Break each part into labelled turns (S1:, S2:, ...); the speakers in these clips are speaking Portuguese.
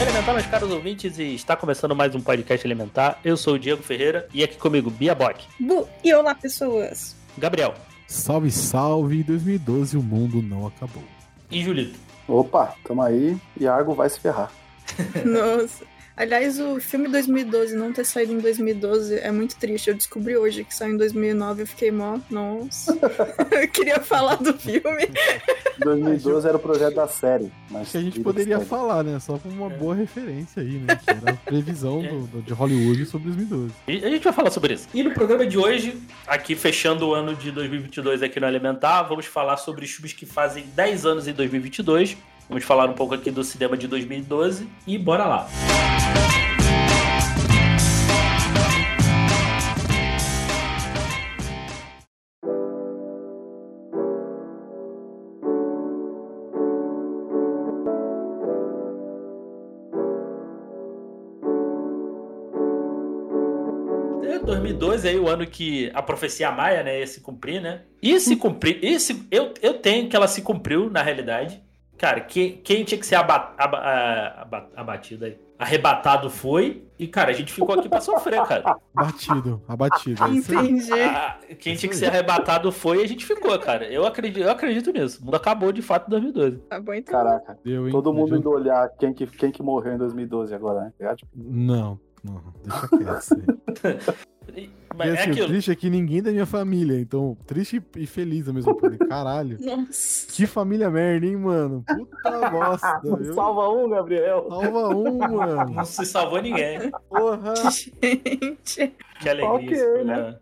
S1: Elementar, meus caros ouvintes, e está começando mais um podcast Elementar. Eu sou o Diego Ferreira e aqui comigo Bia Bock,
S2: Bu e olá, pessoas.
S1: Gabriel
S3: Salve, salve! Em 2012 o mundo não acabou.
S1: e Julito.
S4: Opa, tamo aí. Iago vai se ferrar.
S3: É.
S2: Nossa. Aliás, o filme 2012 não ter saído em 2012 é muito triste. Eu descobri hoje que saiu em 2009 eu fiquei mó. Nossa. eu queria falar do filme.
S4: 2012 era o projeto da série. Mas
S3: Acho que a gente
S4: vida
S3: poderia
S4: que segue.
S3: falar, né? Só com uma
S1: É.
S3: boa referência aí, né? Que era a previsão do- do- de Hollywood sobre 2012.
S1: E A gente vai falar sobre isso. E no programa de hoje, aqui fechando o ano de 2022 aqui no Elementar, vamos falar sobre os filmes que fazem 10 anos em 2022. Vamos falar um pouco aqui do cinema de 2012 e bora lá. É, 2012 aí o ano que a profecia maia, né, ia se cumprir, né? E
S3: Uhum.
S1: se cumprir, e se- eu, eu tenho que ela se cumpriu, na realidade. Cara, quem, quem tinha que ser aba- aba- a- aba- abatido aí? Arrebatado foi. E, cara, a gente ficou aqui pra sofrer, cara.
S3: Batido, abatido. é isso aí.
S2: Entendi.
S1: A- quem tinha que ser arrebatado foi e a gente ficou, cara. Eu acredito, eu acredito nisso. O mundo acabou de fato em 2012.
S2: Tá bom então.
S4: Caraca,
S3: Deu, hein?
S4: todo
S3: Não
S4: mundo
S3: adianta-
S4: indo olhar quem que, quem que morreu em 2012 agora, né? Tá ligado?
S3: Não, não, deixa quieto. isso aí.
S1: E-
S3: E
S1: Mas é
S3: assim, o
S1: aquilo.
S3: triste é que ninguém da minha família, então triste e feliz ao mesmo tempo. né? Caralho.
S2: Nossa.
S3: Que família merda, hein, mano? Puta bosta, viu?
S4: Salva um, Gabriel!
S3: Salva um, mano.
S1: Não se salvou ninguém.
S3: Porra!
S2: Gente.
S1: Que alegria.
S4: Ok,
S1: esse
S3: né?
S1: programa.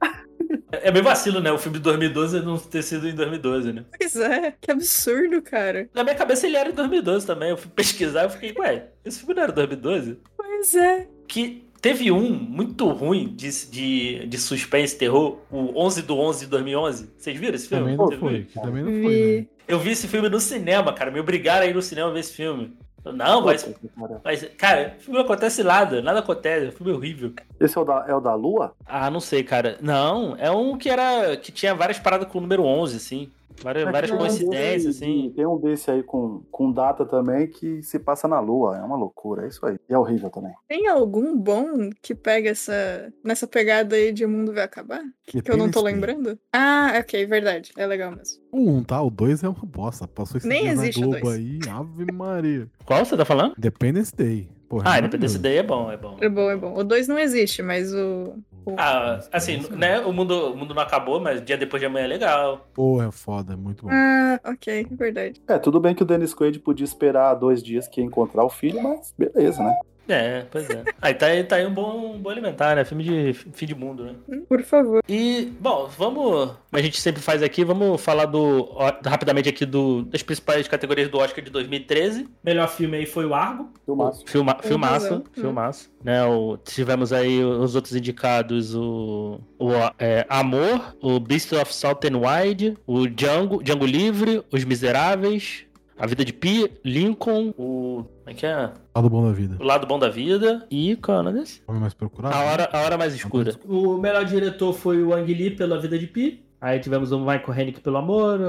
S1: É bem vacilo, né? O filme de 2012 não ter sido em 2012, né?
S2: Pois é. Que absurdo, cara.
S1: Na minha cabeça ele era em 2012 também. Eu fui pesquisar e fiquei, ué, esse filme não era 2012?
S2: Pois é.
S1: Que teve um muito ruim de, de, de suspense e terror, o 11 do 11 de 2011. Vocês viram esse filme?
S3: Também não
S1: Vocês
S3: foi,
S1: viram?
S3: que também não foi.
S2: Vi.
S3: Né?
S1: Eu vi esse filme no cinema, cara. Me obrigaram a ir no cinema ver esse filme. Eu, Não, mas,
S4: Puta que pariu.
S1: mas cara, o filme não acontece nada. Nada acontece. O filme é horrível.
S4: Esse é o da, é o da Lua?
S1: Ah, não sei, cara. Não, é um que era que tinha várias paradas com o número 11, assim. Várias, várias
S3: é
S4: Tem um
S1: coincidências,
S4: desse-
S1: assim.
S4: Tem um desse aí com, com data também que se passa na Lua. É uma loucura, é isso aí. E é horrível também.
S2: Tem algum bom que pega essa nessa pegada aí de o mundo vai acabar? Que, que eu não tô
S3: Depende de quem.
S2: lembrando? Ah, ok, verdade. É legal mesmo.
S3: Um, tá? O dois é uma bosta. Passou esse
S2: Nem
S3: dia na
S2: existe o
S3: Globo
S2: dois.
S3: aí. Ave Maria.
S1: Qual você tá falando?
S3: Independence Day. Porra,
S1: Ah,
S3: é
S1: Independence Day é bom, é bom.
S2: É bom, é bom. O 2 não existe, mas o.
S3: maravilhoso.
S1: Ah,
S3: é
S1: assim, né? O mundo, o mundo não acabou, mas dia depois de amanhã é legal.
S3: Porra, é foda, é muito bom.
S2: Ah, ok, verdade.
S4: É, tudo bem que o Dennis Quaid podia esperar dois dias que ia encontrar o filho, mas beleza, né?
S1: É, pois é. Aí tá, aí- tá aí um bom, um bom alimentar, né? Filme de fim de mundo, né?
S2: Hum, Por favor.
S1: E, bom, vamos. Como a gente sempre faz aqui, vamos falar do. ó, rapidamente aqui do, das principais categorias do Oscar de 2013. Melhor filme aí foi o Argo.
S4: Filmaço.
S1: Filma,
S2: Tem
S1: filmaço,
S2: razão.
S1: filmaço. Né, o- tivemos aí os outros indicados, o, o é, Amor, o Beast of Salt and Wide, o Django, Django Livre, Os Miseráveis, A Vida de Pi, Lincoln, o... Como é que é?
S3: Fala do bom da vida.
S1: O Lado Bom da Vida e... Qual é o nome desse?
S3: Homem mais procurado?
S1: A hora, a hora mais escura. O melhor diretor foi o Ang Lee pela Vida de Pi. Aí tivemos o Michael Haneke pelo Amor,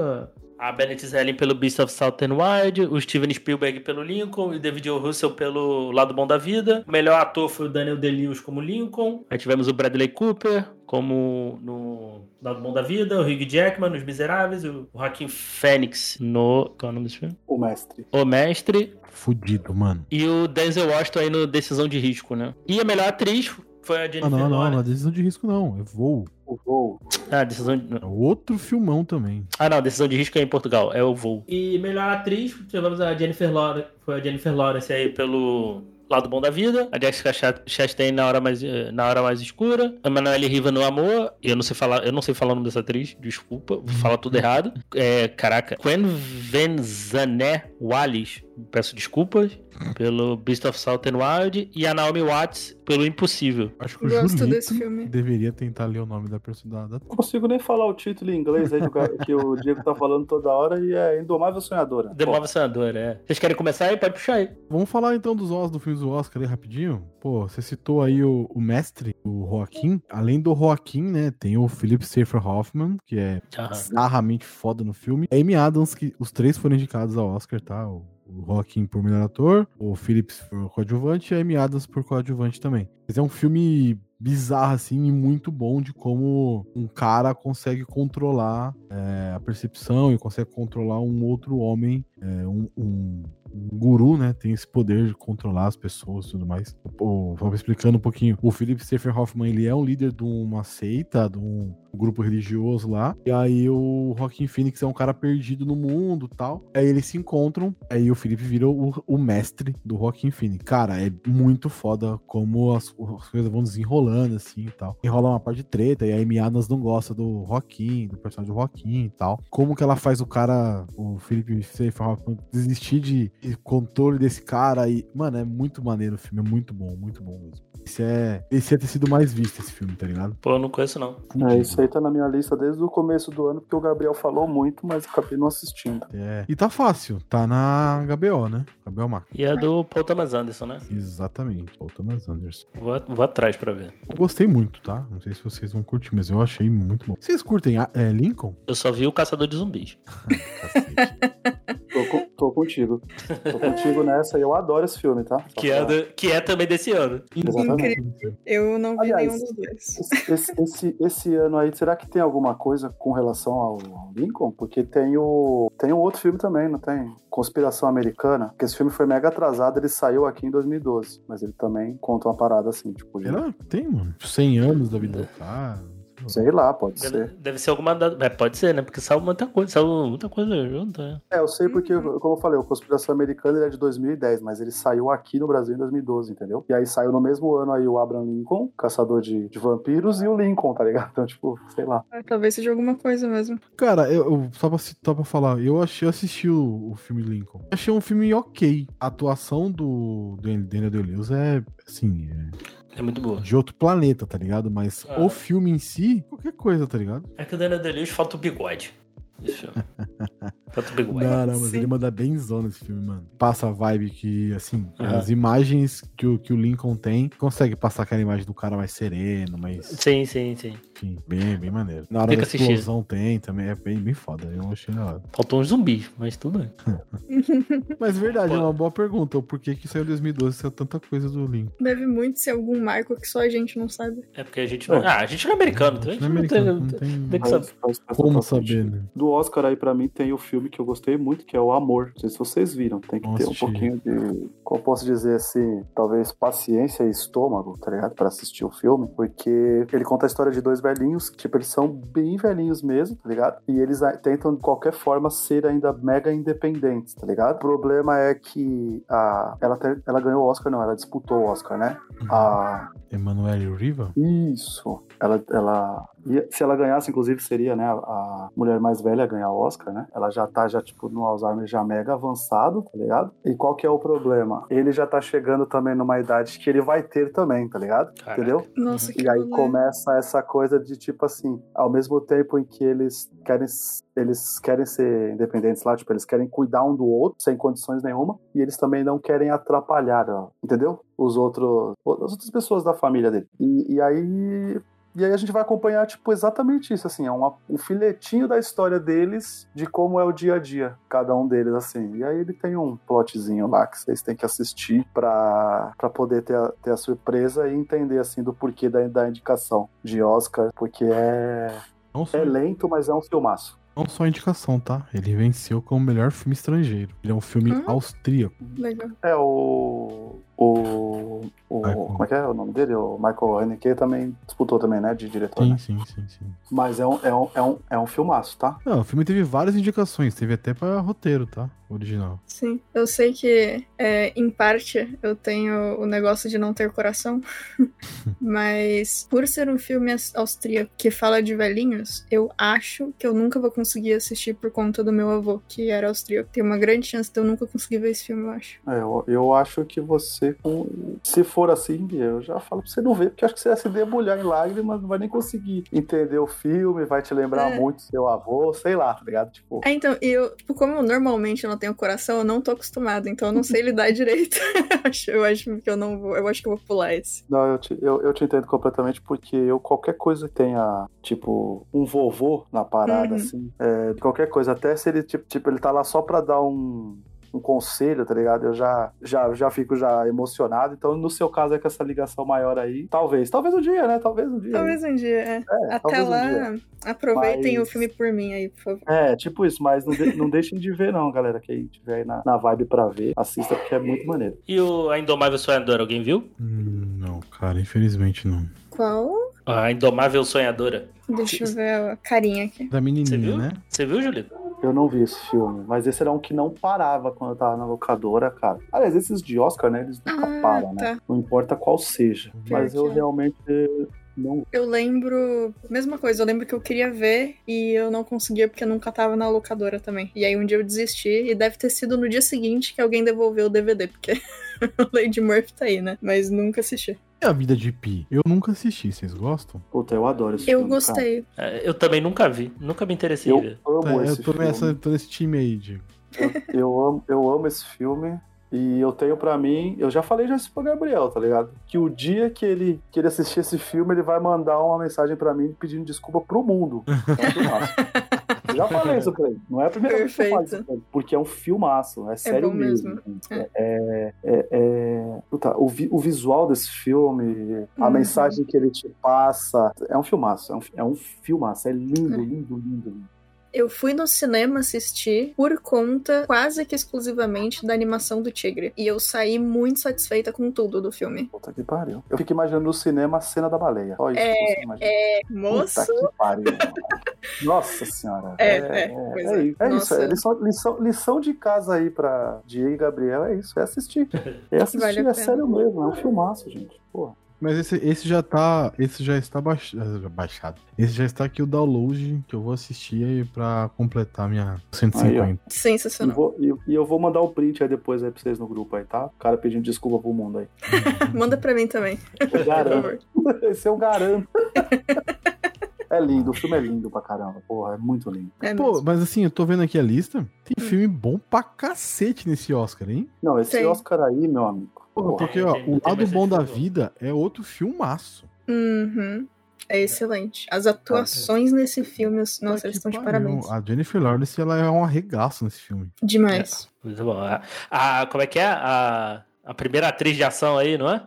S1: a Bennett Zellin pelo Beast of South and Wide, o Steven Spielberg pelo Lincoln e o David O. Russell pelo Lado Bom da Vida. O melhor ator foi o Daniel Day-Lewis como Lincoln. Aí tivemos o Bradley Cooper como no Lado Bom da Vida, o Hugh Jackman nos Miseráveis, o Joaquim Fênix no... Qual é o nome desse filme?
S4: O mestre.
S1: O Mestre
S3: Fudido, mano.
S1: e o Denzel Washington aí no Decisão de Risco, né? E a melhor atriz foi a
S3: Ah,
S1: Jennifer
S3: não, não,
S1: Lawrence.
S3: não, decisão de risco não. É voo.
S4: O voo.
S1: Ah, decisão de...
S3: É outro filmão também.
S1: ah, não, decisão de risco é em Portugal, é o voo. E melhor atriz, tivemos a Jennifer Lawrence, foi a Jennifer Lawrence aí pelo
S5: Lado Bom da Vida, a Jessica Cha- Chastain na hora mais, eh, na hora mais escura, a Emanuele Riva no Amor, e eu não sei falar, eu não sei falar o nome dessa atriz, desculpa, vou falar
S1: Uhum.
S5: tudo errado. É, caraca, Quen Venzané Wallis, peço desculpas, pelo Beast of South and Wild, e a Naomi Watts pelo Impossível.
S3: Acho que o
S2: Gosto
S3: Julito
S2: desse filme.
S3: deveria tentar ler o nome da personagem.
S4: Não consigo nem falar o título em inglês aí que o cara- que o Diego tá falando toda hora e é Indomável Sonhadora.
S5: Demove Senador, é. Vocês querem começar aí? Pode puxar aí.
S3: Vamos falar então dos Oscars, do filme do Oscar aí rapidinho. Pô, você citou aí o, o mestre, o Joaquim. Além do Joaquim, né, tem o Philip Seyfer Hoffman, que é
S5: Tchau.
S3: bizarramente foda no filme. A Amy Adams, que os três foram indicados ao Oscar, tá? O, o Joaquim por melhor ator, o Phillips por coadjuvante e a Amy Adams por coadjuvante também. Mas é um filme bizarro, assim, e muito bom de como um cara consegue controlar é, a percepção e consegue controlar um outro homem, é, um, um- um guru, né? Tem esse poder de controlar as pessoas e tudo mais. O, vou explicando um pouquinho. O Philip Seyfer Hoffman, ele é um líder de uma seita, de um grupo religioso lá. E aí o Rockin' Phoenix é um cara perdido no mundo tal. Aí eles se encontram, aí o Felipe vira o, o mestre do Rockin' Phoenix. Cara, é muito foda como as, as coisas vão desenrolando assim e tal. Enrola uma parte de treta, e a Amy Adams não gosta do Rockin', do personagem do Rockin' e tal. Como que ela faz o cara, o Felipe Seyfer Hoffman, desistir de, de controle desse cara e... Mano, é muito maneiro o filme, é muito bom, muito bom mesmo. Esse é... Esse ia ter sido mais visto, esse filme, tá ligado?
S5: Pô, eu não conheço não.
S4: É, isso aí tá na minha lista desde o começo do ano, porque o Gabriel falou muito, mas acabei não assistindo.
S3: É. E tá fácil, tá na HBO, né? HBO Max.
S5: E a do Paul Thomas Anderson, né?
S3: Exatamente, o Thomas Anderson.
S5: Vou, vou atrás pra ver.
S3: Eu Gostei muito, tá? Não sei se vocês vão curtir, mas eu achei muito bom. Vocês curtem a- é, Lincoln?
S5: Eu só vi o Caçador de Zumbis.
S3: Cacete.
S4: Tô, co- tô contigo. Tô contigo nessa e eu adoro esse filme, tá? Só
S5: Que é,
S4: pra-
S5: do- que é também desse ano.
S4: Exatamente.
S2: Eu não vi
S4: Aliás,
S2: nenhum dos dois.
S4: Esse, esse- esse, esse ano aí, será que tem alguma coisa com relação ao, ao Lincoln? Porque tem o. Tem um outro filme também, não tem? Conspiração Americana. Porque esse filme foi mega atrasado, ele saiu aqui em 2012. Mas ele também conta uma parada assim, tipo, de-
S3: Será? Tem, mano. Tá. 100 anos da vida do cara.
S4: sei lá, pode
S5: Deve,
S4: ser.
S5: deve ser alguma da... é, pode ser, né? Porque saiu muita coisa, saiu muita coisa junto, né?
S4: É, eu sei porque, como eu falei, o Conspiração Americana ele é de 2010, mas ele saiu aqui no Brasil em 2012, entendeu? E aí saiu no mesmo ano aí o Abraham Lincoln, caçador de, de vampiros, e o Lincoln, tá ligado? Então, tipo, sei lá.
S2: Ah, Talvez seja alguma coisa mesmo.
S3: Cara, eu, eu- só, pra, ci- só pra falar, eu achei, eu assisti o, o filme Lincoln. Achei um filme ok. A atuação do, do Daniel Day-Lewis é, assim, é
S5: É muito boa.
S3: de outro planeta, tá ligado? Mas
S5: Ah.
S3: o filme em si, qualquer coisa, tá ligado?
S5: É que o Daniel Day-Lewis falta o bigode. Isso. falta o bigode.
S3: Não, não, mas
S2: Sim.
S3: ele manda benzão nesse filme, mano. Passa a vibe que, assim,
S5: Aham.
S3: as imagens que o, que o Lincoln tem, consegue passar aquela imagem do cara mais sereno, mas,
S5: Sim, sim, sim.
S3: enfim, bem, bem maneiro. Na hora
S5: Tem que
S3: da
S5: assistir.
S3: explosão tem também, é bem, bem foda, eu achei da hora.
S5: Faltou uns zumbis, mas tudo bem.
S3: Mas verdade, é
S5: Pô.
S3: uma boa pergunta, o porquê que saiu em 2012 saiu tanta coisa do Lincoln.
S2: Deve muito ser algum marco que só a gente não sabe.
S5: É porque a gente não. Ah, a gente não é americano, então a gente
S3: Não é
S5: não,
S3: americano, não
S5: tem.
S3: tem
S5: tem que
S4: Mas
S5: saber.
S4: faz- faz
S3: como
S4: total
S3: saber,
S4: sentido.
S3: né?
S4: Do Oscar aí, pra mim, tem o filme que eu gostei muito, que é o Amor. Não sei se vocês viram. Tem que
S3: Não
S4: ter um
S3: assisti.
S4: pouquinho de. Como eu posso dizer assim? Talvez paciência e estômago, tá ligado? Pra assistir o filme. Porque ele conta a história de dois velhinhos. Tipo, eles são bem velhinhos mesmo, tá ligado? E eles a- tentam, de qualquer forma, ser ainda mega independentes, tá ligado? O problema é que a... ela, até- ela ganhou o Oscar, não, ela disputou o Oscar, né? A
S3: Emanuele Riva?
S4: isso. Ela, ela ia- se ela ganhasse, inclusive, seria né, a mulher mais velha a ganhar o Oscar, né? Ela já tá já tipo no Alzheimer já mega avançado, tá ligado? E qual que é o problema? Ele já tá chegando também numa idade que ele vai ter também, tá ligado?
S5: Caraca.
S4: Entendeu?
S2: Nossa, que
S4: E aí
S2: rolê.
S4: começa essa coisa de tipo assim, ao mesmo tempo em que eles querem eles querem ser independentes lá, tipo, eles querem cuidar um do outro sem condições nenhuma, e eles também não querem atrapalhar, ó, entendeu? Os outros as outras pessoas da família dele. E, e aí e aí a gente vai acompanhar tipo exatamente isso assim, é uma- um filetinho da história deles, de como é o dia a dia, cada um deles assim. E aí ele tem um plotzinho lá que vocês têm que assistir pra pra poder ter a, ter a surpresa e entender assim do porquê da, da indicação de Oscar, porque é
S3: Não só,
S4: é lento, mas é um filmaço.
S3: não só indicação, tá? Ele venceu como melhor filme estrangeiro. Ele é um filme
S2: Hum?
S3: austríaco.
S2: Legal.
S4: É o O, o
S3: Michael.
S4: como é que é o nome dele? O Michael Haneke também disputou também, né, de diretor.
S3: Sim,
S4: né?
S3: sim, sim, sim.
S4: Mas é um, é, um, é, um, é um filmaço, tá?
S3: Não, o filme teve várias indicações, teve até pra roteiro, tá? Original.
S2: Sim, eu sei que é, em parte eu tenho o negócio de não ter coração, mas por ser um filme aus- austríaco que fala de velhinhos, eu acho que eu nunca vou conseguir assistir por conta do meu avô, que era austríaco. Tem uma grande chance de eu nunca conseguir ver esse filme, eu acho.
S4: É, eu, eu acho que você, com- se for assim, eu já falo pra você não ver, porque eu acho que você ia se debulhar em lágrimas, não vai nem conseguir entender o filme, vai te lembrar
S2: É.
S4: muito seu avô, sei lá, tá ligado? Tipo,
S2: É, então, e eu, tipo, como eu normalmente não tenho coração, eu não tô acostumada, então eu não sei lidar direito. Eu acho- eu acho que eu não vou, eu acho que eu vou pular esse.
S4: Não, eu te, eu, eu te entendo completamente, porque eu qualquer coisa que tenha, tipo, um vovô na parada,
S2: Uhum.
S4: assim, é, qualquer coisa, até se ele, tipo, tipo, ele tá lá só pra dar um, um conselho, tá ligado? Eu já, já, já fico já emocionado, então no seu caso é com essa ligação maior aí, talvez, talvez um dia, né? Talvez um dia.
S2: Talvez um dia, é.
S4: É,
S2: Até
S4: talvez um dia.
S2: lá, aproveitem
S4: Mas-
S2: o filme por mim aí, por favor.
S4: É, tipo isso, mas não, de- não deixem de ver não, galera, quem tiver aí na, na vibe pra ver, assista porque é muito maneiro.
S5: E o A Indomável Sonhadora, alguém viu?
S3: Hum, não, cara, infelizmente não.
S2: Qual?
S5: A Indomável Sonhadora.
S2: Deixa eu ver a carinha aqui.
S3: Da
S5: Você viu?
S3: menininha, né?
S5: Você viu, Julito?
S4: Eu não vi esse filme, mas esse era um que não parava quando eu tava na locadora, cara. Aliás, esses de Oscar, né, eles nunca
S2: Ah,
S4: param, né?
S2: tá.
S4: Não importa qual seja.
S2: Pior
S4: Mas
S2: que
S4: eu
S2: é.
S4: realmente não.
S2: Eu lembro. Mesma coisa, eu lembro que eu queria ver e eu não conseguia porque eu nunca tava na locadora também. E aí um dia eu desisti e deve ter sido no dia seguinte que alguém devolveu o DVD, porque o Lady Murphy tá aí, né? Mas nunca assisti.
S3: E a vida de Pi? Eu nunca assisti, vocês gostam?
S4: Puta, eu adoro esse filme.
S2: Eu
S4: cara.
S2: gostei.
S5: É, Eu também nunca vi. Nunca me interessei em ver.
S4: Eu amo
S3: Tá,
S4: esse
S3: eu tô
S4: filme.
S3: nessa, tô nesse time aí, Diego.
S4: Eu, eu amo, eu amo esse filme. E eu tenho pra mim, eu já falei já isso pro Gabriel, tá ligado? Que o dia que ele, que ele assistir esse filme, ele vai mandar uma mensagem pra mim pedindo desculpa pro mundo. É um filmaço. Eu já falei isso pra ele. Não é a primeira vez que eu falo isso pra ele, porque é um filmaço, é sério
S2: bom
S4: mesmo.
S2: mesmo.
S4: gente. É, é- é- puta, o, vi- o visual desse filme, a
S2: Uhum.
S4: mensagem que ele te passa, é um filmaço, é um, é um filmaço, é lindo, lindo, lindo, lindo.
S2: Eu fui no cinema assistir por conta quase que exclusivamente da animação do Tigre. E eu saí muito satisfeita com tudo do filme.
S4: Puta que pariu. Eu fico imaginando no cinema a cena da baleia. Olha isso
S2: É,
S4: que eu consigo imaginar.
S2: É,
S4: Puta
S2: moço.
S4: que pariu. Nossa senhora.
S2: É, é, pois
S4: é
S2: é.
S4: isso. É isso.
S2: Nossa.
S4: é lição, lição, lição de casa aí pra Diego e Gabriel. É isso. É assistir. É assistir.
S2: Vale a
S4: é
S2: pena.
S4: sério mesmo. É um filmaço, gente. Porra.
S3: Mas esse, esse já tá. Esse já está baix- ah, baixado. Esse já está aqui o download que eu vou assistir aí pra completar minha 150.
S4: E,
S2: Sensacional.
S4: vou- e- e eu vou mandar o print aí depois aí pra vocês no grupo aí, tá? O cara pedindo desculpa pro mundo aí.
S2: Manda pra mim também,
S4: Eu
S2: por
S4: garanto.
S2: favor.
S4: Esse eu garanto. É lindo, o filme é lindo pra caramba. Porra, é muito lindo.
S2: É
S3: Pô,
S2: mesmo.
S3: mas assim, eu tô vendo aqui a lista. Tem filme bom pra cacete nesse Oscar, hein?
S4: Não, esse
S2: Tem.
S4: Oscar aí, meu amigo.
S3: Porra,
S4: Porra,
S3: porque, ó,
S5: tem- tem
S3: O Lado
S5: bastante
S3: Bom da
S5: filme bom.
S3: Vida é outro filmaço.
S2: Uhum. É excelente.
S4: Tá,
S2: As atuações nesse filme, os- nossa,
S3: Puta
S2: eles
S3: que
S2: estão de
S3: pariu.
S2: parabéns.
S4: Ah,
S3: A Jennifer Lawrence, ela é um arregaço nesse filme.
S2: Demais.
S4: é.
S5: Muito bom. A, a- como é que é? A, a primeira atriz de ação aí, não é?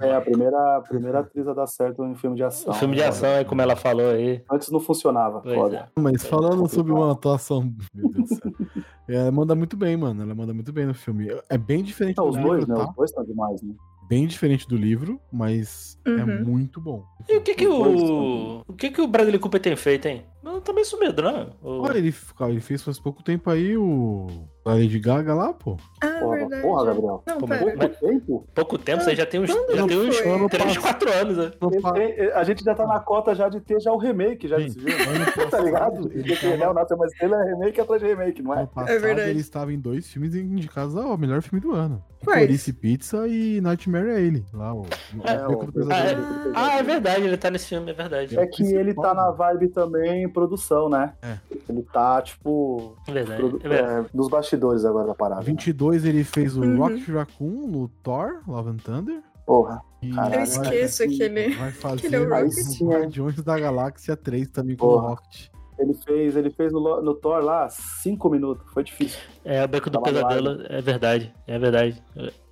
S4: é a primeira, a primeira atriz a dar certo em filme de ação.
S5: o filme de
S4: Foda.
S5: ação aí, como ela falou aí.
S4: Antes não funcionava.
S5: Pois
S4: foda.
S5: é.
S3: Mas falando sobre uma atuação. Meu Deus do céu. É, Ela manda muito bem, mano. Ela manda muito bem no filme. É bem diferente
S4: Então, os
S3: livro,
S4: dois, né?
S3: tá?
S4: Os dois estão demais, né?
S3: bem diferente do livro, mas é
S2: Uhum.
S3: muito bom.
S5: E o que que o. O que que o Bradley Cooper tem feito, hein? Mas tá meio sumido, né? O-
S3: Olha, ele, cara, ele fez faz pouco tempo aí o a Lady Gaga lá, pô.
S2: Ah,
S4: Porra,
S2: verdade. É.
S4: porra, Gabriel.
S2: Não,
S5: Pô, mas-
S3: é
S2: pera.
S4: Pouco tempo?
S5: Pouco tempo, você já tem uns.
S2: quando
S5: Já tem uns
S2: foi?
S3: Ano
S5: 3,
S3: passado,
S5: 4 anos, né?
S3: ano pa-
S4: E- e- A gente já tá na cota já de ter já o remake, já desse filme.
S3: ano
S4: Tá ligado?
S3: passado, ele
S4: Porque é
S3: tava-
S4: o Nathan mas ele é remake atrás de remake, não
S3: ano
S4: é?
S3: passado
S2: verdade.
S3: ele estava em dois filmes indicados ao melhor filme do ano.
S2: Quais?
S3: Clarice Pizza e Nightmare Alley. Lá, o,
S4: É,
S3: o Beco do
S4: o-
S3: Pesadelo.
S5: Ah, é verdade, ele tá nesse filme, é verdade.
S4: É que ele tá na vibe também em produção, né?
S3: É.
S4: Ele tá, tipo,
S5: É verdade.
S4: produ-
S5: É verdade.
S4: é, nos bastidores agora da parada. né?
S3: 22 ele fez o
S2: Uhum.
S3: Rock Raccoon no Thor, Love and Thunder.
S4: Porra.
S3: E
S4: Caralho.
S2: Eu
S3: vai-
S2: esqueço aquele.
S3: Vai fazer
S2: aquele é o
S4: Rock.
S3: o Guardiões da Galáxia 3 também com o
S4: Porra.
S3: Rocket.
S4: Ele fez, ele fez no, Lo- no Thor lá cinco minutos. Foi difícil.
S5: É o Beco do
S4: Tá lá do
S5: Pesadelo, é verdade. É verdade.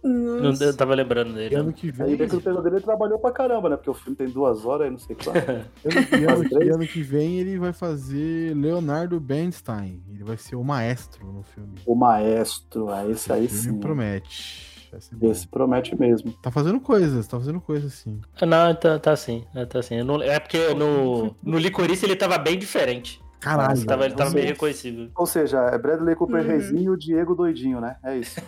S5: Não,
S2: Nossa.
S5: eu tava lembrando
S3: E
S5: dele.
S3: ano que vem.
S4: Aí o Beco do Pesadelo ele trabalhou pra caramba, né? Porque o filme tem duas horas e não sei quanto.
S3: Ano, e ano-
S4: Faz três?
S3: e ano que vem ele vai fazer Leonardo Bernstein. Ele vai ser o maestro no filme.
S4: O maestro, ah, esse aí
S3: O filme
S4: sim.
S3: promete. promete. Essa é boa.
S4: Esse promete mesmo.
S3: Tá fazendo coisas, tá fazendo coisas sim.
S1: Não, tá, tá assim, tá assim. Eu não- é porque no, no Licorice ele tava bem diferente.
S3: Caralho.
S1: Ele tava, ele tava
S4: nossa.
S1: bem reconhecível.
S4: Ou seja, é Bradley Cooper
S2: Uhum.
S4: reizinho e Diego doidinho, né? É isso.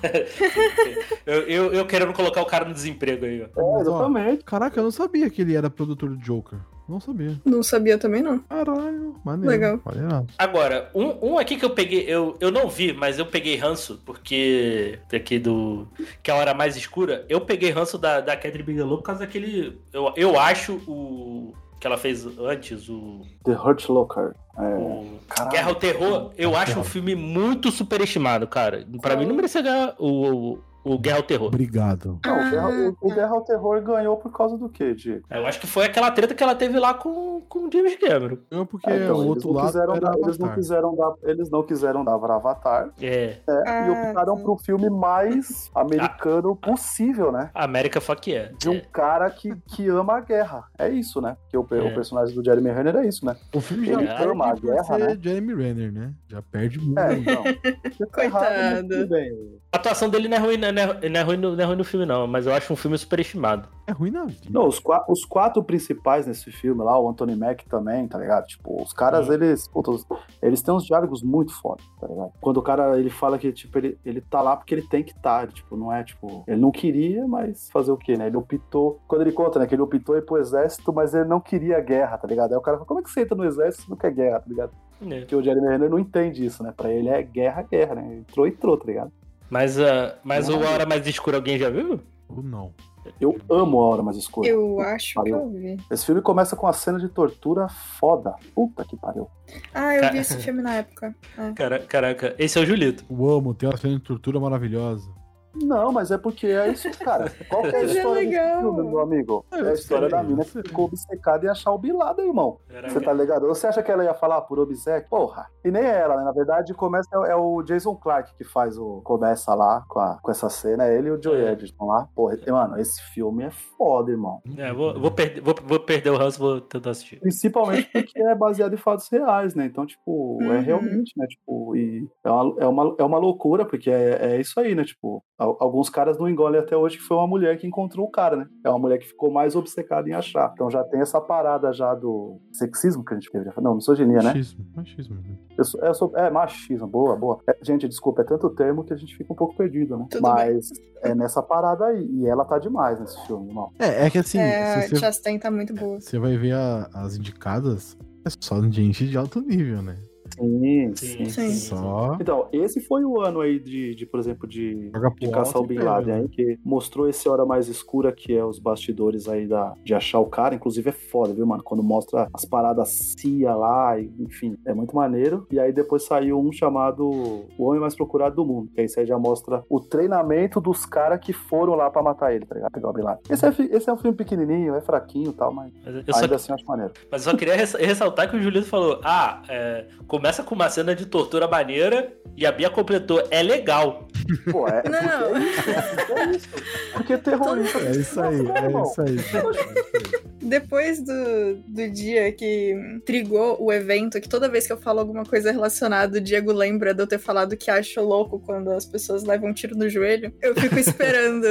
S1: Eu, eu, eu querendo colocar o cara no desemprego aí, ó.
S4: É, exatamente.
S3: Caraca, eu não sabia que ele era produtor do Joker. Não sabia.
S2: Não sabia também, não.
S3: Caralho, maneiro.
S2: Legal.
S3: Maneiro.
S1: Agora, um, um aqui que eu peguei, eu, eu não vi, mas eu peguei ranço, porque aqui do. que é a hora mais escura, eu peguei ranço da, da Catherine Bigelow por causa daquele. Eu, eu acho o. que ela fez antes, o.
S4: The Hurt Locker. É.
S1: o
S4: Caralho.
S1: Guerra ao Terror, eu acho um
S3: Caralho.
S1: filme muito superestimado, cara. Pra mim não merecia ganhar o, o, o Guerra ao Terror.
S3: Obrigado.
S4: Não, o, Guerra, o- o
S2: tá.
S4: Guerra ao Terror ganhou por causa do quê, Diego?
S1: Eu acho que foi aquela treta que ela teve lá com, com o James Cameron.
S3: Eu porque
S4: Ah, então,
S3: o
S4: eles
S3: outro
S4: não
S3: lado
S4: quiseram
S3: era
S4: dar- eles não
S3: Avatar.
S4: quiseram dar, eles não quiseram dar pra Avatar
S1: É.
S4: né? e
S2: Ah,
S4: optaram
S2: tá.
S4: pro filme mais americano possível, né?
S1: América fuck yeah.
S4: De um
S1: É.
S4: cara que, que ama a guerra. É isso, né? Porque o, pe-
S1: É.
S4: o personagem do Jeremy Renner é isso, né?
S3: O filme
S4: Ele
S3: já
S4: ama a
S3: perde por
S4: guerra,
S3: ser
S4: né?
S3: Jeremy Renner, né? Já perde muito.
S4: É, então. Tá errado, mas
S2: Coitado.
S4: tudo bem.
S1: A atuação dele não é ruim, não é, não é ruim, no- não é ruim no filme, não, mas eu acho um filme superestimado.
S3: É ruim na vida.
S4: Não, os, qua- os quatro principais nesse filme lá, o Anthony Mack também, tá ligado? Tipo, os caras,
S1: Uhum.
S4: eles. puta, os- eles têm uns diálogos muito foda, tá ligado? Quando o cara ele fala que, tipo, ele, ele tá lá porque ele tem que estar. tipo, não é, tipo, ele não queria, mas fazer o quê, né? Ele optou. Quando ele conta, né? Que ele optou ir pro exército, mas ele não queria a guerra, tá ligado? Aí o cara fala, como é que você entra no exército e não quer guerra, tá ligado?
S1: né?
S4: Porque o Jeremy Renner não entende isso, né? Pra ele é guerra, guerra, né? Entrou, entrou, tá ligado?
S1: Mas, ah, mas o
S4: Não.
S1: Hora Mais Escura alguém já viu?
S3: Ou não.
S4: Eu amo a hora mais escura.
S2: Eu acho que
S4: Pariu.
S2: eu vi.
S4: Esse filme começa com uma cena de tortura foda. Puta que pariu.
S2: Ah, eu
S1: Ca-
S2: vi esse filme na época.
S1: Cara- caraca, esse é o Julito.
S3: O amo, tem uma cena de tortura maravilhosa.
S4: Não, mas é porque é isso, cara. Qual que é a
S2: Mas é
S4: história
S2: legal.
S4: desse filme, meu amigo?
S3: É,
S4: É
S3: eu
S4: a história
S3: sei,
S4: da
S3: eu
S4: mina que
S3: sei.
S4: ficou obcecada em achar o Bin Laden, irmão. Você tá ligado? Você acha que ela ia falar por obséquio? Porra. E nem ela, né? Na verdade, começa é o Jason Clark que faz o. Começa lá com, a- com essa cena, ele e o Joe
S1: É.
S4: Edgerton lá. Porra, mano, esse filme é foda, irmão.
S1: É, vou, vou perder, vou, vou perder o ranço, vou tentar assistir.
S4: Principalmente porque é baseado em fatos reais, né? Então, tipo, é
S2: Uhum.
S4: realmente, né? Tipo, e é uma, é uma, é uma loucura, porque é, é isso aí, né? Tipo, al- alguns caras não engolem até hoje que foi uma mulher que encontrou o cara, né? É uma mulher que ficou mais obcecada em achar. Então já tem essa parada já do sexismo que a gente teve. já falou. Não, misoginia, né?
S3: Machismo, machismo.
S4: Eu sou, eu sou- é machismo, boa, boa. É, gente, desculpa, é tanto termo que a gente fica um pouco perdido, né?
S2: Tudo
S4: Mas é nessa parada aí. E ela tá demais nesse filme, irmão.
S3: É, é que assim,
S2: é,
S3: se você,
S2: Chastain tá muito boa.
S3: você vai ver a- as indicadas, é só gente de alto nível, né? É
S4: Sim,
S2: Sim.
S3: Só
S4: Então, esse foi o ano aí de, de, por exemplo, de,
S3: joga
S4: de
S3: pro
S4: caçar
S3: alto
S4: o Bin
S3: e pega,
S4: Laden aí,
S3: né?
S4: que mostrou esse Hora Mais Escura, que é os bastidores aí da, de achar o cara. Inclusive é foda, viu, mano? Quando mostra as paradas CIA lá, e, enfim, é muito maneiro. E aí depois saiu um chamado O Homem Mais Procurado do Mundo, que aí você já mostra o treinamento dos caras que foram lá pra matar ele, tá ligado? Pegar o Bin Laden. Esse é, fi- esse é um filme pequenininho, é fraquinho e tal, mas
S1: Mas eu só,
S4: ainda assim eu acho maneiro.
S1: mas eu só queria res- ressaltar que o Julito falou: ah, é, começa com uma cena de tortura maneira e a Bia completou, é legal.
S4: Pô, é,
S2: Não, não.
S4: é isso. Porque
S1: Então,
S4: terrorista...
S3: É isso aí,
S4: Nossa,
S3: é
S4: irmão.
S3: isso aí.
S2: Depois do, do dia que trigou o evento, que toda vez que eu falo alguma coisa relacionada, o Diego lembra de eu ter falado que acho louco quando as pessoas levam um tiro no joelho, eu fico esperando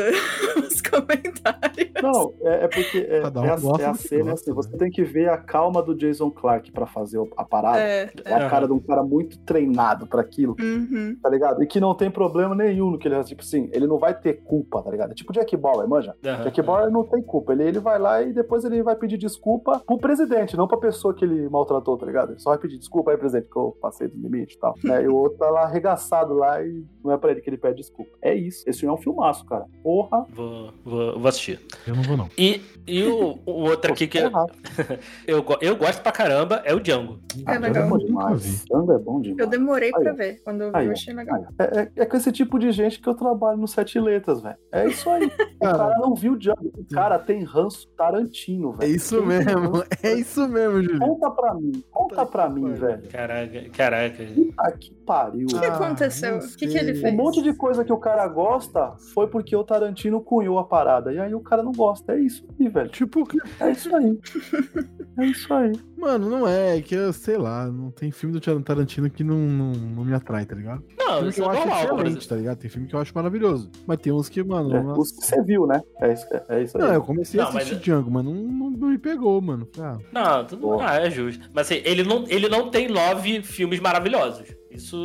S2: os comentários.
S4: Não, é, é porque é,
S3: Cada um
S4: é a-
S3: gosta
S4: é a
S3: do que
S4: cena
S3: gosta,
S4: assim, você
S3: né?
S4: tem que ver a calma do Jason Clark pra fazer o- a parada. É,
S2: É.
S4: a cara de um cara muito treinado pra aquilo,
S2: Uhum.
S4: tá ligado? E que não tem problema nenhum no que ele tipo assim, ele não vai ter culpa, tá ligado? É Tipo Jack Bauer, manja.
S1: Aham.
S4: Jack Bauer não tem culpa, ele, ele vai lá e depois ele vai pedir desculpa pro presidente, não pra pessoa que ele maltratou, tá ligado? Ele só vai pedir desculpa aí, presidente, que eu passei do limite e tal. né? E o outro tá lá arregaçado lá e não é pra ele que ele pede desculpa. É isso, esse filme é um filmaço, cara. Porra,
S1: Vou, vou, vou assistir.
S3: Eu não vou, não.
S1: E, e o, o outro aqui que é? eu,
S4: porra.
S1: eu, go- eu gosto pra caramba é o Django.
S2: É
S4: Django
S2: legal.
S4: bom
S3: Nunca
S4: demais.
S3: vi.
S4: Django é bom demais.
S2: Eu demorei
S4: Aí,
S2: pra
S4: ó.
S2: ver. Quando eu vi,
S4: Aí,
S2: eu
S4: ó.
S2: achei legal.
S4: É, é- é com esse tipo de gente que eu trabalho no Sete Letras, velho. É isso aí. O cara não viu o Django. O cara tem ranço Tarantino,
S3: É
S4: velho.
S3: isso mesmo, é isso mesmo, Júlio.
S4: Conta pra mim. Conta pra mim, velho.
S1: Caraca, caraca.
S4: Puta que pariu.
S2: que aconteceu?
S3: não
S2: O que que ele
S3: sei.
S4: Um
S2: fez?
S4: monte de coisa que o cara gosta foi porque o Tarantino cunhou a parada. E aí o cara não gosta. É isso aí, velho.
S3: Tipo,
S4: É isso aí. É isso aí.
S3: Mano, não é, é que eu sei lá, não tem filme do Tarantino que não, não, não me atrai, tá ligado?
S1: Não,
S3: filme que
S1: isso é
S3: eu acho
S1: normal. por
S3: excelente,
S1: exemplo.
S3: tá ligado? Tem filme que eu acho maravilhoso. Mas tem uns que, mano.
S4: É,
S3: não-
S4: os que você viu, né? É isso, é- é isso aí.
S3: Não, eu comecei a
S1: Não, mas
S3: assistir
S1: é-
S3: Django, mas não, não, não me pegou, mano. Ah,
S1: Não, tudo
S4: Pô.
S1: ah, é justo. Mas assim, ele não, ele não tem nove filmes maravilhosos. Isso,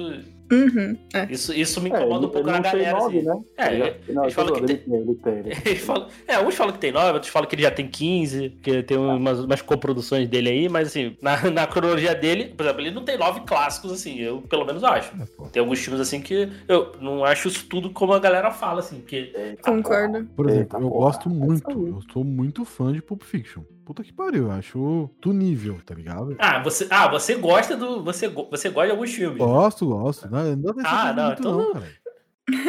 S2: Uhum, é.
S1: isso, isso me
S4: É, ele-
S1: incomoda um pouco
S4: ele não
S1: na
S4: tem
S1: galera.
S4: nove,
S1: assim.
S4: né?
S1: É,
S4: Ele já- não,
S1: eles
S4: ele,
S1: falam que
S4: ele tem, ele tem. ele tem.
S1: Eles falam- é, uns falam que tem nove, outros falam que ele já tem 15, que
S4: Tá.
S1: tem umas, umas coproduções dele aí, mas assim, na, na cronologia dele, por exemplo, ele não tem nove clássicos, assim, eu pelo menos acho.
S3: é, pô.
S1: Tem alguns filmes assim que eu não acho isso tudo como a galera fala, assim, porque
S4: Ah,
S2: Concordo.
S3: Por
S4: Eita,
S3: exemplo, eu
S4: porra,
S3: gosto muito,
S2: saúde.
S3: eu sou muito fã de Pulp Fiction. Puta que pariu, eu acho do nível, tá ligado?
S1: Ah, você, ah, você gosta do. Você, go- você gosta de alguns filmes.
S3: Gosto, gosto. Não, não dá pra
S1: Ah,
S3: ser
S1: não,
S3: muito
S1: então
S3: não,
S1: não.
S3: cara.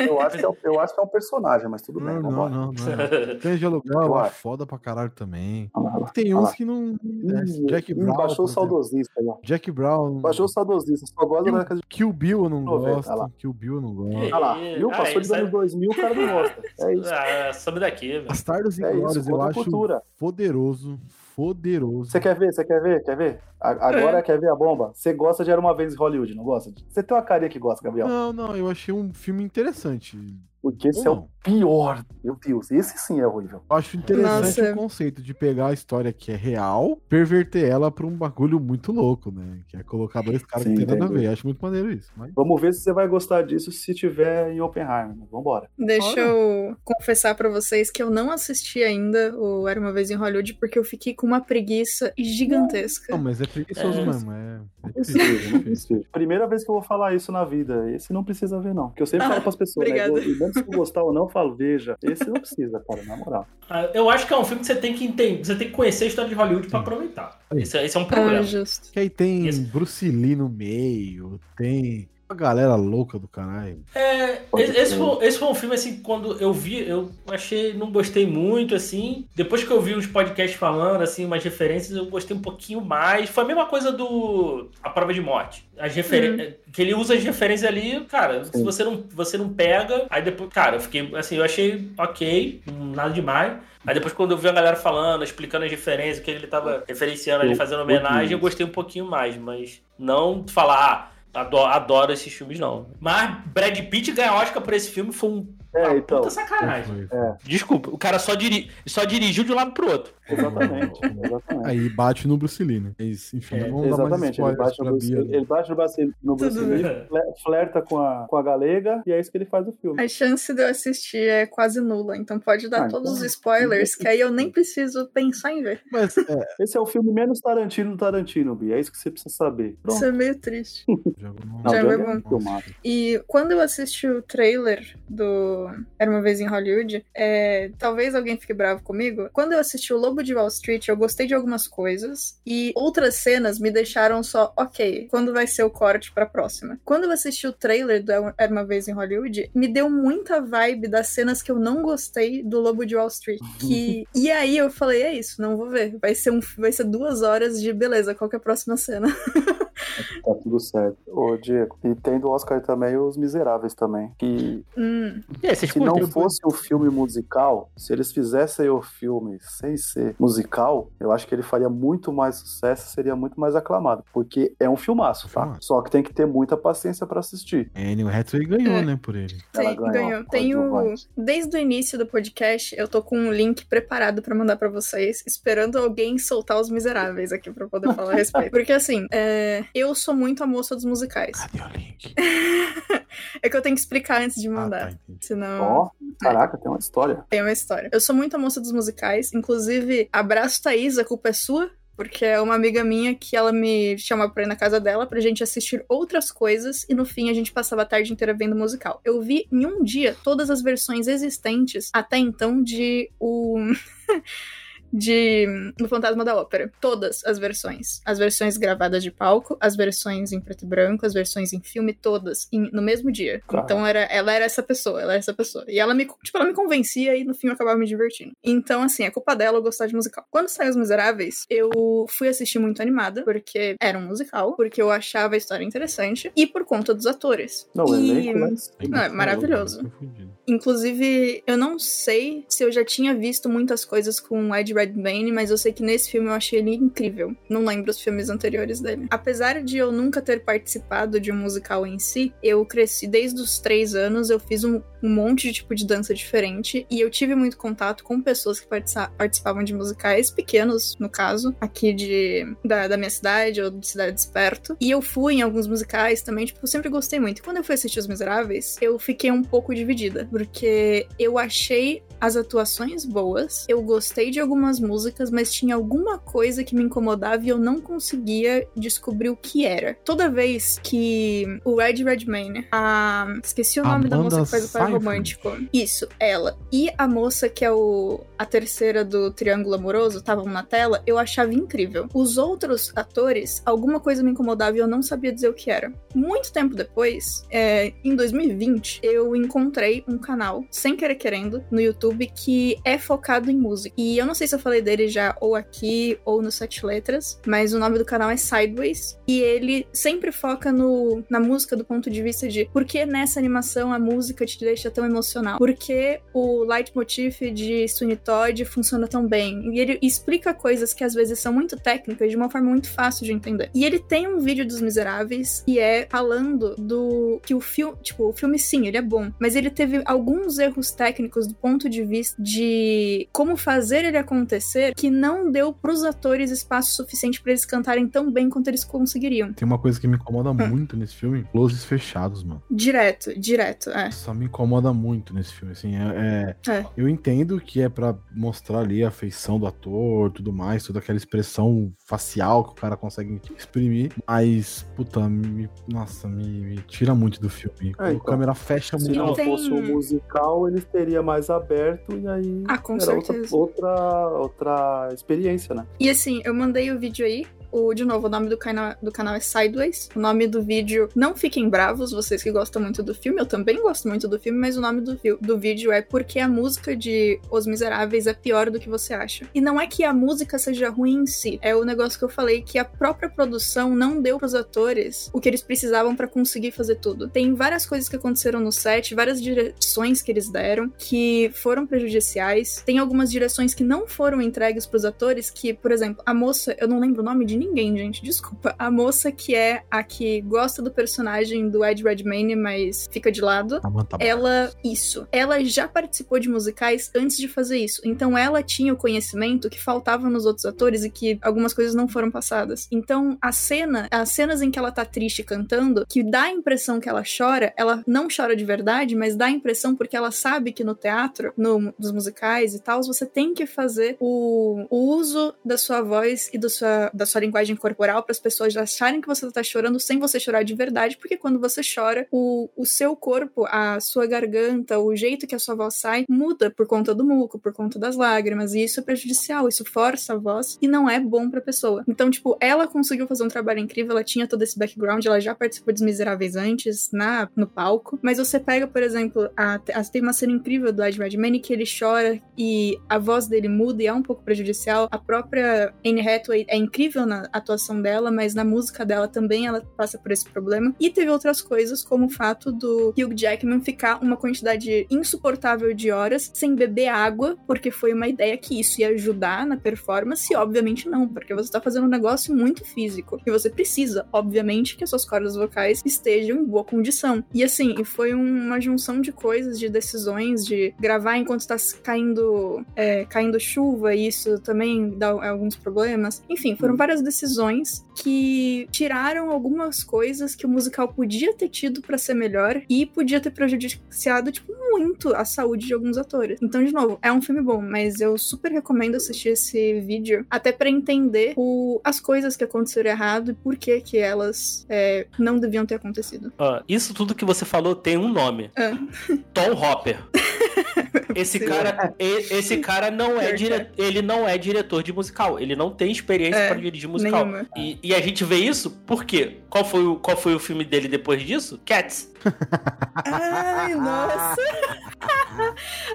S4: Eu, acho que é, um- eu acho que é um personagem, mas tudo bem.
S3: Não, não,
S4: vambora.
S3: não, não. Tem dialogal,
S4: Eu
S3: é
S4: acho.
S3: foda pra caralho também.
S4: Olha lá, olha lá.
S3: Tem
S4: Olha
S3: uns
S4: lá.
S3: que não.
S4: Ih,
S3: é, Jack
S4: ih, Baixou o
S3: Brown. por exemplo. Hum.
S4: saudosista aí, ó.
S3: Jack Brown.
S4: Baixou o saudosista. Só gosta da década de.
S3: Kill Bill eu não
S4: Noventa, olha
S3: gosto.
S4: lá.
S3: Kill Bill eu não
S1: Ih.
S3: gosto.
S4: Olha lá,
S1: Ah,
S4: viu? Passou de
S1: isso aí-
S4: anos 2000, o cara não gosta. É isso.
S1: Ah, some daqui, velho.
S3: Bastardos e
S4: É isso,
S3: Glórias eu
S4: outra
S3: acho
S4: cultura.
S3: poderoso. Poderoso.
S4: Você quer ver? Você quer ver? Quer ver? A- Agora quer ver a bomba? Você gosta de Era Uma Vez em Hollywood, não gosta? Você tem uma carinha que gosta, Gabriel.
S3: Não, não, eu achei um filme interessante.
S4: Porque esse é
S3: Ou
S4: o
S3: não.
S4: pior. Meu Deus, esse sim é horrível.
S3: Eu acho interessante
S2: Nossa.
S3: o conceito de pegar a história que é real, perverter ela pra um bagulho muito louco, né? Que é colocar dois caras que
S4: Sim,
S3: tem nada a
S4: entendi.
S3: ver. Acho muito maneiro isso. Mas...
S4: Vamos ver se você vai gostar disso se tiver em Oppenheimer. né? Vambora.
S2: Deixa
S3: Olha.
S2: eu confessar pra vocês que eu não assisti ainda o Era Uma Vez em Hollywood porque eu fiquei com uma preguiça
S3: Não,
S2: gigantesca.
S3: mas é preguiçoso
S1: É.
S3: mesmo. É, é
S4: Preciso, não
S3: difícil.
S4: preciso. Primeira vez que eu vou falar isso na vida. Esse não precisa ver, não. Porque eu sempre
S2: Ah,
S4: falo pras pessoas, né?
S2: obrigada.
S4: Mesmo se eu gostar ou não, eu falo, veja. Esse não precisa, cara, na moral.
S1: Ah, Eu acho que é um filme que você tem que entender. Você tem que conhecer a história de Hollywood pra aproveitar.
S3: Aí.
S1: Esse, esse é um
S2: Ah,
S1: problema.
S2: justo.
S3: que aí tem
S1: Esse-
S3: Bruce Lee no meio, tem uma galera louca do caralho.
S1: É, esse, esse foi, esse foi um filme, assim, quando eu vi, eu achei, não gostei muito, assim. Depois que eu vi uns podcasts falando, assim, umas referências, eu gostei um pouquinho mais. Foi a mesma coisa do A Prova de Morte. As referen- eh, Que ele usa as referências ali, cara, se
S4: Sim.
S1: você não, você não pega, aí depois, cara, eu fiquei, assim, eu achei ok, nada demais. Aí depois quando eu vi a galera falando, explicando as diferenças, o que ele tava referenciando ali,
S4: Eu-
S1: fazendo homenagem, eu gostei um pouquinho mais, mas não falar, ah, adoro, adoro esses filmes, não. Mas Brad Pitt ganhar Oscar por esse filme foi um
S4: É,
S1: uma
S4: então.
S1: puta sacanagem.
S3: Foi-
S1: Desculpa, o cara só, diri- só dirigiu de um lado pro outro.
S4: Exatamente. Exatamente.
S3: Aí bate no Bruce Lee, né? Mas, enfim,
S1: É,
S3: não vamos dar mais
S4: Exatamente, ele
S3: spoilers
S4: bate, no
S3: pra
S4: Bruce,
S3: Bia. né?
S4: ele ele bate no Bruce, no Bruce
S2: Tudo
S4: Lee,
S1: bem.
S4: fle- flerta com a, com a galega e é isso que ele faz no filme.
S2: A chance de eu assistir é quase nula, então pode dar
S4: Ah,
S2: todos
S4: então-
S2: os spoilers, que aí eu nem preciso pensar em ver.
S3: Mas é,
S4: Esse é o filme menos Tarantino do Tarantino, Bi. É isso que você precisa saber. Pronto.
S2: Isso é meio triste.
S3: já vamos-
S4: Não,
S2: Já
S4: Django
S2: vai
S4: é um
S3: bom.
S4: filmaço.
S2: E quando eu assisti o trailer do Era uma Vez em Hollywood, é, talvez alguém fique bravo comigo. Quando eu assisti o Lobo de Wall Street, eu gostei de algumas coisas e outras cenas me deixaram só, ok, quando vai ser o corte pra próxima? Quando eu assisti o trailer do Era uma Vez em Hollywood, me deu muita vibe das cenas que eu não gostei do Lobo de Wall Street. Que... e aí eu falei, é isso, não vou ver. Vai ser, um, vai ser duas horas de beleza, qual que é a próxima cena?
S4: Tá tudo certo. Ô, Diego, e tem do Oscar também Os Miseráveis também. Que
S2: Hum,
S1: E aí, vocês
S4: se não
S1: curtem?
S4: fosse o filme musical, se eles fizessem o filme sem ser musical, eu acho que ele faria muito mais sucesso, seria muito mais aclamado. Porque é um filmaço, tá?
S3: Filmaço.
S4: Só que tem que ter muita paciência pra assistir.
S3: É, Anne Hathaway ganhou,
S2: É.
S3: né, por ele.
S4: Ela
S2: tem-
S4: ganhou
S2: ganhou.
S4: com
S2: Tem o,
S4: Adjuvante.
S2: Desde o início do podcast, eu tô com um link preparado pra mandar pra vocês, esperando alguém soltar os miseráveis aqui pra eu poder falar a respeito. Porque assim, é, eu sou muito a moça dos musicais.
S3: Cadê o link?
S2: É que eu tenho que explicar antes de
S3: Ah,
S2: mandar.
S3: tá, entendi.
S2: Senão
S4: Ó, caraca, tem uma história.
S2: tem uma história. Eu sou muito a moça dos musicais. Inclusive, abraço Thaís, a culpa é sua. Porque é uma amiga minha que ela me chama pra ir na casa dela pra gente assistir outras coisas. E no fim a gente passava a tarde inteira vendo musical. Eu vi em um dia todas as versões existentes até então de o. de do Fantasma da Ópera. Todas as versões. As versões gravadas de palco, as versões em preto e branco, as versões em filme, todas em- no mesmo dia.
S4: Cara.
S2: Então era, ela era essa pessoa, ela era essa pessoa. E ela me, tipo, ela me convencia e no fim eu acabava me divertindo. Então, assim, é culpa dela eu gostar de musical. Quando saiu Os Miseráveis, eu fui assistir muito animada, porque era um musical, porque eu achava a história interessante, e por conta dos atores.
S4: Não, o
S2: e...
S4: elenco, né?
S2: Não, é maravilhoso.
S3: Tô fudido.
S2: Inclusive, eu não sei se eu já tinha visto muitas coisas com o Ed Redmayne, mas eu sei que nesse filme eu achei ele incrível. Não lembro os filmes anteriores dele. Apesar de eu nunca ter participado de um musical em si, eu cresci desde os três anos, eu fiz um, um monte de tipo de dança diferente e eu tive muito contato com pessoas que partici- participavam de musicais, pequenos no caso, aqui de, da, da minha cidade ou de cidades perto. E eu fui em alguns musicais também, tipo, eu sempre gostei muito. E quando eu fui assistir Os Miseráveis, eu fiquei um pouco dividida, porque eu achei as atuações boas, eu gostei de algumas músicas, mas tinha alguma coisa que me incomodava e eu não conseguia descobrir o que era. Toda vez que o Red Redman, a. Esqueci o nome da
S3: Amanda
S2: moça que faz o par
S3: Seyfried.
S2: romântico. Isso, ela. E a moça que é o, a terceira do Triângulo Amoroso estavam na tela, eu achava incrível. Os outros atores, alguma coisa me incomodava e eu não sabia dizer o que era. Muito tempo depois, é, em 2020, eu encontrei um canal, sem querer querendo, no YouTube que é focado em música. E eu não sei se eu falei dele já ou aqui ou no Sete Letras, mas o nome do canal é Sideways. E ele sempre foca no, na música do ponto de vista de por que nessa animação a música te deixa tão emocional? Por que o leitmotiv de Sweeney Todd funciona tão bem? E ele explica coisas que às vezes são muito técnicas de uma forma muito fácil de entender. E ele tem um vídeo dos Miseráveis e é falando do que o filme, tipo, o filme sim, ele é bom, mas ele teve alguns erros técnicos do ponto de vista de como fazer ele acontecer que não deu pros atores espaço suficiente pra eles cantarem tão bem quanto eles conseguiriam.
S3: Tem uma coisa que me incomoda muito nesse filme: closes fechados, mano.
S2: Direto, direto, é.
S3: Só me incomoda muito nesse filme, assim, é, é-
S2: É.
S3: Eu entendo que é pra mostrar ali a afeição do ator, tudo mais, toda aquela expressão facial que o cara consegue exprimir, mas, puta, me, nossa, me, me tira muito do filme.
S4: É,
S3: a
S4: então.
S3: câmera fecha
S4: Se
S3: muito.
S4: não
S2: tem- um-
S4: fosse o musical, ele teria mais aberto e aí
S2: Ah, com
S4: era outra,
S2: certeza.
S4: outra, outra experiência, né?
S2: E assim, eu mandei o vídeo aí. O, de novo, o nome do canal, do canal é Sideways. O nome do vídeo, não fiquem bravos, vocês que gostam muito do filme, eu também gosto muito do filme, mas o nome do, vi- do vídeo é Porque a música de Os Miseráveis é pior do que você acha. E não é que a música seja ruim em si, é o negócio que eu falei que a própria produção não deu pros atores o que eles precisavam pra conseguir fazer tudo. Tem várias coisas que aconteceram no set, várias direções que eles deram que foram prejudiciais. Tem algumas direções que não foram entregues pros atores, que, por exemplo, a moça, eu não lembro o nome de ninguém, gente, desculpa. A moça que é a que gosta do personagem do Ed Redmayne, mas fica de lado.
S3: Samantha
S2: Ela,
S3: Barnes.
S2: isso. Ela já participou de musicais antes de fazer isso. Então ela tinha o conhecimento que faltava nos outros atores e que algumas coisas não foram passadas. Então a cena, as cenas em que ela tá triste cantando, que dá a impressão que ela chora, ela não chora de verdade, mas dá a impressão porque ela sabe que no teatro, no, nos musicais e tal, você tem que fazer o, o uso da sua voz e do sua, da sua linguagem corporal para as pessoas acharem que você tá chorando sem você chorar de verdade, porque quando você chora, o, o seu corpo, a sua garganta, o jeito que a sua voz sai muda por conta do muco, por conta das lágrimas, e isso é prejudicial, isso força a voz e não é bom pra pessoa. Então, tipo, ela conseguiu fazer um trabalho incrível, ela tinha todo esse background, ela já participou dos Miseráveis antes na, no palco, mas você pega, por exemplo, a, a- tem uma cena incrível do Ed Redmayne que ele chora e a voz dele muda e é um pouco prejudicial. A própria Anne Hathaway é incrível na atuação dela, mas na música dela também ela passa por esse problema. E teve outras coisas, como o fato do Hugh Jackman ficar uma quantidade insuportável de horas sem beber água, porque foi uma ideia que isso ia ajudar na performance, e obviamente não, porque você tá fazendo um negócio muito físico. E você precisa, obviamente, que as suas cordas vocais estejam em boa condição. E assim, e foi um- uma junção de coisas, de decisões, de gravar enquanto tá caindo é, caindo chuva, e isso também dá alguns problemas. Enfim, foram várias decisões que tiraram algumas coisas que o musical podia ter tido pra ser melhor e podia ter prejudiciado, tipo, muito a saúde de alguns atores. Então, de novo, é um filme bom, mas eu super recomendo assistir esse vídeo até pra entender o- as coisas que aconteceram errado e por que que elas é, não deviam ter acontecido. Ah.
S5: Ó, isso tudo que você falou tem um nome.
S2: É.
S5: Tom Hopper.
S1: Esse cara, e- esse cara não é
S2: Pior que é.
S1: dire... ele não é diretor de musical. Ele não tem experiência
S2: É,
S1: pra dirigir musical.
S2: nenhuma.
S1: E, e a gente vê isso porque qual foi o qual foi o filme dele depois disso? Cats.
S2: Ai, nossa!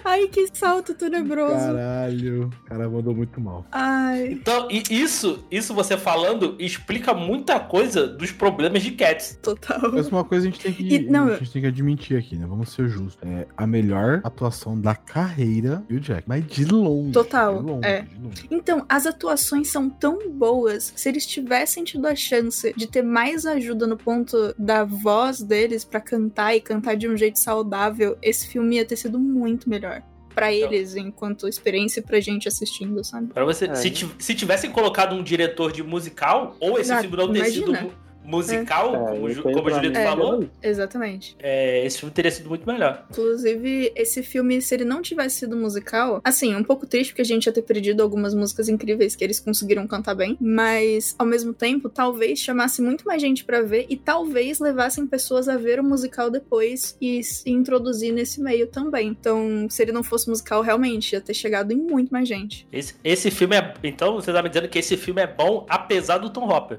S2: Ai, que salto tenebroso.
S3: Caralho, o cara mandou muito mal.
S2: Ai,
S1: Então, e isso, isso você falando explica muita coisa dos problemas de Cats.
S2: total.
S3: Mas uma coisa a gente tem que,
S2: E, não,
S3: a gente tem que admitir aqui, né? Vamos ser justos. É a melhor atuação da carreira do Jack. Mas de longe.
S2: Total,
S3: De longe,
S2: é.
S3: de longe.
S2: Então, as atuações são tão boas. Se eles tivessem tido a chance de ter mais ajuda no ponto da voz deles pra cantar e cantar de um jeito saudável, esse filme ia ter sido muito melhor. Pra eles, enquanto experiência, e pra gente assistindo, sabe?
S1: Pra você,
S4: É.
S1: se, ti- se tivessem colocado um diretor de musical ou esse
S2: Exato,
S1: filme não ter sido
S2: imagina.
S1: mu- musical,
S4: É,
S1: como,
S4: eu
S1: o
S4: tenho
S1: Ju- como o
S4: pra
S1: Juliano
S4: mim. é
S1: falou,
S2: Exatamente.
S1: é, esse filme teria sido muito melhor.
S2: Inclusive, esse filme, se ele não tivesse sido musical, assim, é um pouco triste porque a gente ia ter perdido algumas músicas incríveis que eles conseguiram cantar bem, mas ao mesmo tempo, talvez chamasse muito mais gente pra ver e talvez levassem pessoas a ver o musical depois e se introduzir nesse meio também. Então, se ele não fosse musical, realmente ia ter chegado em muito mais gente.
S1: Esse, esse filme é. Então você tá me dizendo que esse filme é bom apesar do Tom Hopper.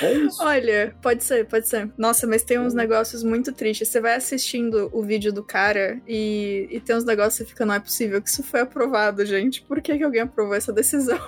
S4: É isso.
S2: Olha, pode ser, pode ser. Nossa, mas tem uns negócios muito tristes. Você vai assistindo o vídeo do cara e, e tem uns negócios que você fica, não é possível que isso foi aprovado, gente. Por que, que alguém aprovou essa decisão?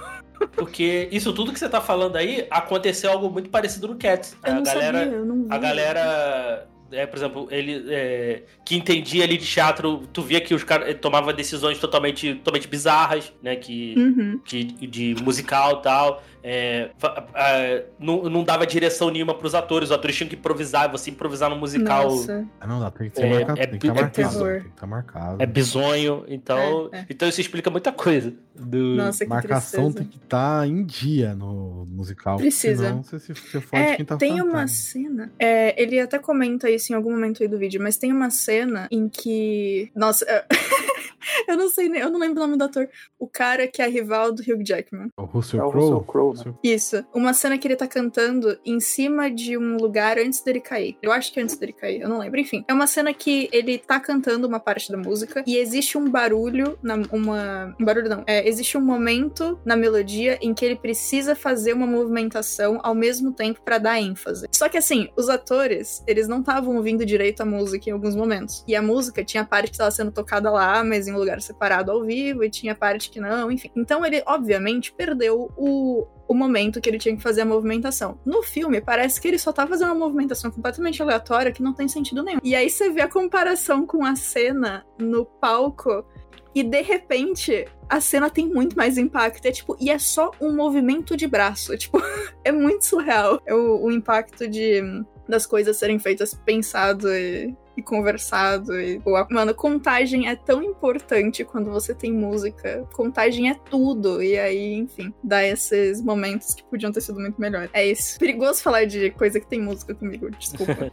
S1: Porque isso tudo que você tá falando aí aconteceu algo muito parecido no Cats.
S2: Eu
S1: É, a
S2: não
S1: galera.
S2: sabia, eu não vi.
S1: A galera. É, por exemplo, ele é, que entendia ali de teatro, tu via que os caras ele tomava decisões totalmente, totalmente bizarras, né? Que
S2: Uhum.
S1: de, de musical e tal. é, fa- é, não, não dava direção nenhuma pros atores, os atores tinham que improvisar, você improvisar no musical
S2: Nossa.
S3: Ah, não dá, tem que
S1: É,
S3: ser marcado.
S1: é
S3: tem que estar
S1: pi- é
S3: marcado.
S2: terror.
S3: Tem que estar marcado.
S1: é bizonho, então,
S2: É, é.
S1: então isso explica muita coisa. Do...
S2: Nossa, que
S3: Marcação
S2: tristeza.
S3: tem que estar em dia no musical.
S2: Precisa.
S3: Senão você se você fode
S2: É,
S3: quem tá
S2: tem
S3: cantando.
S2: uma cena. é, ele até comenta isso em algum momento aí do vídeo, mas tem uma cena em que. Nossa, é- eu não sei, nem- eu não lembro o nome do ator. O cara que é rival do Hugh Jackman.
S3: O
S4: É
S3: Russell
S4: o
S3: Crowe?
S4: Russell Crowe, né?
S3: Russell-
S2: Isso. Uma cena que ele tá cantando em cima de um lugar antes dele cair. Eu acho que é antes dele cair, eu não lembro. Enfim, é uma cena que ele tá cantando uma parte da música e existe um barulho, na, uma. Um barulho não. É, existe um momento na melodia em que ele precisa fazer uma movimentação ao mesmo tempo pra dar ênfase. Só que assim, os atores, eles não estavam ouvindo direito a música em alguns momentos. E a música tinha parte que tava sendo tocada lá, mas em um lugar separado ao vivo, e tinha parte que não, enfim. Então ele, obviamente, perdeu o, o momento que ele tinha que fazer a movimentação. No filme, parece que ele só tá fazendo uma movimentação completamente aleatória que não tem sentido nenhum. E aí você vê a comparação com a cena no palco e de repente a cena tem muito mais impacto. É tipo, e é só um movimento de braço. Tipo, é muito surreal É o, o impacto de das coisas serem feitas pensado e. e conversado e. Pô, Mano, contagem é tão importante quando você tem música. Contagem é tudo. E aí, enfim, dá esses momentos que podiam ter sido muito melhores. É isso. Perigoso falar de coisa que tem música comigo, desculpa.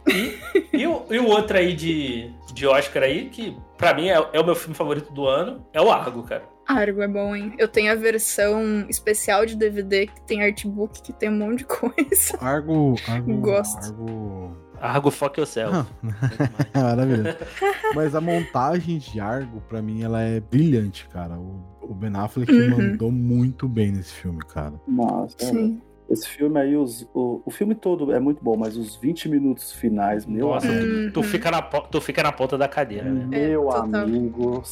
S1: E, o, e o outro aí de, de Oscar aí, que pra mim é, é o meu filme favorito do ano, é o Argo, cara.
S2: Argo é bom, hein? Eu tenho a versão especial de DVD que tem artbook, que tem um monte de coisa.
S3: Argo. Argo.
S2: Gosto.
S3: Argo.
S1: Argo Fuck Yourself.
S3: É maravilhoso. Mas a montagem de Argo, pra mim, ela é brilhante, cara. O, o Ben Affleck
S2: Uhum.
S3: mandou muito bem nesse filme, cara.
S4: Nossa, é.
S2: Sim.
S4: esse filme aí, os- o, o filme todo é muito bom, mas os 20 minutos finais, meu
S1: Nossa,
S4: amigo.
S1: tu, tu fica na, po- tu fica na ponta da cadeira, né?
S4: Meu
S2: É, total.
S4: amigo,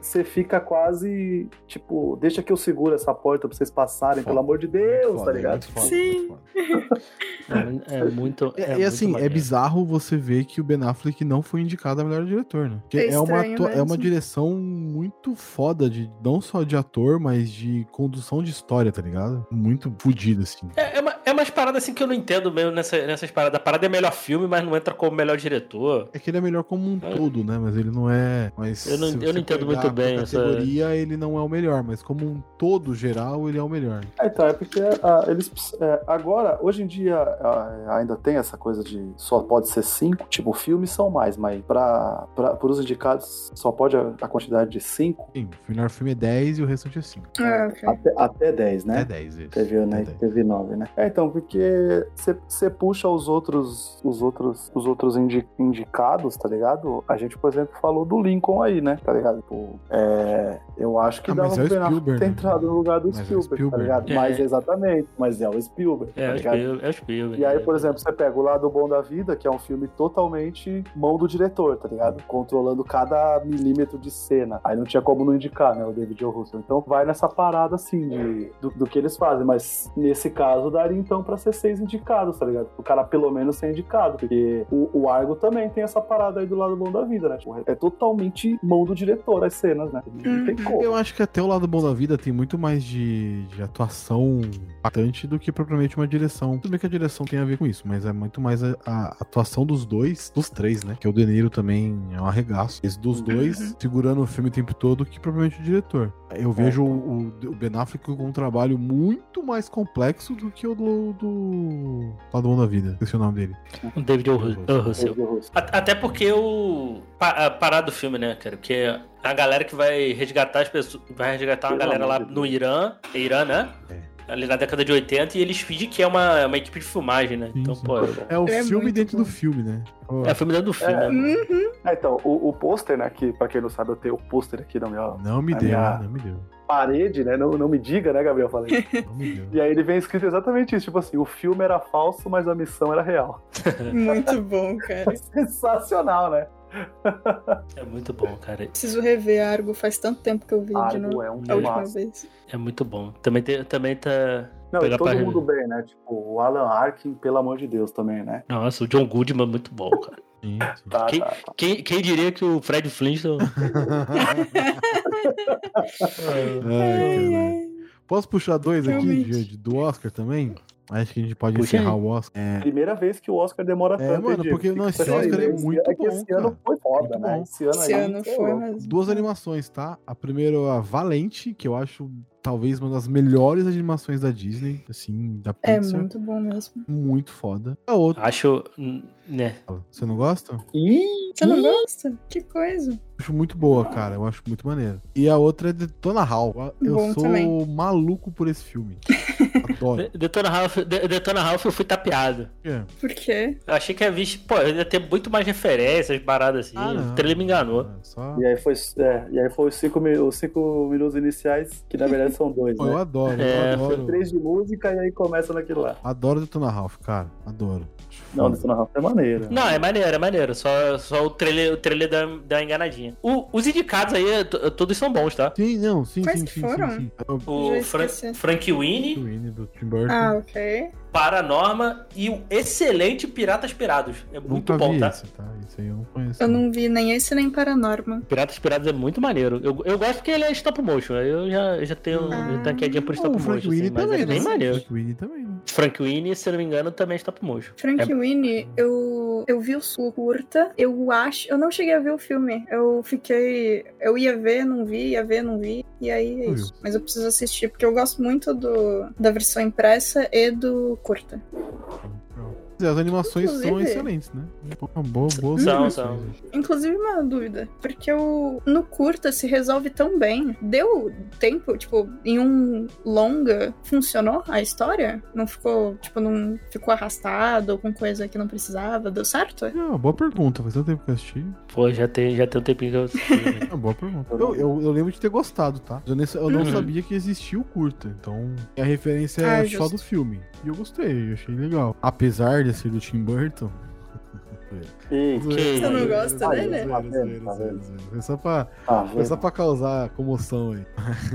S4: você fica quase tipo, deixa que eu seguro essa porta pra vocês passarem,
S3: Foda.
S4: pelo amor de
S3: Muito
S4: Deus,
S3: foda,
S4: tá ligado?
S3: muito foda,
S2: Sim.
S3: muito foda.
S1: É, é muito.
S3: É,
S1: é
S3: e
S1: muito
S3: assim, é
S1: maneiro.
S3: bizarro você ver que o Ben Affleck não foi indicado a melhor diretor, né? Porque
S2: É
S3: é, uma,
S2: estranho
S3: atua- é
S2: mesmo.
S3: uma direção muito foda, de, não só de ator, mas de condução de história, tá ligado? Muito fodido, assim.
S1: É, é, uma, é umas paradas assim que eu não entendo mesmo nessa- nessas paradas. A parada é melhor filme, mas não entra como melhor diretor.
S3: É que ele é melhor como um
S1: É.
S3: todo, né? Mas ele não é. Mas
S1: Eu não-
S3: se
S1: eu não
S3: você
S1: entendo
S3: pegar
S1: muito bem
S3: por
S1: essa-
S3: categoria, ele não é o melhor, mas como um todo geral, ele é o melhor.
S4: É, então, é porque ah, eles. é, agora, hoje em dia, ah, ainda tem essa coisa de só pode ser cinco, tipo, filmes são mais, mas pra, pra, pros indicados só pode a, a quantidade de cinco,
S3: Sim, o melhor filme é 10 e o restante é 5.
S2: Ah, ok.
S4: até, até 10, né?
S3: É 10 esse.
S4: Teve,
S3: É
S4: né?
S3: 10.
S4: Teve 9, né? É, então, porque você puxa os outros, os outros, os outros indi- indicados, tá ligado? A gente, por exemplo, falou do Lincoln aí, né? Tá ligado? Tipo, é, eu acho que
S3: Ah,
S4: dava
S3: mas é o
S4: pro Ben Affleck
S3: Spielberg,
S4: ter
S3: né?
S4: entrado no lugar do
S3: Mas é o
S4: Spielberg, tá
S3: Spielberg.
S4: ligado?
S5: É.
S4: Mas exatamente, mas é o Spielberg,
S5: É,
S4: tá
S5: o
S4: ligado?
S5: Spielberg, é o Spielberg.
S4: E aí, por exemplo, você pega o lado bom da vida, que é um filme totalmente mão do diretor, tá ligado? Controlando cada milímetro de cena. Aí não tinha como não indicar, né? O David O. Russell. Então vai nessa parada assim de, do, do que eles fazem. Mas nesse caso daria então pra ser seis indicados, tá ligado? O cara pelo menos ser indicado. Porque o, o Argo também tem essa parada aí do lado bom da vida, né? Tipo, é totalmente mão do diretor as cenas, né? Não tem como.
S3: Eu acho que até o lado bom da vida tem muito mais de, de atuação impactante do que propriamente uma direção. Tudo bem que a direção tem a ver com isso, mas é muito mais a, a atuação dos dois, dos três, né? Que o De Niro também é um arregaço. Esse dos dois segurando o filme o tempo todo que propriamente o diretor. Eu vejo o, o Ben Affleck com um trabalho muito mais complexo do que o do, do lado bom da vida. Esqueci o nome dele.
S5: O David O. Ru- O. Russell.
S4: David O. Russell.
S1: A- Até porque o. pa- a parar do filme, né, cara? Porque a galera que vai resgatar as pessoas. Vai resgatar uma
S4: Pelo
S1: galera lá
S4: amor de
S1: no Irã. É Irã, né? Ali na década de 80, e eles fingem que é uma, uma equipe de filmagem, né?
S3: Sim,
S1: Então,
S3: sim.
S1: pô.
S3: É o
S2: Ele é
S3: filme
S2: muito
S3: dentro
S2: bom.
S3: do filme, né? Pô,
S5: É filme dentro do filme. né?
S2: Hum,
S4: Ah, então, o, o pôster, né? Que pra quem não sabe, eu tenho o pôster aqui na minha
S3: Não me
S4: a
S3: deu,
S4: minha-
S3: não me deu.
S4: parede, né? Não, não me diga, né, Gabriel? Falei.
S3: Não me deu.
S4: E aí ele vem escrito exatamente isso, tipo assim, o filme era falso, mas a missão era real.
S2: muito bom, cara.
S4: Sensacional, né?
S1: É muito bom, cara.
S2: Preciso rever Argo, faz tanto tempo que eu vi de novo.
S4: Argo é um
S2: A última
S4: filmaço.
S2: vez.
S1: É muito bom. Também, tem, também tá.
S4: Não,
S1: Pegar
S4: e todo
S1: pra
S4: mundo bem, né? Tipo, o Alan Arkin, pelo amor de Deus, também, né?
S1: Nossa, o John Goodman é muito bom, cara.
S3: Sim, sim.
S4: Tá,
S1: Que-
S4: tá, tá.
S1: Quem, quem diria que o Fred Flintstone.
S3: Ai,
S2: Ai,
S3: cara.
S2: ai.
S3: Posso puxar dois aqui
S2: Realmente.
S3: de- do Oscar também? Acho que a gente pode
S1: Puxa
S3: encerrar o Oscar.
S4: Primeira vez que o Oscar demora
S3: É,
S4: tanto. hein,
S3: mano,
S4: Diego?
S3: porque, não, esse
S4: Assim,
S3: Oscar é
S4: esse-
S3: muito
S4: é que Esse
S3: bom,
S4: ano
S3: cara.
S4: foi foda,
S3: Muito
S4: né?
S3: bom.
S4: Esse ano
S2: Esse
S4: aí.
S2: ano
S4: foi
S2: foi
S4: louco.
S2: mais.
S3: Duas animações, tá? A primeira é a Valente, que eu acho talvez uma das melhores animações da Disney, assim, da
S2: É
S3: Pixar.
S2: muito
S3: muito...
S2: bom mesmo.
S3: foda. A outra,
S1: Acho. né?
S3: você não gosta?
S2: Você não gosta? Que coisa.
S3: Eu acho muito boa, cara. Eu acho muito maneiro. E a outra é Detona Hall. Eu
S2: Bom
S3: sou
S2: também.
S3: maluco por esse filme. Adoro.
S1: De- Detona Ralph, De- Detona Ralph eu fui tapeado.
S3: É.
S2: Por quê?
S1: Eu achei que ia vir, pô, ia ter muito mais referências, baradas assim.
S3: Ah, não.
S1: o trailer me enganou.
S3: É, Só...
S4: E aí foi, é, e aí foi os, cinco, mi- os cinco minutos iniciais, que na verdade são dois,
S3: Pô, eu
S4: né?
S3: adoro,
S1: É,
S3: eu adoro.
S4: Três de música e aí começa naquele lá.
S3: Adoro Detona Ralph, cara. Adoro. Acho
S4: Não,
S3: foda.
S4: isso não é maneiro.
S1: Não, é maneiro, é maneiro. Só, só o trailer, o trailer dá, dá uma enganadinha. O- os indicados aí, t- todos são bons, tá?
S3: Sim, não, sim,
S2: Quais
S3: sim,
S2: que
S3: sim,
S2: foram?
S3: sim, sim.
S1: O
S2: Já
S1: Fran-
S2: esqueci.
S1: Frank
S3: O
S1: Winnie,
S3: Winnie do Tim Burton.
S2: Ah, ok.
S1: Paranorma e o excelente Piratas Pirados. É muito
S3: Nunca
S1: bom,
S3: vi
S1: tá?
S3: esse, tá? Esse aí eu não conheço.
S2: Eu não vi nem esse nem Paranormal.
S1: Piratas Pirados é muito maneiro. Eu, eu gosto porque ele é stop motion. aí Eu já, eu já tenho
S2: Ah.
S1: eu tenho uma quedinha por
S3: Ah,
S1: stop
S3: o
S1: motion,
S3: Frank
S1: assim,
S3: Winnie
S1: mas
S3: também,
S1: é bem
S3: né? O
S1: maneiro.
S3: Frank Winnie também, né?
S1: Frank Winnie, se eu não me engano, também é stop motion.
S2: Frank
S1: É-
S2: Winnie, eu, eu vi o curta, eu acho. Eu não cheguei a ver o filme. Eu fiquei. Eu ia ver, não vi, ia ver, não vi. E aí é
S3: Ui.
S2: isso. Mas eu preciso assistir, porque eu gosto muito do, da versão impressa e do curta.
S3: Mas As animações são
S2: Inclusive-
S3: excelentes, né? Uma boa, boa
S1: São,
S3: animações,
S1: são.
S3: gente.
S2: Inclusive, uma dúvida, porque o, no curta se resolve tão bem. Deu tempo, tipo, em um longa, funcionou a história? Não ficou, tipo, não ficou arrastado ou com coisa que não precisava? Deu certo?
S3: É uma boa pergunta, faz tanto tempo que eu assisti.
S1: Pô, já tem, já tem um tempinho que eu assisti. né?
S3: É uma boa pergunta. Eu, eu, eu lembro de ter gostado, tá? Eu, nem- eu não
S1: Uhum.
S3: sabia que existia o curta, então a referência
S2: Ah,
S3: é
S2: justo.
S3: só do filme. E eu gostei, eu achei legal. Apesar de ser do Tim Burton.
S4: E,
S1: Você
S3: Zoeira,
S2: não gosta
S3: zoeira,
S2: dele?
S3: zoeira, zoeira,
S4: Tá vendo?
S3: zoeira, zoeira. É só pra-
S4: ah,
S3: é só pra causar comoção aí.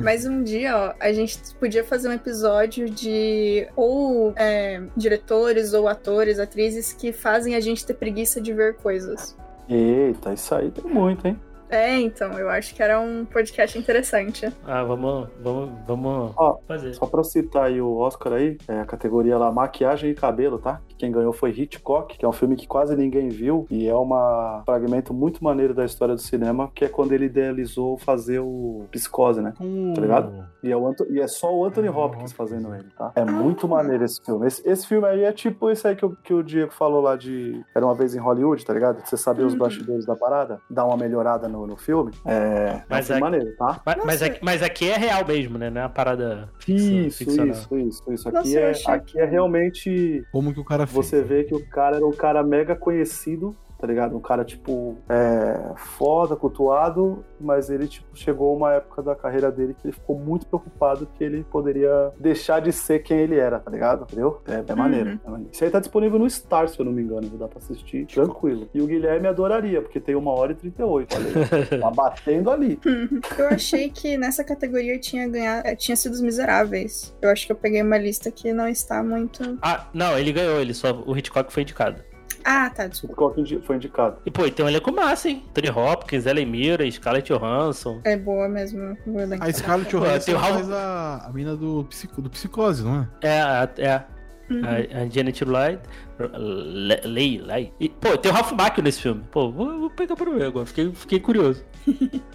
S2: Mas um dia, ó, a gente podia fazer um episódio de ou é, diretores, ou atores, atrizes que fazem a gente ter preguiça de ver coisas.
S4: Eita, isso aí tem muito, hein?
S2: É, então, eu acho que era um podcast interessante.
S1: Ah, vamos, vamos, vamos
S4: Ó,
S1: fazer.
S4: Só pra citar aí o Oscar aí, é a categoria lá maquiagem e cabelo, tá? Quem ganhou foi Hitchcock, que é um filme que quase ninguém viu e é uma- um fragmento muito maneiro da história do cinema, que é quando ele idealizou fazer o Psicose, né?
S3: Com o-
S4: Tá ligado? E é, o Anto- e é só o Anthony Hopkins fazendo ele, tá? É muito maneiro esse filme. Esse, esse filme aí é tipo esse aí que, o- que o Diego falou lá de Era Uma Vez em Hollywood, tá ligado? Você saber os bastidores da parada, dar uma melhorada no, no, no filme. É, é um
S1: Mas
S4: filme
S1: aqui-
S4: maneiro, tá?
S1: Mas,
S2: Não
S1: mas
S2: sei.
S1: aqui, mas aqui é real mesmo, né? Não é uma parada fic-
S4: Isso,
S1: ficcional.
S4: isso, isso, isso.
S2: Nossa,
S4: Aqui,
S2: eu
S4: é,
S2: achei
S4: aqui é realmente
S3: Como que o cara fez?
S4: Você vê que o cara era um cara mega conhecido, tá ligado? Um cara, tipo, é, foda, cultuado, mas ele, tipo, chegou uma época da carreira dele que ele ficou muito preocupado que ele poderia deixar de ser quem ele era, tá ligado? Entendeu? É, é
S2: Uhum.
S4: maneiro. é maneiro. Isso aí tá disponível no Star, se eu não me engano, dá pra assistir tranquilo. E o Guilherme adoraria, porque tem uma hora e 38, olha aí. Tá batendo ali.
S2: Eu achei que nessa categoria eu tinha ganhado. eh, Tinha sido os miseráveis. Eu acho que eu peguei uma lista que não está muito.
S1: Ah, não, ele ganhou, ele só. O Hitchcock foi indicado.
S2: Ah, tá, desculpa.
S4: Hitchcock indi- foi indicado.
S1: E pô, e tem um elenco massa, hein? Tony Hopkins, Ellen Mirren, Scarlett Johansson.
S2: É boa mesmo. Vou elencar.
S3: A Scarlett
S1: Ué,
S3: Johansson
S1: tem o Raul-
S3: faz a, a mina do, psico, do Psicose, não é?
S1: É, a- é. a-
S2: Uhum.
S1: A, a Janet Leigh. Le- Leigh, Leigh. E, pô, tem o Ralph Macchio nesse filme. Pô, vou, vou pegar pra ver agora. Fiquei, fiquei curioso.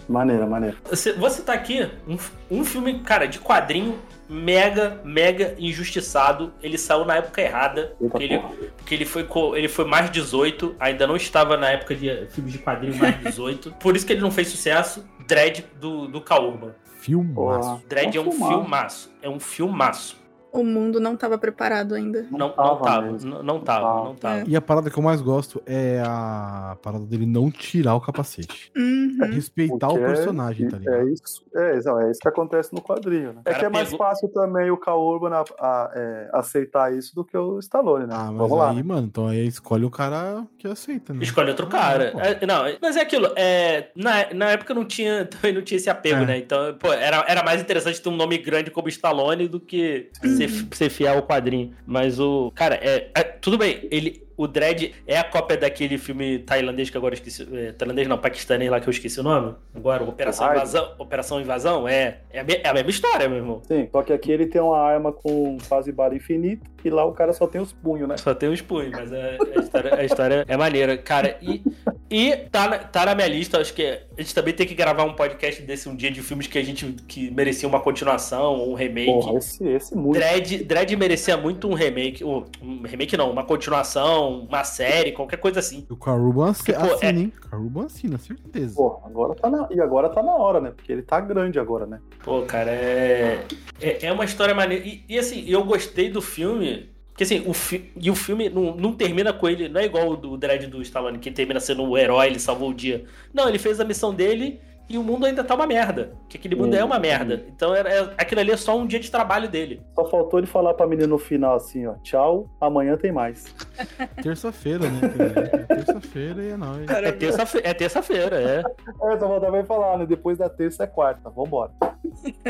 S4: Maneiro, maneiro.
S1: Você- Vou citar aqui um, f- um filme, cara, de quadrinho mega, mega injustiçado. Ele saiu na época errada.
S4: Eita,
S1: Porque ele,
S4: porra.
S1: porque ele, foi, co- ele foi mais 18, ainda não estava na época de filmes de quadrinho mais 18. Por isso que ele não fez sucesso. Dread do, do Kaurman.
S3: Filmaço.
S4: Porra.
S1: Dread é um
S4: filmaço.
S1: filmaço. É um filmaço.
S2: O mundo não estava preparado ainda.
S1: Não, não
S4: tava
S1: tava,
S4: mesmo.
S1: não, não tava,
S4: tava.
S1: não tava.
S3: E a parada que eu mais gosto é a parada dele não tirar o capacete.
S2: Uhum.
S3: Respeitar
S4: Porque
S3: o personagem, tá
S4: É
S3: ligado?
S4: isso, é, não, é isso que acontece no quadrinho, né? É
S1: Cara,
S4: que é mais
S1: pegou-
S4: fácil também o Kaurban a, a- é, aceitar isso do que o Stallone, né?
S3: Ah, mas
S4: Vamos lá.
S3: aí, mano, então aí escolhe o cara que aceita, né?
S1: Escolhe outro cara.
S3: pô.
S1: É, não, mas é aquilo. É, na, na época não tinha, também não tinha esse apego,
S3: É.
S1: né? Então, pô, era, era mais interessante ter um nome grande como Stallone do que ser, ser fiel ao quadrinho. Mas o. Cara, é, é, tudo bem. Ele, o Dredd é a cópia daquele filme tailandês que agora eu esqueci. é, tailandês não, paquistanês lá que eu esqueci o nome. Agora, Operação
S4: Raid.
S1: Invasão. Operação Invasão é, é, a, me- é a mesma história, meu irmão.
S4: Sim, só que aqui ele tem uma arma com quase bala infinita e lá o cara só tem os punhos, né?
S1: Só tem os punhos, mas é- a, história, a história é maneira, cara. E, e tá, na, tá na minha lista, acho que a gente também tem que gravar um podcast desse um dia de filmes que a gente que merecia uma continuação ou um remake.
S4: Porra, esse, esse muito.
S1: Dread, Dread merecia muito um remake, ou, um remake não, uma continuação, uma série, qualquer coisa assim.
S3: O Caruban assi-
S1: Porque, pô,
S3: assina,
S1: é-
S3: hein? Caruban assina, certeza.
S4: Porra, agora tá na... E agora tá na hora, né? Porque ele tá grande agora, né?
S1: Pô, cara, é. É, é uma história maneira. E, e, assim, eu gostei do filme. Porque assim, o, fi- e o filme não, não termina com ele, não é igual o do Dredd do Stallone, que termina sendo o herói, ele salvou o dia. Não, ele fez a missão dele e o mundo ainda tá uma merda. Que aquele mundo
S4: Hum.
S1: é uma merda. Então era, é- aquilo ali é só um dia de trabalho dele.
S4: Só faltou ele falar pra menina no final assim, ó, tchau, amanhã tem mais.
S3: Terça-feira, né? querido? É Terça-feira e é nóis.
S1: É terça-fe- é terça-feira, é,
S4: É, só faltava ele falar, né? Depois da terça é quarta, vambora.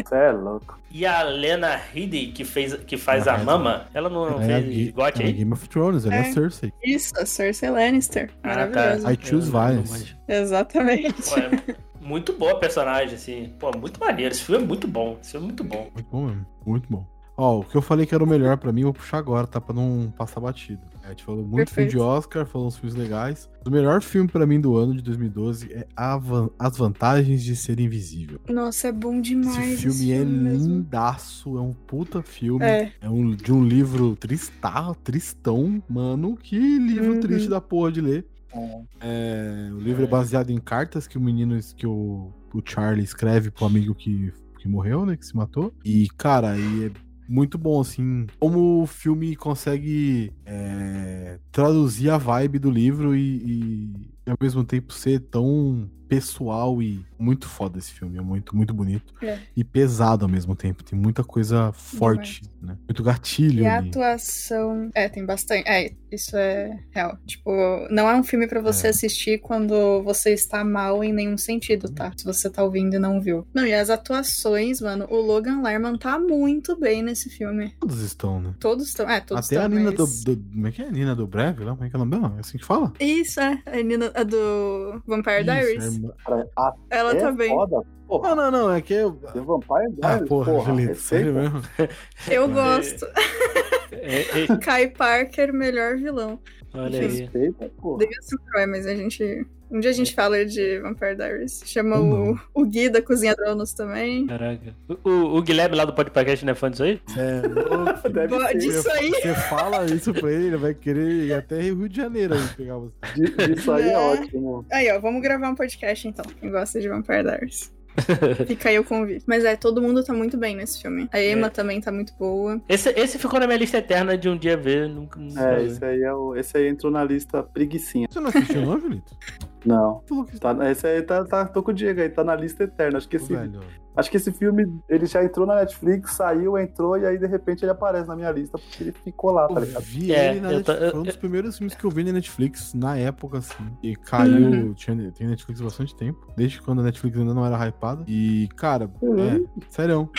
S4: Cê é louco.
S1: E a Lena Headey, que, fez, que faz
S3: Ah,
S1: a
S3: mas-
S1: mama, ela não,
S3: Ela é a
S1: fez
S3: Ga-
S1: GOT
S3: ela é
S1: aí?
S3: Game of Thrones, ela é,
S2: É.
S3: Cersei.
S2: Isso, a Cersei Lannister.
S3: tá.
S1: Ah,
S2: Maravilhoso.
S3: I choose violence.
S2: Exatamente.
S1: Pô, é muito boa a personagem, assim. Pô, muito maneiro. Esse filme é muito bom. Esse filme é muito bom.
S3: Muito bom mesmo. Muito bom. Ó, o que eu falei que era o melhor pra mim, eu vou puxar agora, tá? Pra não passar batido. É, a gente falou muito filme
S2: Perfeito.
S3: de Oscar, falou uns filmes legais. O melhor filme pra mim do ano de 2012 é A Van- As Vantagens de Ser Invisível.
S2: Nossa, é bom
S3: Esse
S2: demais.
S3: filme é
S2: mesmo.
S3: lindaço, é um puta filme. É,
S2: É,
S3: um, de um livro tristar, tristão, mano. Que livro
S2: Uhum.
S3: triste da porra de ler. É, o livro é baseado em cartas que o menino, es- que o, o Charlie escreve pro amigo que, que morreu, né? Que se matou. E, cara, e é muito bom, assim, como o filme consegue é, traduzir a vibe do livro e, e, ao mesmo tempo ser tão pessoal e muito foda esse filme. É muito, muito bonito.
S2: É.
S3: E pesado ao mesmo tempo. Tem muita coisa forte, né? Muito gatilho
S2: e a
S3: ali.
S2: atuação. É, tem bastante. É, isso é real. Tipo, não é um filme pra você
S3: É.
S2: assistir quando você está mal em nenhum sentido, tá? Se você tá ouvindo e não viu. Não, e as atuações, mano, o Logan Lerman tá muito bem nesse filme.
S3: Todos estão, né?
S2: Todos estão. É, todos
S3: Até a
S2: estão,
S3: Nina
S2: mas-
S3: do, do- Como é que é? Nina do Breve? Lá? Como é que é o nome dela? É assim que fala?
S2: Isso, é. A Nina a do Vampire
S3: Isso,
S2: Diaries.
S3: é irmã-
S4: Cara, a
S2: Ela
S4: é
S2: tá bem.
S4: foda.
S3: Não,
S4: Porra,
S3: não, não. É que eu.
S4: The Vampire
S3: Ah,
S4: Diaries,
S3: porra, Julito,
S4: respeita.
S3: sério mesmo?
S2: Eu
S3: É.
S2: gosto. Kai Parker, melhor vilão.
S1: É, Olha aí.
S4: Respeita, pô.
S2: Devia ser um herói, mas a gente. Um dia a
S3: É.
S2: gente fala de Vampire Diaries. Chama o, o Gui da Cozinha Dronos também.
S1: Caraca. O, o- o Guilherme lá do podcast não é fã disso aí?
S3: É, louco.
S4: Deve
S2: Boa,
S4: ser.
S2: disso aí.
S3: Você fala isso pra ele, ele vai querer ir até Rio de Janeiro aí pegar você.
S4: Di- Disso aí é
S2: É.
S4: ótimo.
S2: Aí, ó, vamos gravar um podcast então. Quem gosta de Vampire Diaries. Fica aí o convite. Mas é, todo mundo tá muito bem nesse filme.
S4: É.
S2: A Emma também tá muito boa.
S1: Esse, esse ficou na minha lista eterna de um dia ver. Nunca, nunca
S4: É,
S1: vi.
S4: esse aí, é o, esse aí entrou na lista preguicinha.
S3: Você não assistiu, não, Julito?
S4: Tá Não.
S3: Falou que-
S4: Tá, esse aí tá, tá- tô com o Diego aí, tá na lista eterna. Acho que esse,
S3: Velho,
S4: acho que esse filme, ele já entrou na Netflix, saiu, entrou, e aí de repente ele aparece na minha lista, porque ele ficou lá, tá
S3: eu
S4: ligado?
S3: vi
S1: É,
S3: ele na
S1: eu tô-
S3: Netflix. Foi um dos primeiros filmes que eu vi na Netflix na época, assim. E caiu. Tinha, tem Netflix há bastante tempo. Desde quando a Netflix ainda não era hypada. E, cara,
S4: Uhum.
S3: é, sério.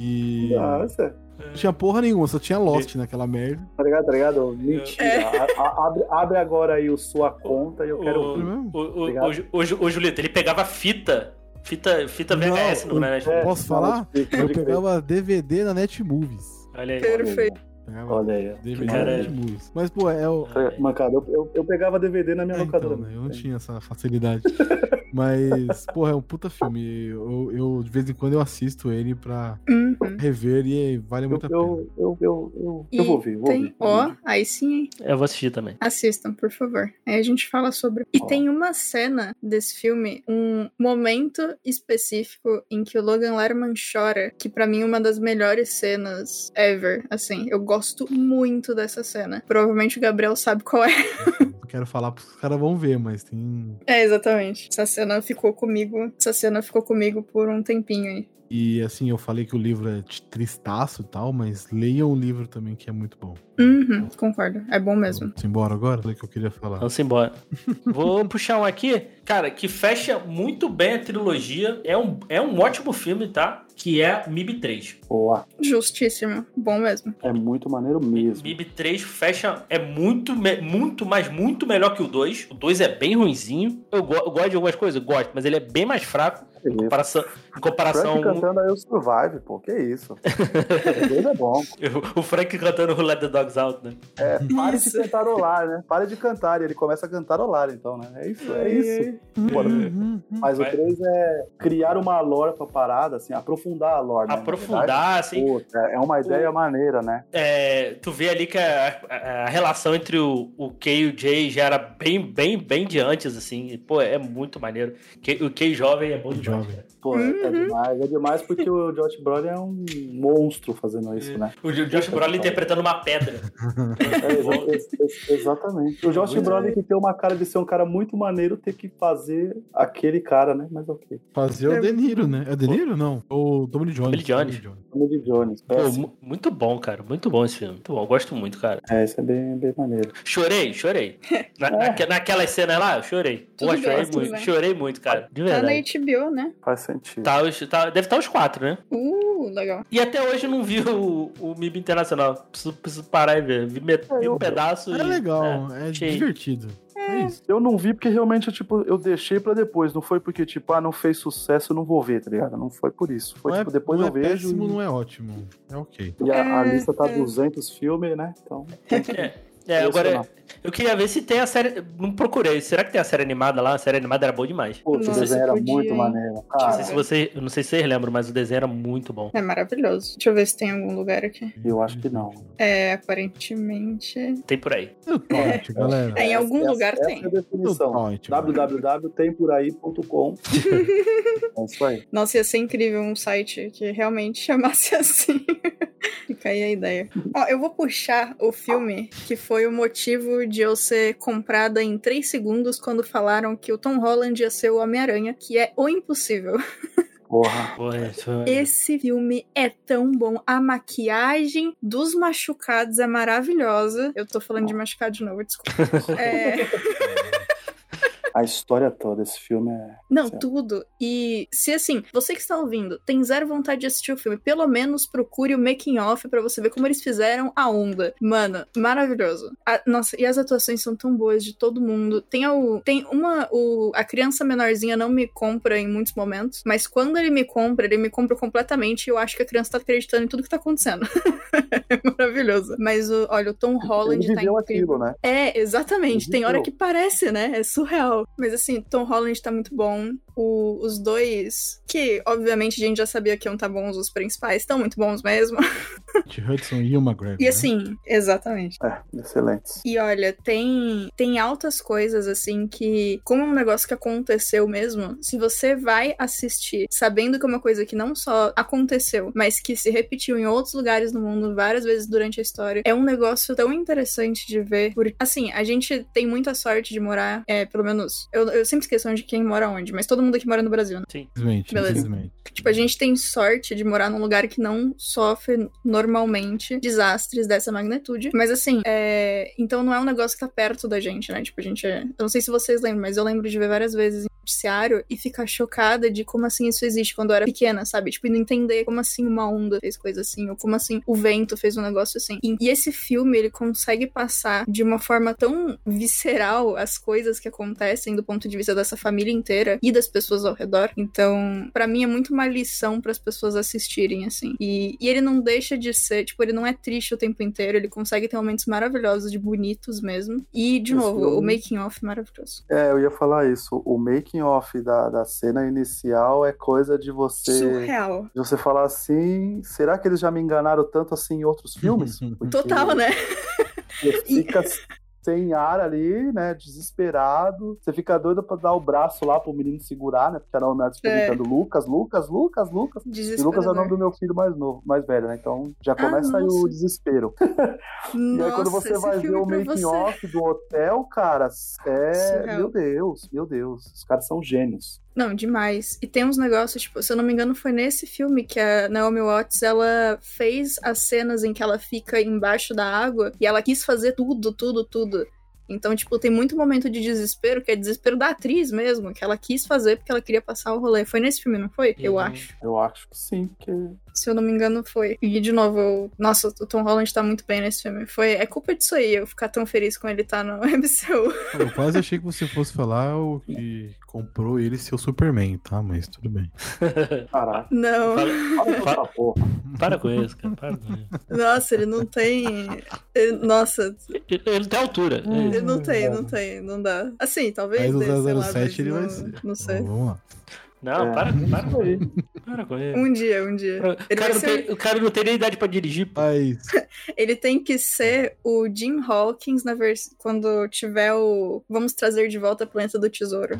S3: E.
S4: Nossa,
S1: É,
S3: Não tinha porra nenhuma, só tinha Lost naquela merda.
S4: Ah, é, tá ligado, tá ligado? Mentira. A- a- abre, abre agora aí o sua conta e eu
S1: Ô,
S3: Foi
S4: quero. tá
S3: mesmo?
S1: O, o,
S4: Obrigado.
S1: o Ju- o Ju- o Julito, ele pegava fita. Fita, fita
S3: Não,
S1: VHS no
S3: eu-
S1: Netflix.
S4: É,
S3: Posso
S4: na
S3: falar?
S4: Netflix,
S3: Eu
S4: pode crer.
S3: pegava DVD na Netmovies.
S1: Olha aí.
S2: Perfeito.
S3: Pegava
S4: Olha é aí. ó.
S3: DVD
S1: Cara,
S3: na Netmovies. Mas, pô, é o.
S4: Foi- Mano, cara, eu, eu, eu pegava DVD na minha
S3: É,
S4: locadora.
S3: então, né? Eu não tinha essa facilidade. Mas, porra, é um puta filme. Eu, eu, de vez em quando eu assisto ele pra
S2: Uhum.
S3: rever e vale
S4: Eu,
S3: muito a pena.
S4: eu, eu, eu, eu,
S2: E
S4: eu vou ver, vou
S2: tem,
S4: ver.
S2: ó, aí sim, hein?
S1: Eu vou assistir também.
S2: Assistam, por favor. Aí a gente fala sobre. E
S4: Ó.
S2: tem uma cena desse filme, um momento específico em que o Logan Lerman chora, que pra mim é uma das melhores cenas ever. Assim, eu gosto muito dessa cena. Provavelmente o Gabriel sabe qual é.
S3: Não quero falar porque os caras vão ver, mas tem.
S2: É, exatamente. Essa cena ficou comigo. Essa cena ficou comigo por um tempinho aí.
S3: E assim, eu falei que o livro é t- tristaço e tal, mas leiam o livro também que é muito bom.
S2: Uhum, concordo. É bom mesmo.
S3: Simbora agora? Falei que eu queria falar.
S1: Então simbora. Vou puxar um aqui, cara, que fecha muito bem a trilogia. É um, é um ótimo filme, tá? Que é MIB 3.
S4: Boa.
S2: Justíssimo. Bom mesmo.
S4: É muito maneiro mesmo.
S1: MIB 3 fecha. É muito, me- muito, mas muito melhor que o 2. O 2 é bem ruinzinho. Eu, go- eu gosto de algumas coisas, gosto, mas ele é bem mais fraco em
S4: Beleza.
S1: comparação. Em
S3: um-
S4: Frank
S1: comparação
S4: cantando aí o Survive, pô, que isso. Deus é bom.
S1: o Frank cantando o Let the Dogs Out, né?
S4: É, pare de
S2: Isso.
S4: cantarolar, né? Pare de cantar, e ele começa a cantarolar, então, né? É isso, é isso. Bora.
S3: Uhum, uhum.
S4: Mas o
S1: Vai.
S4: 3 é criar uma lore pra parada, assim, aprofundar a lore, né? Na verdade,
S1: Aprofundar, assim.
S4: pô, é uma ideia maneira, né?
S1: É, tu vê ali que a, a- a relação entre o, o Kay e o Jay já era bem, bem, bem de antes, assim. E, Pô, é muito maneiro. Kay- o Kay jovem é bom
S3: Kay
S1: demais.
S3: jovem.
S1: cara.
S4: Pô, é,
S2: Uhum.
S4: é demais, é demais porque o Josh Brolin é um monstro fazendo
S3: É.
S4: isso, né?
S1: O Jo- Josh Brolin interpretando uma pedra.
S4: É, exa- ex- ex- exatamente. é. O Josh
S1: Muito
S4: Brolin que tem uma cara de ser um cara muito maneiro, ter que fazer aquele cara, né? Mas ok.
S3: Fazer o De Niro, né? É o De Niro? Não. O Tommy Jones.
S1: Tommy Jones.
S4: Tommy Lee Jones.
S1: Pô,
S4: Péssimo.
S1: mu- muito bom, cara. Muito bom esse filme. Muito bom. eu Gosto muito, cara.
S4: É, isso é bem, bem maneiro.
S1: Chorei, chorei. Na, naque- naquelas cenas lá, eu chorei. Pô,
S2: É. Tudo
S1: chorei
S2: bem, tudo
S1: muito.
S2: bem.
S1: Chorei muito, cara. De
S2: Tá na
S1: verdade.
S2: HBO, né?
S4: Faz sentido.
S1: Tá os- tá- deve estar os quatro, né?
S2: Uh, legal.
S1: E até hoje eu não vi o, o MIB Internacional. Preciso, preciso parar e ver. Vi, me- vi um pedaço
S3: É
S1: e.
S3: legal, é,
S1: achei.
S3: divertido. É isso.
S4: Eu não vi porque realmente eu, tipo, eu deixei pra depois. Não foi porque, tipo, ah, não fez sucesso, eu não vou ver, tá ligado? Não foi por isso. Foi,
S3: não é,
S4: tipo, depois
S3: não
S4: eu
S3: é
S4: vejo.
S3: péssimo,
S4: e-
S3: não é ótimo. É ok.
S4: E a, a
S2: É,
S4: lista tá
S2: é.
S4: 200 filmes, né? Então.
S1: É, agora
S4: impressionante.
S1: eu queria ver se tem a série. Não procurei. Será que tem a série animada lá? A série animada era boa demais.
S4: Pô, esse
S2: Nossa,
S4: desenho era
S2: podia,
S4: muito
S2: hein?
S4: maneiro.
S1: Não
S4: Cara,
S2: Ah,
S1: sei se vocês, eu não sei se vocês lembram, mas o desenho era muito bom.
S2: É maravilhoso. Deixa eu ver se tem algum lugar aqui.
S4: eu acho que não.
S2: É, aparentemente.
S1: Tem por aí.
S3: É o torrent, galera.
S2: É, em algum
S4: Essa-
S2: lugar
S4: essa
S2: tem.
S4: É a
S3: É o
S4: definição.
S3: torrent, galera.
S4: www.temporaí.com É isso aí.
S2: Nossa, ia ser incrível um site que realmente chamasse assim. Fica aí a ideia. Ó, eu vou puxar o filme que foi o motivo de eu ser comprada em 3 segundos quando falaram que o Tom Holland ia ser o Homem-Aranha, que é O Impossível.
S4: Porra.
S1: Pô, isso é-
S2: Esse filme é tão bom. A maquiagem dos machucados é É, maravilhosa. Eu tô falando de machucado de novo, desculpa. É,
S4: A história toda, esse filme é.
S2: Não, Sei. tudo. E se assim, você que está ouvindo, tem zero vontade de assistir o filme, pelo menos procure o making off para você ver como eles fizeram a onda. Mano, maravilhoso. A, nossa, e as atuações são tão boas de todo mundo. Tem o tem uma o a criança menorzinha não me compra em muitos momentos, mas quando ele me compra, ele me compra completamente e eu acho que a criança tá acreditando em tudo que tá acontecendo. é maravilhoso. Mas o, olha, o Tom Holland
S4: ele
S2: tá
S4: viveu
S2: incrível.
S4: aquilo, né?
S2: É, exatamente.
S4: Ele
S2: Tem hora
S4: viveu.
S2: que parece, né? É surreal. Mas assim, Tom Holland tá muito bom. O- os dois, que obviamente a gente já sabia que iam tá bons, os principais estão muito bons mesmo.
S3: Kate Hudson e o McGregor.
S2: E
S3: né?
S2: assim, exatamente.
S4: É, excelente.
S2: E olha, tem tem altas coisas assim que, como é um negócio que aconteceu mesmo, se você vai assistir sabendo que é uma coisa que não só aconteceu, mas que se repetiu em outros lugares no mundo várias vezes durante a história, é um negócio tão interessante de ver. Porque, assim, a gente tem muita sorte de morar, é, pelo menos, eu, eu sempre esqueço onde quem mora onde, mas todo mundo aqui mora no Brasil, né?
S3: Infelizmente,
S2: Beleza.
S3: infelizmente.
S2: Tipo, a gente tem sorte de morar num lugar que não sofre normalmente desastres dessa magnitude. Mas assim, é... então não é um negócio que tá perto da gente, né? Tipo, a gente. é- Eu não sei se vocês lembram, mas eu lembro de ver várias vezes em noticiário e ficar chocada de como assim isso existe quando eu era pequena, sabe? Tipo, e não entender como assim uma onda fez coisa assim, ou como assim o vento fez um negócio assim. E, e esse filme, ele consegue passar de uma forma tão visceral as coisas que acontecem do ponto de vista dessa família inteira e das pessoas ao redor. Então, pra mim é muito uma lição para as pessoas assistirem, assim. E, e ele não deixa de ser, tipo, ele não é triste o tempo inteiro, ele consegue ter momentos maravilhosos, de bonitos mesmo. E, de
S4: Esse
S2: novo, o
S4: filme-
S2: making off maravilhoso.
S4: É, eu ia falar isso. O making off da, da cena inicial é coisa de você.
S2: Surreal.
S4: de você falar assim, será que eles já me enganaram tanto assim em outros filmes? Porque
S2: Total, né?
S4: Você fica sem ar ali, né? Desesperado. Você fica doido pra dar o braço lá pro menino segurar, né? Porque era o Neto fica
S2: É.
S4: gritando Lucas, Lucas, Lucas, Lucas. E
S2: Desesperador.
S4: Lucas é o nome do meu filho mais novo, mais velho, né? Então já começa aí o
S2: né? Ah, nossa.
S4: desespero.
S2: Nossa,
S4: e aí quando você
S2: esse
S4: vai ver
S2: filme é
S4: o
S2: pra você.
S4: making off do hotel, cara, é.
S2: Surreal.
S4: Meu Deus, meu Deus. Os caras são gênios.
S2: Não, demais. E tem uns negócios, tipo, se eu não me engano, foi nesse filme que a Naomi Watts, ela fez as cenas em que ela fica embaixo da água e ela quis fazer tudo, tudo, tudo. Então, tipo, tem muito momento de desespero, que é desespero da atriz mesmo, que ela quis fazer porque ela queria passar o rolê. Foi nesse filme, não foi? Eu
S1: Uhum.
S2: acho.
S4: Eu acho que sim, que
S2: Se eu não me engano, foi. E de novo, eu- nossa, o Tom Holland tá muito bem nesse filme. Foi. É culpa disso aí, eu ficar tão feliz com ele tá no MCU.
S3: Eu quase achei que você fosse falar o que comprou ele seu Superman, tá? Mas tudo bem.
S4: caraca.
S2: Não.
S4: Olha essa porra.
S1: Para com isso, cara. Para com isso.
S2: Nossa, ele não tem. ele- Nossa,
S1: Ele, ele tem altura. é isso.
S2: Eu não tenho, não tenho, não dá. Assim, talvez.
S3: Uhum. Mas o
S2: dê, sei lá,
S3: 007 ele
S2: mas
S3: vai
S2: não-
S3: ser.
S2: Não sei.
S3: Então, Vamos lá.
S1: Não,
S4: É.
S1: para, para com ele. Para com
S3: Uhum.
S1: ele.
S2: Um dia, um dia.
S1: O
S2: Ele vai
S1: cara, não
S2: ser- um
S1: tem, o cara não tem nem idade pra dirigir, pô.
S3: Mas
S2: Ele tem que ser o Jim Hawkins na vers... quando tiver o. Vamos trazer de volta a planeta do tesouro.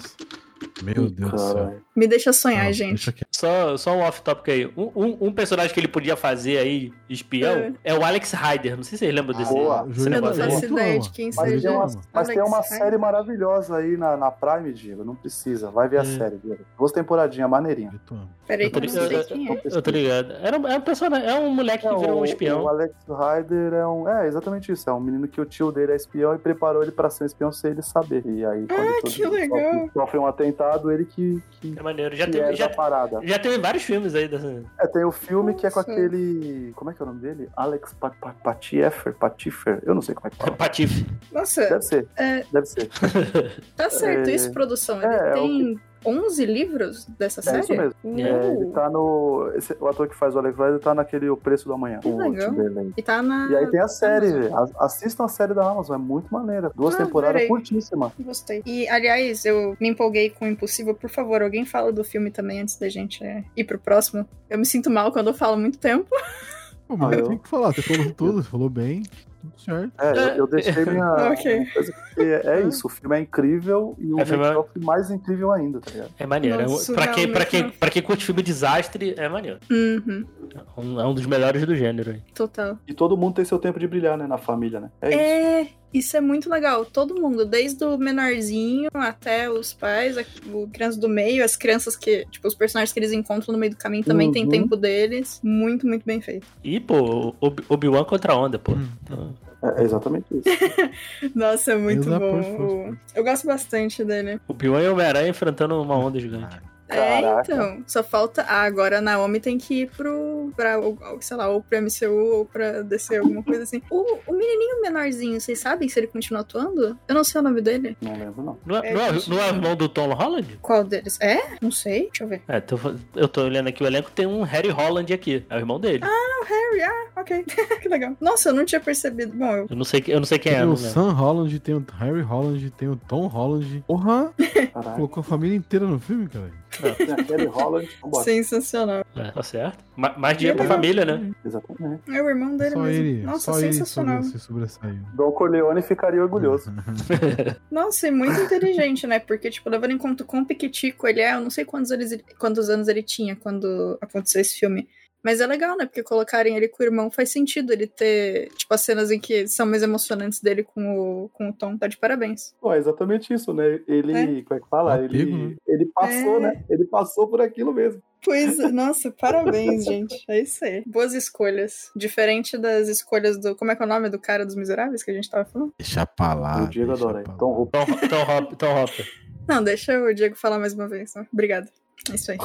S3: Meu Deus do céu.
S4: Caralho.
S2: Me deixa sonhar,
S3: Não,
S2: gente.
S3: deixa quieto.
S1: Só, só um off-topic aí. Um, um- um personagem que ele podia fazer aí, espião, é, o Alex Ryder. Não sei se vocês lembram desse.
S4: Boa.
S3: O
S1: desse
S3: Júlio
S2: Eu não
S1: negócio aí.
S2: faço
S3: Muito
S2: ideia
S3: ama.
S2: de quem
S3: Mas
S4: Mas,
S2: seja.
S4: tem uma,
S3: Alex
S4: mas tem uma
S2: Hyde.
S4: série maravilhosa aí na, na Prime, Diego. Não precisa. Vai ver a
S1: É.
S4: série, Diego. Duas temporadinhas, maneirinha.
S3: Eu tô amando.
S2: Peraí, que eu
S1: Eu tô
S2: não sei
S1: ligado.
S2: quem
S4: Não
S2: é.
S4: precisa.
S1: Eu tô ligado. Era um, é um personagem, é um moleque que
S4: É,
S1: virou um
S4: o-
S1: espião.
S4: O Alex Ryder é um. É, exatamente isso. É um menino que o tio dele é espião e preparou ele pra ser um espião sem ele saber. E aí, quando
S2: Ah,
S4: todo
S2: que
S4: mundo
S2: legal.
S4: sofre- Sofre um atentado, ele que. que...
S1: É maneiro. Já
S4: que
S1: teve,
S4: herda
S1: já,
S4: a parada.
S1: já teve vários filmes aí dessa.
S4: É, tem o filme que é com
S2: Nossa.
S4: aquele. Como é que é o nome dele? Alex Pat- Pat- Patiefer? Patifer? Eu não sei como é que fala.
S1: Patife.
S2: Nossa,
S4: Deve ser,
S2: é,
S4: deve ser.
S2: tá certo
S4: É.
S2: isso, produção. Ele
S4: É, é o
S2: tem 11 livros dessa
S4: É
S2: série?
S4: isso mesmo. É, ele tá no. esse- o ator que faz o Alex Rider tá naquele O Preço do Amanhã.
S2: Que
S4: o
S2: legal.
S4: último dele aí.
S2: E tá na.
S4: E aí tem a série,
S2: Amazon.
S4: velho. A- Assistam a série da Amazon, é muito maneira. Duas
S2: Ah,
S4: temporadas
S2: peraí.
S4: curtíssimas.
S2: Gostei. E, aliás, eu me empolguei com o Impossível. Por favor, alguém fala do filme também antes da gente é, ir pro próximo. Eu me sinto mal quando eu falo muito tempo.
S3: Pô, mas
S4: Ah,
S3: eu
S4: eu-
S3: tenho que falar. Você falou tudo, falou bem. Tudo certo.
S4: É, eu, eu deixei minha.
S2: Ok.
S4: coisa, porque é isso, o filme é incrível e o
S1: É, filme é-
S4: make-off mais incrível ainda, tá ligado?
S1: É maneiro. É um-
S2: Nossa,
S1: pra, quem, pra, quem,
S2: realmente.
S1: pra quem curte filme desastre, é maneiro.
S2: Uhum,
S1: Um- é um dos melhores do gênero aí.
S2: total.
S4: E todo mundo tem seu tempo de brilhar, né? Na família, né? É, isso.
S2: É, Isso é muito legal. Todo mundo, desde o menorzinho até os pais, a, o criança do meio, as crianças que, tipo, os personagens que eles encontram no meio do caminho também
S4: Uhum.
S2: tem tempo deles. Muito, muito bem feito.
S1: Ih, pô, Ob- Obi-Wan contra a onda, pô.
S3: Hum.
S1: Então,
S4: É, é exatamente isso.
S2: Nossa, é muito
S3: Exato,
S2: bom.
S3: perfeito.
S2: Eu gosto bastante dele.
S1: Obi-Wan e Homem-Aranha enfrentando uma onda gigante.
S2: É,
S4: Caraca.
S2: então. Só falta. Ah, agora a Naomi tem que ir pro. Pra, sei lá, ou pra MCU ou pra DC, alguma coisa assim. O, o menininho menorzinho, vocês sabem se ele continua atuando? Eu não sei o nome dele.
S4: Não lembro, não.
S1: Não é,
S2: É,
S1: não é-
S2: gente.
S1: não é irmão do Tom Holland?
S2: Qual deles? É? Não sei. Deixa eu ver.
S1: É, tô- eu tô olhando aqui o elenco, tem um Harry Holland aqui. É o irmão dele.
S2: Ah, o Harry, ah, ok. que legal. Nossa, eu não tinha percebido. Bom, eu.
S1: Eu não sei, que- eu não sei quem é,
S3: Tem
S1: não
S3: o
S1: lembro.
S3: Sam Holland, tem o Harry Holland, tem o Tom Holland. Porra,
S4: Caraca.
S3: colocou a família inteira no filme, cara.
S4: Tem a Kelly Holland. Vambora.
S2: Sensacional.
S1: É, tá certo. Ma- mais dinheiro pra
S2: Ele-
S1: família, né?
S4: Exatamente.
S2: É o irmão dele
S3: só
S2: mesmo.
S3: ele,
S2: Nossa,
S3: só ele
S2: sensacional.
S3: sobre, se sobressaiu.
S4: Don Corleone ficaria orgulhoso.
S2: Nossa, e muito inteligente, né? Porque, tipo, levando em conta o quão piquitico ele é, eu não sei quantos, eles, quantos anos ele tinha quando aconteceu esse filme. Mas é legal, né? Porque colocarem ele com o irmão faz sentido ele ter, tipo, as cenas em que são mais emocionantes dele com o, com o Tom. Tá de parabéns.
S4: Pô, é exatamente isso, né? Ele, como é que fala?
S3: Apego,
S4: ele,
S3: né?
S4: ele passou,
S2: É.
S4: né? Ele passou por aquilo mesmo.
S2: Pois, é, nossa, parabéns, gente. É isso aí. Boas escolhas. Diferente das escolhas do. Como é que é o nome do cara dos miseráveis que a gente tava falando?
S3: Deixa pra lá.
S4: o Diego
S3: Ah, deixa
S4: adora.
S3: pra lá.
S4: Então, roupa.
S1: Tom, Tom, Hop, Tom Hopper.
S2: Não, deixa o Diego falar mais uma vez. Né? Obrigada. É isso aí.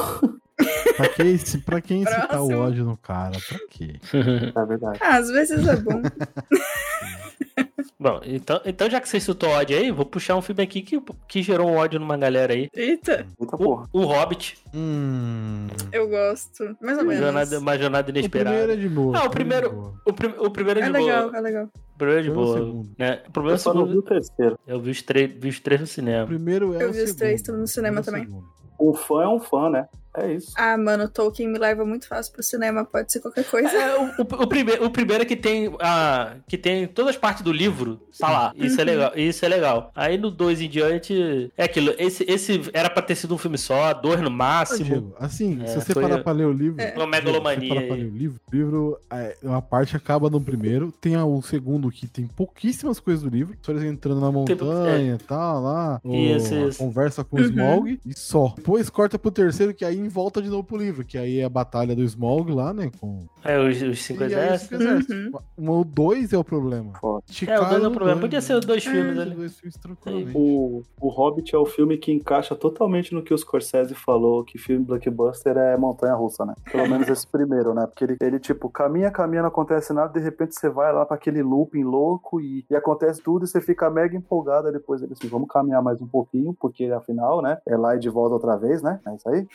S3: Pra quem, ci- pra quem citar o
S2: Próximo.
S3: ódio no cara? Pra quê?
S4: É verdade.
S2: Ah, às vezes é bom.
S1: Bom, então, então já que você citou ódio aí, vou puxar um filme aqui que, que gerou um ódio numa galera aí.
S2: Eita,
S4: Eita
S1: O,
S4: porra.
S1: o Hobbit,
S3: Hum.
S2: eu gosto. Mais ou
S1: uma
S2: menos.
S1: jornada, uma jornada
S3: O
S1: inesperada.
S3: primeiro é de boa.
S1: Ah, o
S3: é de boa.
S1: O, prim- o primeiro é
S2: É
S1: de
S2: legal,
S1: boa.
S2: é legal.
S1: O primeiro é de
S3: Eu não sei o
S1: boa.
S3: segundo.
S1: Né? O problema é
S4: Eu
S1: o
S4: só não vi o
S1: segundo.
S4: terceiro.
S1: Eu vi os, três, vi os três no
S3: O
S1: cinema.
S3: primeiro é
S2: Eu
S3: o
S2: vi os três,
S3: segundo.
S2: tudo no cinema
S3: É o
S2: também.
S3: segundo.
S4: Um fã é um fã, né? É isso.
S2: Ah, mano, Tolkien me leva muito fácil pro cinema, pode ser qualquer coisa.
S1: É, o, o- o prime- o primeiro é que tem, a, que tem todas as partes do livro, tá lá. Isso é
S3: Uhum.
S1: legal. Isso é legal. Aí no dois em diante, é aquilo. Esse, esse era pra ter sido um filme só, dois no
S3: Ah,
S1: máximo.
S3: Diego, assim,
S1: É,
S3: se você
S1: foi-
S3: parar pra ler o livro.
S2: É.
S1: Uma megalomania
S3: Se você parar pra
S1: aí.
S3: ler o livro, o livro, é, uma parte acaba no primeiro, tem a- o segundo que tem pouquíssimas coisas do livro, só eles entrando na
S1: Tem é. pou-
S3: montanha e tal, lá,
S1: E
S3: o-
S1: esse-
S3: a
S1: esse-
S3: conversa com o
S2: Uhum.
S3: Smaug e só. Depois corta pro terceiro, que aí volta de novo pro livro, que aí é a batalha do Smaug lá, né, com...
S1: Aí É, os, os cinco
S3: E aí os
S1: exércitos.
S3: cinco exércitos.
S2: Uhum.
S3: Um- O dois é o problema.
S4: Foda.
S1: É, o dois é
S3: Ticaram
S1: o
S3: no
S1: problema. Podia ser os dois
S2: É,
S1: filmes
S3: Dois,
S1: ali.
S3: dois né? filmes tranquilamente.
S4: O, o Hobbit é o filme que encaixa totalmente no que o Scorsese falou, que filme blockbuster é montanha-russa, né? Pelo menos esse primeiro, né? Porque ele, ele, tipo, caminha, caminha, não acontece nada, de repente você vai lá pra aquele looping louco e, e acontece tudo e você fica mega empolgado. Aí depois ele assim, vamos caminhar mais um pouquinho, porque afinal, né? É lá e de volta outra vez, né? É isso aí.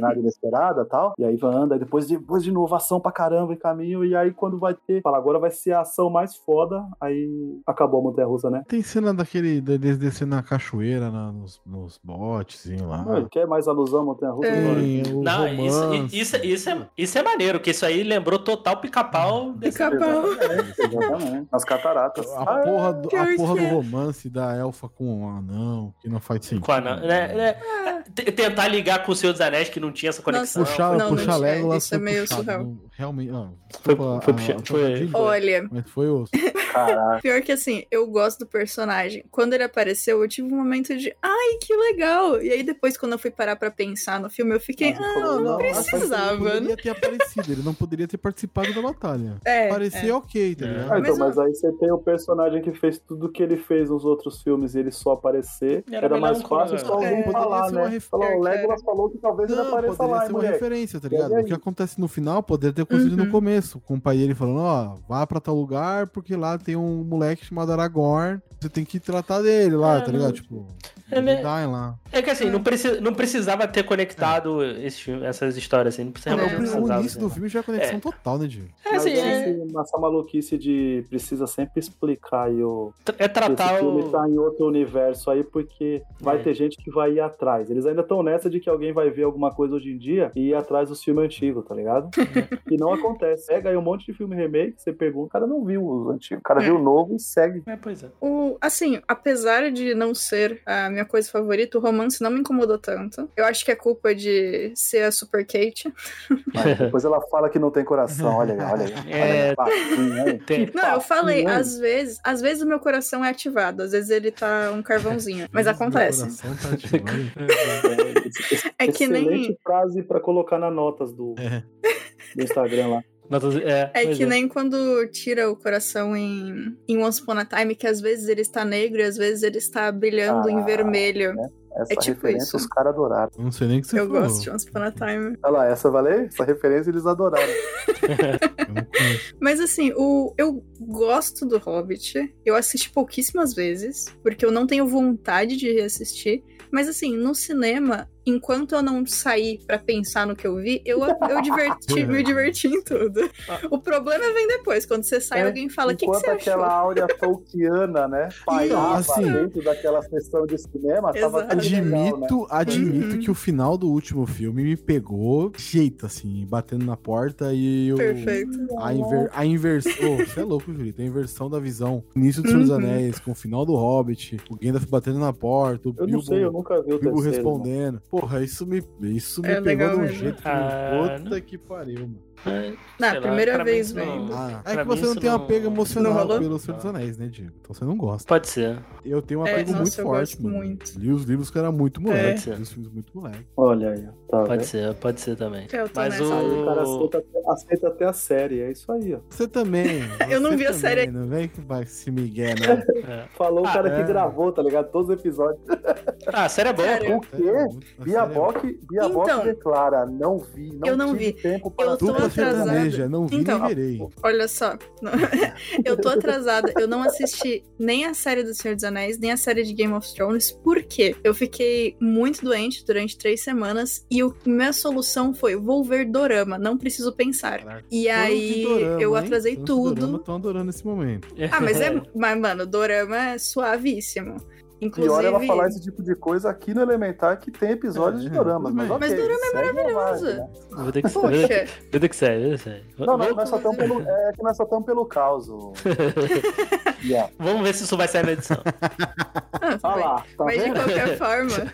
S4: Nada inesperada tal. E aí vai anda, aí depois, de- depois de novo, ação pra caramba e caminho. E aí quando vai ter, fala, agora vai ser a ação mais foda, aí acabou a montanha-russa, né?
S3: Tem cena daquele, deles descendo na capoeira, na- nos, nos botes lá.
S4: Mano, quer mais alusão à montanha-russa?
S2: É.
S4: Bora.
S3: Tem o
S1: Não, isso,
S3: romance.
S1: isso, isso, é, isso é maneiro, que isso aí lembrou total pica-pau desse
S2: Pica-pau.
S1: né? É
S4: Exatamente, exatamente. Nas cataratas.
S3: A
S4: Ah,
S3: porra, do, a
S2: que
S3: porra do
S2: horror.
S3: romance da elfa com o anão, que não faz sentido.
S1: com a- né, né, t- Tentar ligar com o Senhor dos Anéis, que não tinha essa conexão.
S3: Puxar,
S2: Não, não tinha,
S3: puxar Legolas
S2: isso é
S3: foi
S2: meio
S3: puxado,
S2: surreal.
S3: não- realmente, ó,
S1: Foi-
S3: desculpa
S1: foi
S3: a-
S1: puxa-
S3: a
S1: foi-
S3: trocadilho,
S2: Olha,
S3: Mas foi o...
S4: Ah,
S1: Ah.
S4: Caraca.
S2: pior que assim, eu gosto do personagem. Quando ele apareceu, eu tive um momento de, ai, que legal. E aí depois, quando eu fui parar pra pensar no filme, eu fiquei, ah, não,
S3: Ele não
S2: precisava. né?"
S3: poderia ter aparecido, ele não poderia ter participado da batalha.
S2: É,
S3: Parecia ok, tá
S1: É.
S3: ligado?
S4: Ah, então,
S2: Mas
S4: mas aí você tem o personagem que fez tudo que ele fez nos outros filmes e ele só aparecer.
S1: Era
S4: Era,
S1: melhor
S4: mais
S1: um
S4: fácil
S1: coronel.
S4: só alguém
S2: É.
S4: falar,
S3: Poderia ser uma
S4: né?
S3: ref-
S4: Falar, o
S2: Cara,
S4: Legolas falou que talvez ele
S3: Não,
S4: apareça
S3: poderia
S4: lá,
S3: ser
S4: hein,
S3: uma
S4: moleque.
S3: referência, tá
S4: E aí?
S3: ligado? O que acontece no final poderia ter acontecido
S2: Uhum.
S3: no começo, com o pai dele falando, ó, vá pra tal lugar, porque lá tem um moleque chamado Aragorn, você tem que tratar dele lá,
S1: É,
S3: tá ligado? Tipo,
S1: Ele-
S3: ele... lá.
S1: É que assim, não, preci- não precisava ter conectado esse filme- essas histórias, assim. Não
S3: Ah,
S1: precisava
S3: mas
S2: É,
S3: o
S1: não
S3: pri- o
S1: precisava,
S3: início do
S1: assim.
S3: filme já é conexão total, né, Diego?
S1: É, assim, é,
S4: Mas essa maluquice de precisa sempre explicar aí o
S1: é
S4: que
S1: tratar
S4: esse filme
S1: o.
S4: tá em outro universo aí, porque vai
S1: É.
S4: ter gente que vai ir atrás. Eles ainda estão nessa de que alguém vai ver alguma coisa hoje em dia e ir atrás do filme antigo, tá ligado? e não acontece. Pega aí um monte de filme remake, você pergunta, o cara não viu os antigos, o cara viu o novo e segue.
S1: É, pois é.
S2: O, assim, apesar de não ser a minha minha coisa favorita, o romance não me incomodou tanto. Eu acho que é culpa de ser a Super Kate.
S4: Mas depois ela fala que não tem coração, olha aí, olha aí. Ah, né?
S1: É, tem-
S2: Não, eu falei,
S4: Sim, é.
S2: às vezes, às vezes o meu coração é ativado, às vezes ele tá um carvãozinho, mas
S3: Meu
S2: acontece.
S3: coração tá ativado.
S2: É que
S4: Excelente
S2: nem
S4: frase pra colocar nas notas do,
S3: É.
S4: do Instagram lá.
S1: Notas- é,
S2: é
S1: pois
S2: que nem quando tira o coração em, em Once Upon a Time, que às vezes ele está negro e às vezes ele está brilhando em
S4: Ah,
S2: vermelho.
S4: Essa
S2: É tipo
S4: referência
S2: isso.
S4: os caras adoraram.
S3: Eu não sei nem o que você
S2: Eu
S3: falou.
S2: gosto de Once Upon a Time.
S4: Olha lá, essa valeu? Essa referência eles adoraram.
S3: Eu não conheço.
S2: Mas assim, o, eu gosto do Hobbit. Eu assisti pouquíssimas vezes, porque eu não tenho vontade de reassistir. Mas assim, no cinema, enquanto eu não saí pra pensar no que eu vi, eu, eu diverti- me diverti em tudo.
S1: Ah.
S2: O problema vem depois, quando você sai,
S4: É,
S2: alguém fala: o que, que
S4: Enquanto
S2: você
S4: aquela
S2: achou?
S4: áurea tolkiana, né? Pairava
S3: assim-
S4: dentro daquela sessão de cinema, tava
S2: Exato.
S4: tão legal, né?
S3: Admito, admito
S2: Uhum.
S3: que o final do último filme me pegou jeito, assim, batendo na porta e eu.
S2: Perfeito.
S3: A, inver- a inversão. Ô, Você é louco, Julito. A inversão da visão. Início dos Senhor dos
S2: Uhum.
S3: Anéis, com o final do Hobbit, o Gandalf batendo na porta, o
S4: Eu
S3: Bilbo,
S4: não sei, eu nunca vi o
S3: o
S4: terceiro.
S3: Bilbo
S4: né? não.
S3: respondendo. Porra, isso me, isso me
S2: É
S3: pegou
S2: legal
S3: de um
S2: mesmo.
S3: jeito. que-
S1: Ah,
S3: Puta que pariu, mano.
S2: Na
S1: Sei lá,
S2: primeira
S1: pra mim
S2: vez
S1: isso não-
S2: vendo.
S3: Ah, é
S1: Pra
S3: que
S1: mim
S3: você não
S1: isso
S3: tem um
S1: não-
S3: apego
S2: não
S3: emocional
S2: rolou?
S3: pelo
S4: Ah.
S3: Senhor dos Anéis, né, Diego? Então você não gosta.
S1: Pode ser.
S3: Eu tenho um
S2: É,
S3: apego
S2: nossa,
S3: muito
S2: eu
S3: forte,
S2: gosto
S3: mano.
S2: muito.
S3: Li os livros que eu era muito moleque.
S1: É.
S3: Li os filmes muito moleque.
S4: Olha aí, ó. tá
S1: Pode
S4: vendo?
S1: ser, pode ser também.
S2: Eu tô
S1: Mas
S2: nessa.
S1: o-
S4: Aí o cara aceita, até- aceita até a série, é isso aí, ó.
S3: Você também.
S2: Eu não
S3: você
S2: vi a
S3: também,
S2: série.
S3: Não vem que vai se migué, né?
S1: É.
S4: Falou o
S1: Ah,
S4: cara
S3: é.
S4: que gravou, tá ligado? Todos os episódios.
S1: Ah, a série é boa, pô.
S4: O quê?
S3: é
S4: Bia Bock, Bia Bock
S2: Então.
S4: declara, não vi, não
S2: Eu não
S4: tive tempo para
S2: Eu tô
S3: Dupla
S2: atrasada.
S3: sertaneja, não vi
S2: Então.
S3: nem verei.
S2: Olha só, não- eu tô atrasada. Eu não assisti nem a série do Senhor dos Anéis, nem a série de Game of Thrones, porque eu fiquei muito doente durante três semanas e o, minha solução foi: vou ver Dorama, não preciso pensar.
S3: Caraca.
S2: E
S3: Fãs de
S2: aí
S3: dorama,
S2: eu
S3: hein?
S2: atrasei
S3: Fãs de Dorama
S2: tudo.
S3: estão adorando esse momento.
S2: Ah, mas é. Mas, mano, Dorama é suavíssimo. Inclusive.
S4: Pior é ela falar esse tipo de coisa aqui no Elementar que tem episódios
S3: É,
S4: de doramas. Mas,
S3: mas
S4: ok,
S2: dorama é
S4: segue a vibe,
S2: maravilhoso.
S4: né?
S1: Vou ter que ser. Vou
S2: Poxa,
S1: ter que ser, vou ter que ser.
S4: Não, não,
S1: Vamos-
S4: nós só tão pelo, é que nós só estamos pelo caos. ô. Yeah.
S1: Vamos ver se isso vai sair na edição.
S2: ah,
S4: Olha
S2: mas-
S4: lá, tá
S2: mas de
S4: vendo?
S2: qualquer forma,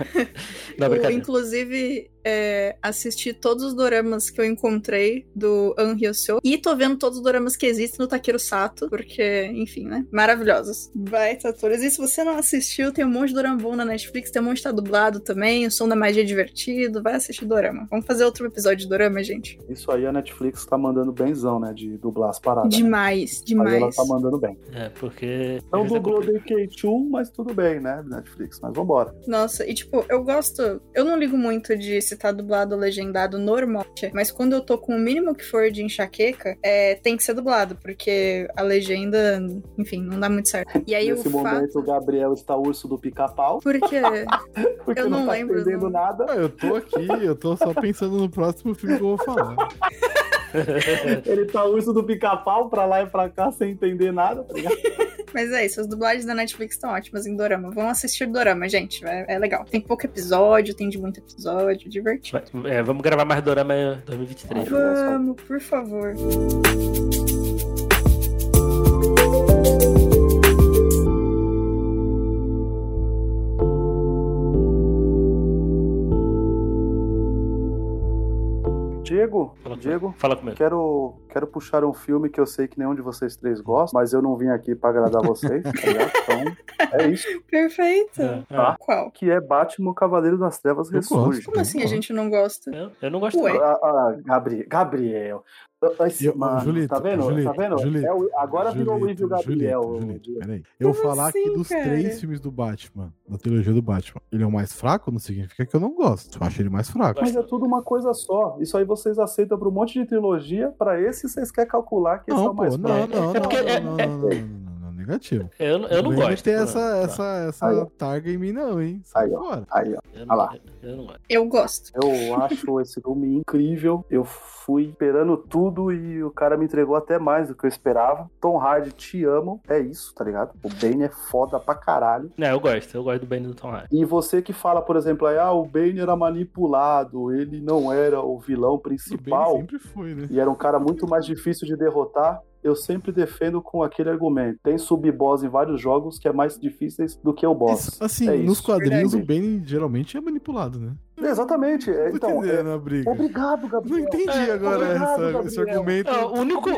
S1: Não,
S2: Eu,
S1: brincadeira.
S2: inclusive, é, assisti todos os doramas que eu encontrei do An Hyoseo. E tô vendo todos os doramas que existem no Takeru Sato, porque, enfim, né? Maravilhosos. Baita atores. E se você não assistiu, tem um monte de dorama bom na Netflix, tem um monte que tá dublado também, o som da magia é divertido. Vai assistir dorama. Vamos fazer outro episódio de dorama, gente.
S4: Isso aí a Netflix tá mandando benzão, né? De dublar as paradas. né?
S2: Demais,
S4: Aí ela
S2: demais.
S4: tá mandando bem.
S1: É, porque.
S4: Não
S2: Então
S1: Eles é
S4: dublou
S1: compli-
S4: The K2, mas tudo bem, né? Netflix, mas vambora.
S2: Nossa, e tipo, eu gosto. Eu não ligo muito de se tá dublado ou legendado normal, mas quando eu tô com o mínimo que for de enxaqueca, é, tem que ser dublado, porque a legenda, enfim, não dá muito certo. É, E aí
S4: Nesse
S2: o
S4: momento o
S2: fato.
S4: Gabriel está urso do pica-pau,
S2: Porque.
S4: porque
S2: Eu
S4: não,
S2: não
S4: tá
S2: lembro,
S4: entendendo
S2: não.
S4: nada.
S3: Ah, eu tô aqui, eu tô só pensando no próximo filme que eu vou falar.
S4: Ele tá urso do pica-pau pra lá e pra cá sem entender nada, tá ligado?
S2: Mas é isso, as dublagens da Netflix estão ótimas em Dorama. Vão assistir Dorama, gente. É, é legal. Tem pouco episódio, tem de muito episódio, divertido.
S1: Vai- é, vamos gravar mais Dorama em 2023.
S2: Vamos, por favor.
S4: Diego,
S1: Fala com-
S4: Diego,
S1: Fala comigo.
S4: quero, quero puxar um filme que eu sei que nenhum de vocês três gosta, mas eu não vim aqui pra agradar vocês, tá ligado? Então, é isso.
S2: Perfeito.
S1: Ah,
S2: Qual?
S4: Que é Batman, o Cavaleiro das Trevas
S3: Eu
S4: Ressurge.
S3: gosto. né?
S2: Como assim a
S3: Concordo.
S2: gente não gosta?
S1: é, eu, eu não gosto.
S2: Ué.
S1: não.
S4: Ah, ah, Gabriel, Gabriel. Ah, esse
S3: Eu-
S4: mano,
S3: Julito,
S4: tá vendo?
S3: Julito,
S4: tá vendo?
S3: Julito,
S4: É o- agora virou o
S3: Julito,
S4: Ivio Gabriel.
S3: Julito,
S4: o-
S3: Julito, peraí. Eu
S2: Como
S3: falar aqui
S2: assim,
S3: dos
S2: cara?
S3: três filmes do Batman, da trilogia do Batman, ele é o mais fraco, não significa que eu não gosto. Eu acho ele mais fraco.
S4: Mas é tudo uma coisa só. Isso aí vocês aceitam pra um monte de trilogia. Pra esse, vocês querem calcular que esse é
S3: Não,
S4: o
S3: pô,
S4: mais
S3: não, não,
S4: fraco.
S3: não,
S1: É porque- é-
S3: não, não, não, não, não, não, não, negativo.
S1: Eu, eu não
S3: Ele
S1: gosto.
S3: tem
S1: não.
S3: essa,
S1: Tá.
S3: essa, essa
S4: Aí, ó.
S3: targa em mim, não, hein? Sai
S4: Aí, ó.
S3: fora.
S4: Aí, ó.
S1: Eu
S4: Ah
S1: não,
S4: lá.
S1: eu, eu não gosto.
S2: Eu gosto.
S4: Eu acho esse filme incrível. Eu fui esperando tudo e o cara me entregou até mais do que eu esperava. Tom Hardy, te amo. É isso, tá ligado? O Bane é foda pra caralho.
S1: Não, eu gosto. Eu gosto do Benny do Tom Hardy.
S4: E você que fala, por exemplo, aí, ah, o Bane era manipulado, ele não era o vilão
S3: O Ben
S4: principal.
S3: sempre foi, né?
S4: e era um cara muito mais difícil de derrotar. eu sempre defendo com aquele argumento. Tem sub-boss em vários jogos que é mais difíceis do que o boss.
S3: Mas, assim,
S4: é
S3: nos
S4: isso.
S3: quadrinhos
S4: Verdade.
S3: o Bane geralmente é manipulado, né?
S4: Exatamente. é,
S3: Não tô
S4: Então, é-
S3: entendendo a briga.
S4: obrigado, Gabriel.
S3: Não entendi
S4: É,
S3: agora
S4: obrigado,
S3: essa-
S4: Gabriel.
S3: esse argumento.
S1: Ah, o único. o-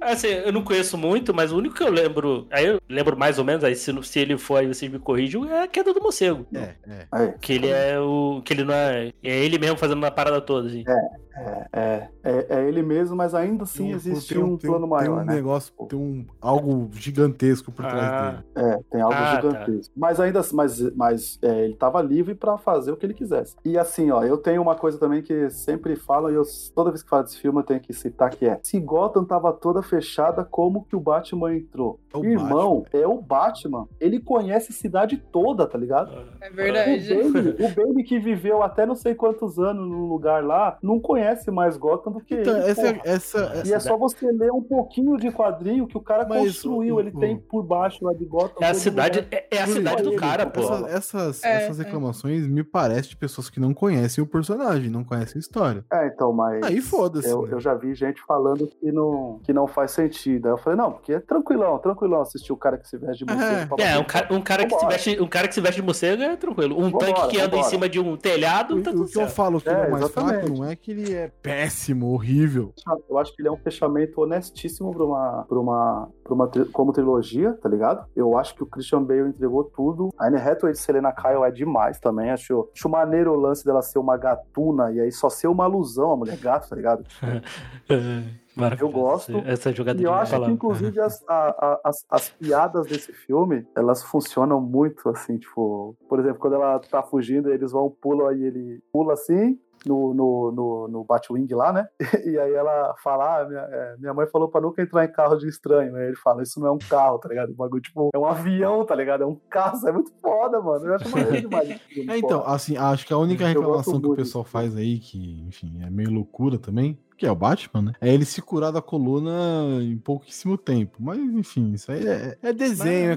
S1: assim, eu não conheço muito, mas o único que eu lembro. Aí eu lembro mais ou menos, aí se, não- se ele for, aí vocês me corrigem, é a queda do morcego.
S3: É, é.
S4: Aí,
S1: Que ele é o. Que ele não é. É ele mesmo fazendo a parada toda, assim. gente.
S4: é, é, é, é ele mesmo, mas ainda assim
S3: Tem
S4: existe
S3: tem
S4: um
S3: tem
S4: plano
S3: Tem
S4: maior,
S3: um
S4: né?
S3: negócio, tem um, algo gigantesco por trás
S1: Ah.
S3: dele.
S4: É, tem algo
S1: Ah,
S4: gigantesco. Mas ainda assim, mas, mas é, ele tava livre pra fazer o que ele quisesse. E assim, ó, eu tenho uma coisa também que sempre falam, e eu, toda vez que falo desse filme eu tenho que citar, que é se Gotham tava toda fechada, como que o Batman entrou?
S3: É o
S4: Irmão, é o Batman. Ele conhece a cidade toda, tá ligado?
S2: É
S4: O
S2: verdade.
S4: Bane, o Bane que viveu até não sei quantos anos num lugar lá, não conhece mais Gotham do que
S3: Então,
S4: ele,
S3: essa,
S4: porra.
S3: essa, essa-
S4: E é só você ler um pouquinho de quadrinho que o cara
S3: Mas
S4: construiu,
S3: o-
S4: ele tem por baixo lá de Gotham.
S1: É a
S4: todo
S1: cidade.
S4: lugar.
S1: É, é a
S3: Júlio,
S1: cidade do
S4: ele-
S1: cara, pô.
S3: essa- essas,
S2: É,
S3: essas
S2: é.
S3: reclamações me parecem de pessoas que não conhecem o personagem, não conhecem a história.
S4: É, então, mas.
S3: Aí foda-se,
S4: Eu,
S3: né?
S4: eu já vi gente falando que não, que não faz sentido. Aí eu falei, não, porque é tranquilão, tranquilão assistir o cara que se veste de
S3: É.
S4: morcego.
S1: É, um cara, um cara que se
S4: Vambora.
S1: veste, um cara que se veste de morcego é tranquilo. Um
S4: Vambora,
S1: tanque que anda em
S4: vambora.
S1: cima de um
S3: O,
S1: telhado, tá
S3: o
S1: tudo
S3: que eu
S1: certo.
S3: falo que ele é,
S4: É,
S3: mais fraco
S4: exatamente.
S3: não é que ele é péssimo, horrível.
S4: Eu acho que ele é um fechamento honestíssimo pra uma, pra uma, pra uma tri- como trilogia, tá ligado? Eu acho que o Christian Bale entregou tudo. A Anne Hathaway de Selena Kyle é demais também. Acho, acho maneiro o lance dela ser uma gatuna e aí só ser uma alusão, a mulher gato, tá ligado?
S1: É, Maravilhoso.
S4: Eu gosto.
S1: Essa jogada
S4: E eu
S1: de
S4: acho que,
S1: palavra.
S4: inclusive, as, a- a- as, as piadas desse filme, elas funcionam muito, assim, tipo... Por exemplo, quando ela tá fugindo, eles vão, pulam, e ele pula assim... No, no, no, no Batwing lá, né? E aí ela fala: ah, minha, é, minha mãe falou pra nunca entrar em carro de estranho. Aí ele fala: Isso não é um carro, tá ligado? O bagulho, tipo, é um avião, tá ligado? É um caça. É muito foda, mano. Eu acho maneiro demais. esse filme,
S3: É, então,
S4: pô.
S3: assim, acho que a única
S4: Eu gosto
S3: reclamação que o
S4: muito.
S3: pessoal faz aí, que, enfim, é meio loucura também, que é o Batman, né? É ele se curar da coluna em pouquíssimo tempo. Mas, enfim, isso aí é, é desenho,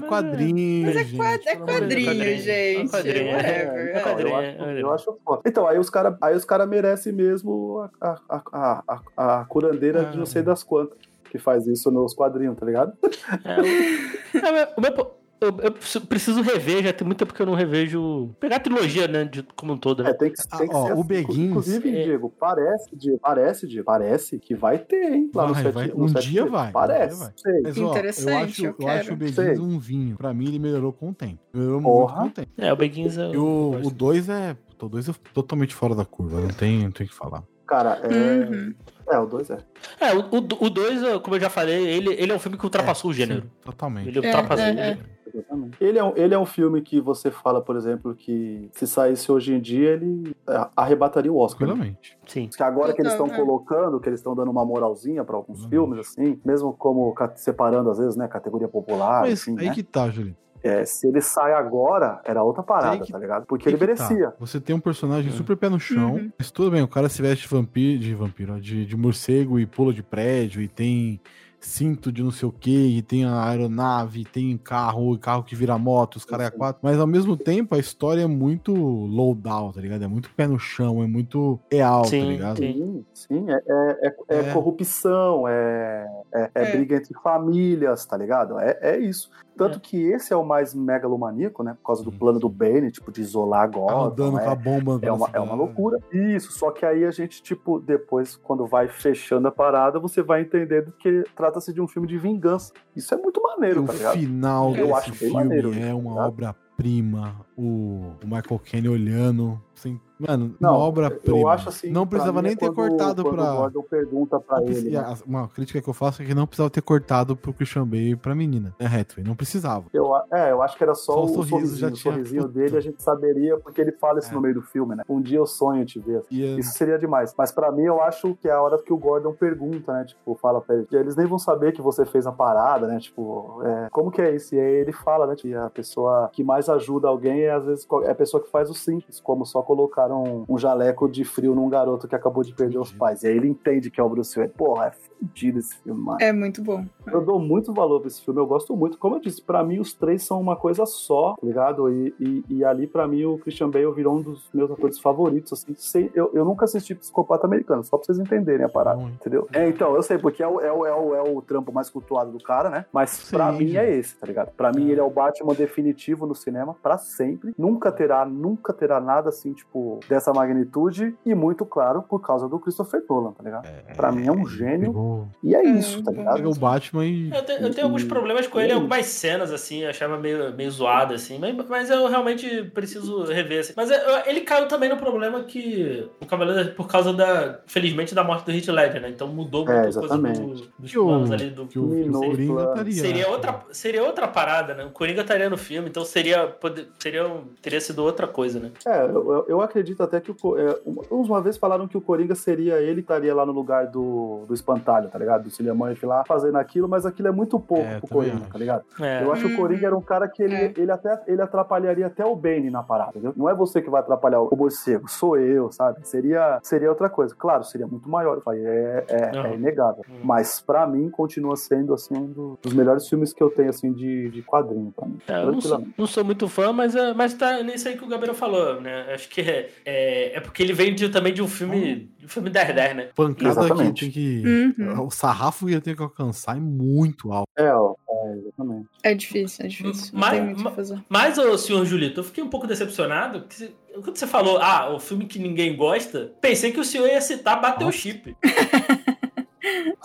S1: Mas-
S3: é
S1: mas é-
S3: quadrinho.
S2: Mas é,
S3: gente,
S2: quad- é
S3: pelo amor de Deus.
S2: quadrinho,
S1: quadrinho. É
S2: gente.
S1: quadrinho, é.
S2: Whatever.
S4: É, então, eu, acho,
S1: Adriano,
S4: eu acho foda. Então, aí os caras cara merecem mesmo a, a, a, a, a curandeira de
S3: Ah.
S4: não sei das quantas que faz isso nos quadrinhos, tá ligado?
S1: É, mas o meu po- eu, eu preciso- preciso rever, já tem muito tempo que eu não revejo. Pegar a trilogia, né? de- como um todo,
S4: É,
S1: né?
S4: tem que,
S3: Ah,
S4: tem que
S3: ó,
S4: ser
S3: o Beguins-
S4: Inclusive,
S1: É.
S4: Diego, parece, Diego, parece, Diego, parece que vai ter, hein? Lá no
S3: Vai,
S4: sete-
S3: vai.
S4: no
S3: Um
S4: sete
S3: dia
S4: dias.
S3: vai, um
S4: Parece.
S3: dia vai.
S4: sei.
S3: Mas, ó, eu
S2: Interessante,
S3: acho,
S2: eu
S3: eu
S2: quero.
S3: acho o Beguins
S4: Sei.
S3: um vinho. Pra mim, ele melhorou com o tempo. Melhorou
S4: Porra.
S3: muito com o tempo.
S1: É, o Beguins é.
S3: E o 2 é. puta, O 2 é totalmente fora da curva. Não tem, não tem o que falar.
S4: Cara, é.
S2: Uhum.
S4: É, o 2 é.
S1: É, o 2, como eu já falei, ele, ele é um filme que ultrapassou o gênero.
S3: Sim, totalmente.
S1: Ele ultrapassou.
S2: é,
S1: o gênero.
S4: Exatamente. Ele é, um, ele é um filme que você fala, por exemplo, que se saísse hoje em dia, ele é, arrebataria o Oscar. né?
S3: Tranquilamente.
S1: Sim.
S4: Que agora que eles
S2: Então,
S4: estão
S2: é.
S4: colocando, que eles estão dando uma moralzinha pra alguns
S3: Uhum.
S4: filmes, assim, mesmo como ca- separando às vezes, né, categoria popular,
S3: Mas
S4: enfim,
S3: aí
S4: né?
S3: que tá, Juliano.
S4: É, se ele sai agora, era outra parada,
S3: que-
S4: tá ligado? Porque ele
S3: Aí que
S4: merecia.
S3: tá. Você tem um personagem super pé no chão, mas tudo bem, o cara se veste de vampiro, de vampiro, ó, de, de morcego e pula de prédio, e tem cinto de não sei o que, e tem a aeronave, e tem carro, e carro que vira moto, os caras é
S4: Sim.
S3: quatro. Mas ao mesmo tempo, a história é muito low down, tá ligado? É muito pé no chão, é muito real, tá
S1: Sim,
S3: ligado?
S1: sim.
S4: Sim, sim, é, é- é- é
S3: É.
S4: corrupção, é, é- é
S2: É.
S4: briga entre famílias, tá ligado? É, é isso. Tanto que esse é o mais megalomaníaco, né? Por causa do
S3: Sim.
S4: plano do Bane, tipo, de isolar
S3: Tá
S4: agora.
S3: rodando Uhum. com a bomba.
S4: É
S3: na
S4: uma, é uma
S3: cidade.
S4: loucura. Isso, só que aí a gente, tipo, depois, quando vai fechando a parada, você vai entendendo que trata-se de um filme de vingança. Isso é muito maneiro,
S3: o
S4: tá ligado?
S3: final
S4: Eu
S3: desse
S4: acho bem
S3: filme
S4: maneiro
S3: é
S4: isso,
S3: uma
S4: tá?
S3: obra-prima. O, o Michael Caine olhando. assim, mano,
S4: Não,
S3: uma obra-prima.
S4: Eu acho assim.
S3: Não
S4: pra
S3: precisava
S4: mim, é
S3: nem ter
S4: quando-
S3: cortado
S4: quando
S3: pra. ah.
S4: O Gordon pergunta pra
S3: não
S4: ele.
S3: precisa-
S4: né?
S3: a- Uma crítica que eu faço é que não precisava ter cortado pro Christian Bale e pra menina, né, Hathaway? Não precisava.
S4: Eu, a- é, eu acho que era só,
S3: Só o
S4: o
S3: sorriso,
S4: sorrisinho,
S3: já
S4: o
S3: tinha-
S4: sorrisinho
S3: puta.
S4: dele, a gente saberia, porque ele fala isso
S3: É.
S4: no meio do filme, né? Um dia eu sonho te ver.
S3: E é-
S4: Isso seria demais. Mas pra mim, eu acho que é a hora que o Gordon pergunta, né? Tipo, fala pra ele. E eles nem vão saber que você fez a parada, né? Tipo, é, como que é isso? E aí ele fala, né? Que a pessoa que mais ajuda alguém é, às vezes, co- é a pessoa que faz os simples, como só colocar tacaram um jaleco de frio num garoto que acabou de perder os pais. E aí ele entende que é o Bruce Wayne. Porra, é fodido esse filme, mano.
S2: É muito bom.
S4: Eu dou muito valor pra esse filme, eu gosto muito. Como eu disse, pra mim os três são uma coisa só, tá ligado? E, e, e ali, pra mim, o Christian Bale virou um dos meus atores favoritos, assim. Sem- eu, eu nunca assisti Psicopata Americano, só pra vocês entenderem a parada,
S3: Não, hein?
S4: entendeu? É, então, eu sei, porque é o, é o, é o, é o trampo mais cultuado do cara, né? Mas pra
S3: Sim,
S4: mim
S3: gente.
S4: é esse, tá ligado? Pra mim ele é o Batman definitivo no cinema, pra sempre. Nunca terá, nunca terá nada assim, tipo, dessa magnitude. E muito claro, por causa do Christopher Nolan, tá ligado? Pra mim é um gênio.
S3: Pegou,
S4: E é
S2: É,
S4: isso, tá
S2: bom.
S3: pega
S4: ligado?
S3: o Batman e.
S1: Eu, te- eu tenho alguns problemas com ele, algumas cenas, assim, eu achava meio, meio zoado, assim, mas, mas eu realmente preciso rever, assim. Mas eu- eu- ele caiu também no problema que o Cavaleiro, por causa da, felizmente, da morte do Heath Ledger, né? Então mudou
S4: É,
S1: muito a coisa
S4: exatamente.
S1: do, dos
S3: Que o-
S1: planos ali do
S3: Que o, que o
S4: Minuto,
S3: Coringa
S4: é.
S3: estaria.
S1: Seria outra, seria outra parada, né? O Coringa estaria no filme, então seria, pode- seria um- teria sido outra coisa, né?
S4: É, eu, eu- eu acredito até que o. Co- É, uma- uma vez falaram que o Coringa seria ele que estaria lá no lugar do, do espantalho, tá ligado? Do Cillian lá fazendo aquilo, mas aquilo é muito pouco
S3: É,
S4: pro
S3: também
S4: Coringa,
S3: acho.
S4: tá ligado?
S1: É.
S4: Eu acho que o
S2: Uhum.
S4: Coringa era um cara que ele,
S2: É.
S4: ele, até, ele atrapalharia até o Bane na parada, entendeu? Não é você que vai atrapalhar o morcego, sou eu, sabe? Seria, seria outra coisa. Claro, seria muito maior, isso aí é, é,
S1: Aham.
S4: é inegável.
S1: Uhum.
S4: Mas pra mim, continua sendo, assim, um do- dos melhores filmes que eu tenho, assim, de, de quadrinho, pra mim.
S1: É, eu não sou,
S4: Tranquilamente.
S1: não sou muito fã, mas, é, mas tá nisso aí que o Gabriel falou, né? Acho que é, é, é porque ele veio de- também de um filme. De um filme 10-10, né?
S3: Pancada
S4: Exatamente.
S3: que tem que.
S2: Uhum.
S3: O sarrafo ia ter que alcançar é muito alto.
S4: É, ó, é, exatamente.
S2: É difícil, é difícil. Não
S1: Mas-
S2: tem muito o que
S1: mas-
S2: fazer.
S1: Mas, ô, senhor Julito, eu fiquei um pouco decepcionado. porque você- quando você falou, ah, o filme que ninguém gosta, pensei que o senhor ia citar Bateu
S3: Nossa.
S1: Chip.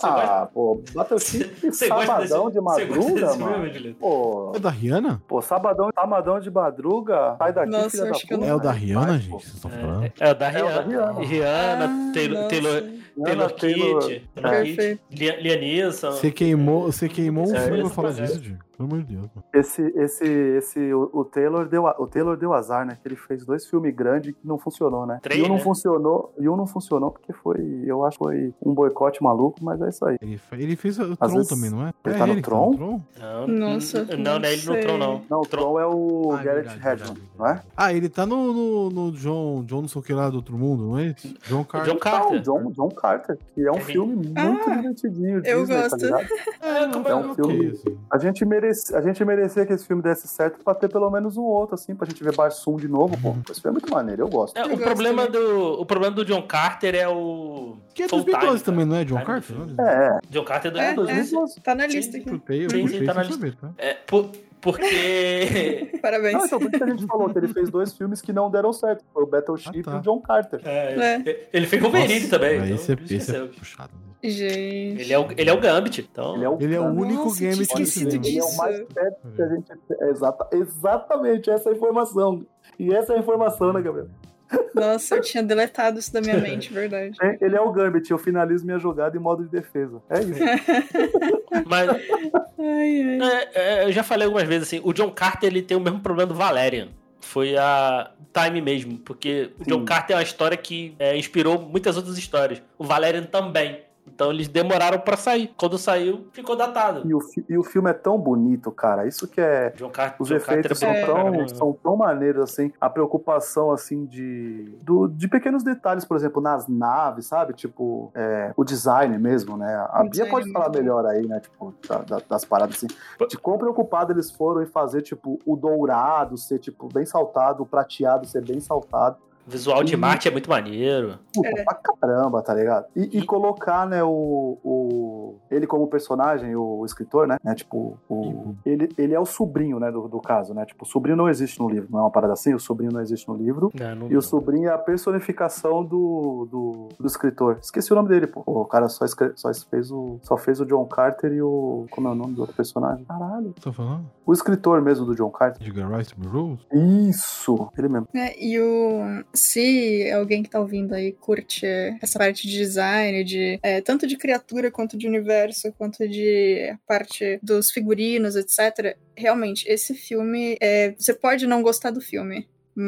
S4: Ah, pô, bateu chip de
S1: Você gosta desse,
S4: sabadão de
S1: você gosta
S4: madruga,
S1: desse
S4: mano.
S1: filme, Julito?
S4: Pô,
S3: É da Rihanna?
S4: pô, sabadão, sabadão de madruga, sai daqui,
S2: Nossa,
S4: filha
S2: eu
S4: da
S2: acho que eu
S4: puta.
S2: não-
S3: É o da Rihanna,
S4: Vai, pô.
S3: gente? Vocês estão falando?
S1: É, é
S4: É o
S1: o da
S4: da
S1: Rihanna.
S4: Rihanna.
S1: Rihanna,
S2: Ah,
S1: Taylor,
S2: nossa.
S1: Taylor,
S4: Rihanna,
S1: Taylor Kitt, Taylor Kitt,
S2: Perfeito.
S1: Lia- Liam Neeson.
S3: Você queimou, você queimou um
S1: É,
S3: filme pra
S1: esse
S3: falar
S1: processo.
S3: disso, Diego. Pelo amor de Deus. mano.
S4: Esse, esse, esse, o, o Taylor deu, a- o Taylor deu azar, né? Que ele fez dois filmes grandes que não funcionou, né?
S1: Três,
S4: e um não
S1: né?
S4: funcionou, e um não funcionou porque foi, eu acho, que foi um boicote maluco, mas é isso aí.
S3: Ele, fe- ele fez o
S4: Às
S3: Tron
S4: vezes
S3: também, não é?
S4: ele
S3: é
S4: tá no
S3: que
S4: Tron?
S1: Não,
S2: Nossa,
S1: n- não,
S2: não
S1: não é ele no
S2: sei.
S1: Tron, não.
S4: Não, o Tron é o
S3: Ah, é
S4: Garrett
S3: verdade,
S4: Hedlund,
S3: verdade,
S4: não é?
S3: verdade. Ah, ele tá no, no, no John, John não sei o que lá do outro mundo, não é esse? John Carter.
S4: Ah,
S1: John
S4: o
S1: Carter.
S4: John, John Carter, que é um
S1: É.
S4: filme muito
S2: Ah,
S4: divertidinho.
S2: eu
S4: Disney,
S2: gosto.
S4: Tá ligado?
S1: É, como
S4: é
S1: é
S4: um
S1: o-
S4: filme.
S3: Ok, assim.
S4: a, gente merece, a gente merecia que esse filme desse certo pra ter pelo menos um outro, assim, pra gente ver Barsum de novo, pô.
S3: Uhum.
S4: Esse filme é muito maneiro, eu gosto.
S1: É,
S2: Eu
S1: o,
S2: gosto
S1: problema
S2: também.
S1: do, o problema do John Carter é o.
S3: Que é
S1: Full
S3: 2012
S1: Time,
S3: também, não é? John
S1: Time do
S3: Carter?
S1: filme.
S3: Não,
S4: É, é.
S1: John Carter é do
S2: É,
S1: ano 2012.
S2: Tá na lista aqui.
S3: Chutei, eu
S1: Sim, sim,
S3: puxei
S1: tá na
S3: sem saber, tá?
S1: É, por- porque.
S2: Parabéns.
S4: Não, então por isso que a gente falou que ele fez dois filmes que não deram certo. Foi o Battleship
S3: Ah,
S4: e
S3: tá.
S4: o John Carter.
S1: é, Ele fez Wolverine
S3: Nossa,
S1: também.
S3: aí
S1: então,
S3: esse é-
S1: por isso que
S3: esse é
S1: saiu.
S3: puxado.
S2: Gente.
S1: ele, é o, ele é o Gambit. Então,
S4: Ele é o,
S3: Ele é o único
S2: Nossa,
S3: game
S2: tinha
S3: que
S2: esquecido
S3: cinema.
S4: Ele é o mais perto que a
S3: É.
S4: gente. é exata- exatamente essa é a informação. E essa é a informação, né, Gabriel?
S2: Nossa, eu tinha deletado isso da minha mente, verdade.
S4: É, Ele é o Gambit, eu finalizo minha jogada em modo de defesa. É isso.
S1: Mas
S2: Ai, ai.
S1: é, é, eu já falei algumas vezes assim: o John Carter ele tem o mesmo problema do Valerian. Foi a Time mesmo, porque o John
S4: Sim.
S1: Carter é uma história que é, inspirou muitas outras histórias. O Valerian também. Então eles demoraram pra sair. Quando saiu, ficou datado.
S4: E o, fi- e o filme é tão bonito, cara. Isso que é.
S1: John Carter,
S4: Os
S1: John
S4: efeitos são
S1: Carter é bom pra
S4: tão,
S1: caramba.
S4: são tão maneiros, assim. A preocupação, assim, de, do- de pequenos detalhes, por exemplo, nas naves, sabe? Tipo, é, o design mesmo, né? A
S2: O
S4: Bia
S2: design
S4: pode
S2: é
S4: falar
S2: muito bom.
S4: melhor aí, né? Tipo, da- da- das paradas, assim. De quão preocupado eles foram em fazer, tipo, o dourado ser, tipo, bem saltado, o prateado ser bem saltado.
S1: O visual de
S4: Hum.
S1: Marte é muito maneiro.
S4: Puta,
S2: É.
S4: pra caramba, tá ligado? E, e
S1: E-
S4: colocar, né, o, o- Ele como personagem, o escritor, né? né, tipo,
S2: Uhum.
S4: o, ele, ele é o sobrinho, né, do, do caso, né? Tipo, o sobrinho não existe no livro, não é uma parada assim? O sobrinho não existe no livro.
S1: Não, não-
S4: E o
S2: Uhum.
S4: sobrinho é a personificação do, do, do escritor. Esqueci o nome dele, pô. O cara só, escre- só, fez o, só fez o John Carter e o. Como é o nome do outro personagem? Caralho.
S3: Tá falando?
S4: O escritor mesmo do John Carter.
S3: Edgar Rice Burroughs?
S4: Isso! Ele mesmo.
S2: É, e o. Se alguém que tá ouvindo aí curte essa parte de design, de é, tanto de criatura quanto de universo, quanto de a parte dos figurinos, etc. Realmente, esse filme. é, você pode não gostar do filme,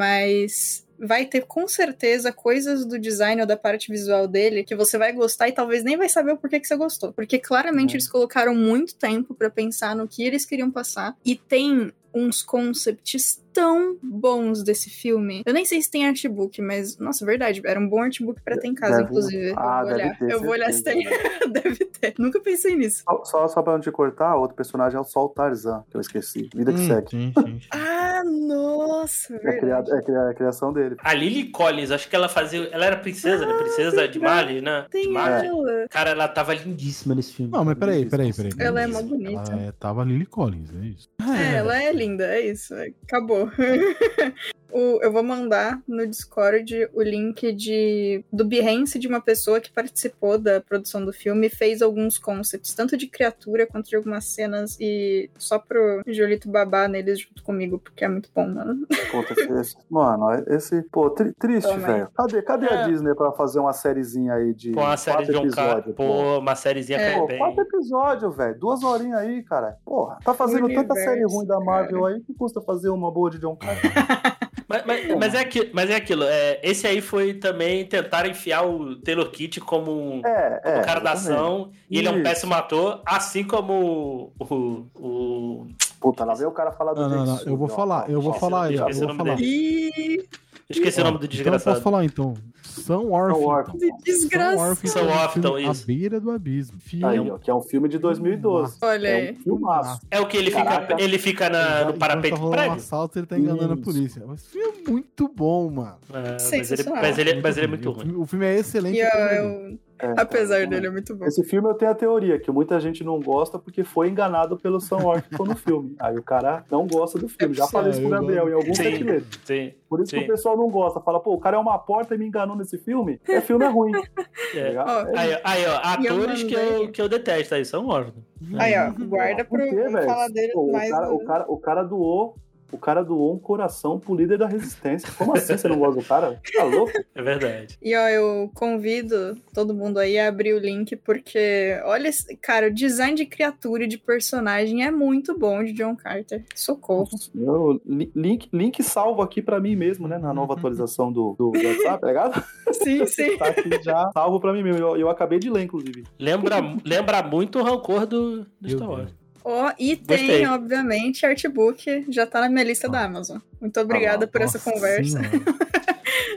S2: mas. Vai ter com certeza coisas do design ou da parte visual dele que você vai gostar e talvez nem vai saber o porquê que você gostou. Porque claramente
S4: Uhum.
S2: eles colocaram muito tempo pra pensar no que eles queriam passar. E tem uns concepts tão bons desse filme. Eu nem sei se tem artbook, mas, nossa, verdade, era um bom artbook pra ter em casa,
S4: Deve-
S2: inclusive.
S4: Ah,
S2: eu vou
S4: deve
S2: olhar.
S4: ter,
S2: eu vou olhar se tem.
S4: certeza.
S2: deve ter. Nunca pensei nisso.
S4: Só- Só, só pra não te cortar, outro personagem é o Sol Tarzan, que eu esqueci. Vida que
S3: Hum,
S4: segue.
S3: sim, sim, sim.
S2: Ah, nossa,
S4: É,
S2: verdade.
S4: criado, é, cria- é a criação dele.
S1: A Lily Collins, acho que ela fazia. Ela era princesa,
S4: Ah,
S1: né? Princesa de Males, né? De
S2: Tem
S1: Males.
S2: ela.
S1: Cara, ela tava lindíssima nesse filme.
S3: Não, mas peraí, peraí, peraí.
S2: Ela é mó bonita.
S3: Ela é, tava Lily Collins, é isso.
S2: É, ela é linda, é isso. é- Acabou. O- eu vou mandar no Discord o link de, do Behance de uma pessoa que participou da produção do filme e fez alguns concepts, tanto de criatura quanto de algumas cenas, e só pro Jolito babar neles junto comigo, porque é muito bom, mano.
S4: Aconteceu esse- Mano, esse. Pô, tri- triste,
S2: Toma aí.
S4: velho. Cadê, cadê a
S1: É.
S4: Disney pra fazer uma sériezinha aí de.
S1: Com a série
S4: quatro
S1: de um cara.
S4: episódios, pô?
S1: Pô, uma sériezinha
S2: É.
S4: Pô,
S1: bem.
S4: quatro episódios, velho. Duas horinhas aí, cara. Porra, tá fazendo tanta
S2: Universo,
S4: série ruim da Marvel aí que custa fazer uma boa de John Carter.
S1: Mas, mas- mas é aquilo, mas é aquilo é, esse aí foi também tentar enfiar o Taylor Kitt como um.
S4: É, é.
S1: o cara da
S4: exatamente.
S1: ação, e ele é um
S4: Isso.
S1: péssimo ator, assim como o. o, o-
S4: Puta, lá veio o cara falar do
S3: Não, não,
S4: Jake
S3: não, eu vou
S4: Sully, ó.
S3: falar, eu vou
S4: Ó,
S3: falar, eu
S1: esqueci é o
S3: vou
S1: nome
S3: falar.
S1: dele.
S2: E
S1: esqueci o nome do
S3: Então eu
S1: desgraçado.
S3: posso falar então. São
S4: Não,
S3: Orphan.
S4: Orphan.
S3: São
S2: desgraça.
S3: Orphan,
S1: São
S3: é um
S1: Orphan,
S3: filme
S1: isso. Tá
S3: À beira do abismo. Filme.
S4: Aí, ó, que é um filme de 2012.
S2: Olha
S4: É um
S2: aí.
S4: filmaço.
S1: É o que ele fica,
S4: Caraca.
S1: ele fica na- Ah, no parapeito do
S3: rolando um
S1: prédio.
S3: assalto, ele tá enganando
S4: Isso.
S3: a polícia. Mas o filme é muito bom, mano.
S1: É, mas, ele,
S2: Sensacional.
S1: mas, ele, mas ele é
S3: bom.
S1: muito
S3: O
S1: ruim.
S3: filme- O filme é excelente.
S2: E eu,
S3: apesar dele.
S2: eu-
S4: É,
S2: apesar
S4: cara,
S2: dele, é muito bom.
S4: Esse filme eu tenho a teoria, que muita gente não gosta porque foi enganado pelo Sam Worthington no filme. Aí o cara não gosta do filme. Já falei isso pro
S3: É, eu
S4: Gabriel em algum
S1: Sim.
S4: cantilete.
S1: Sim.
S4: Por isso que
S1: Sim.
S4: o pessoal não gosta. Fala, pô, o cara é uma porta e me enganou nesse filme. É filme é ruim. tá
S1: É.
S4: ligado?
S2: Ó,
S1: Aí, ó, aí, ó,
S2: E eu
S1: atores que eu,
S2: mandei-
S1: que eu detesto, aí são órfãos.
S2: Aí, ó, guarda
S4: É Por
S2: pro
S4: quê,
S2: vamos
S4: velho?
S2: falar dele
S4: Pô, o,
S2: mais. um.
S4: cara,
S2: no-
S4: o, cara, o cara doou. O cara doou um coração pro líder da resistência. Como assim você não gosta do cara? Tá louco?
S1: É verdade.
S2: E ó, eu convido todo mundo aí a abrir o link, porque olha, esse- cara, o design de criatura e de personagem é muito bom de John Carter. Socorro.
S4: Eu- li- link, link salvo aqui pra mim mesmo, né? Na nova atualização do, do WhatsApp, tá ligado?
S2: Sim, sim.
S4: Tá aqui já salvo pra mim mesmo. Eu, eu acabei de ler, inclusive.
S1: Lembra, lembra muito o rancor do, do
S3: Meu
S1: Star Wars.
S3: Deus.
S2: Ó, e
S1: Gostei.
S2: tem, obviamente, artbook, já tá na minha lista da Amazon. Muito obrigada
S4: Ah,
S2: por essa
S3: Nossa
S2: conversa.
S3: Senhora.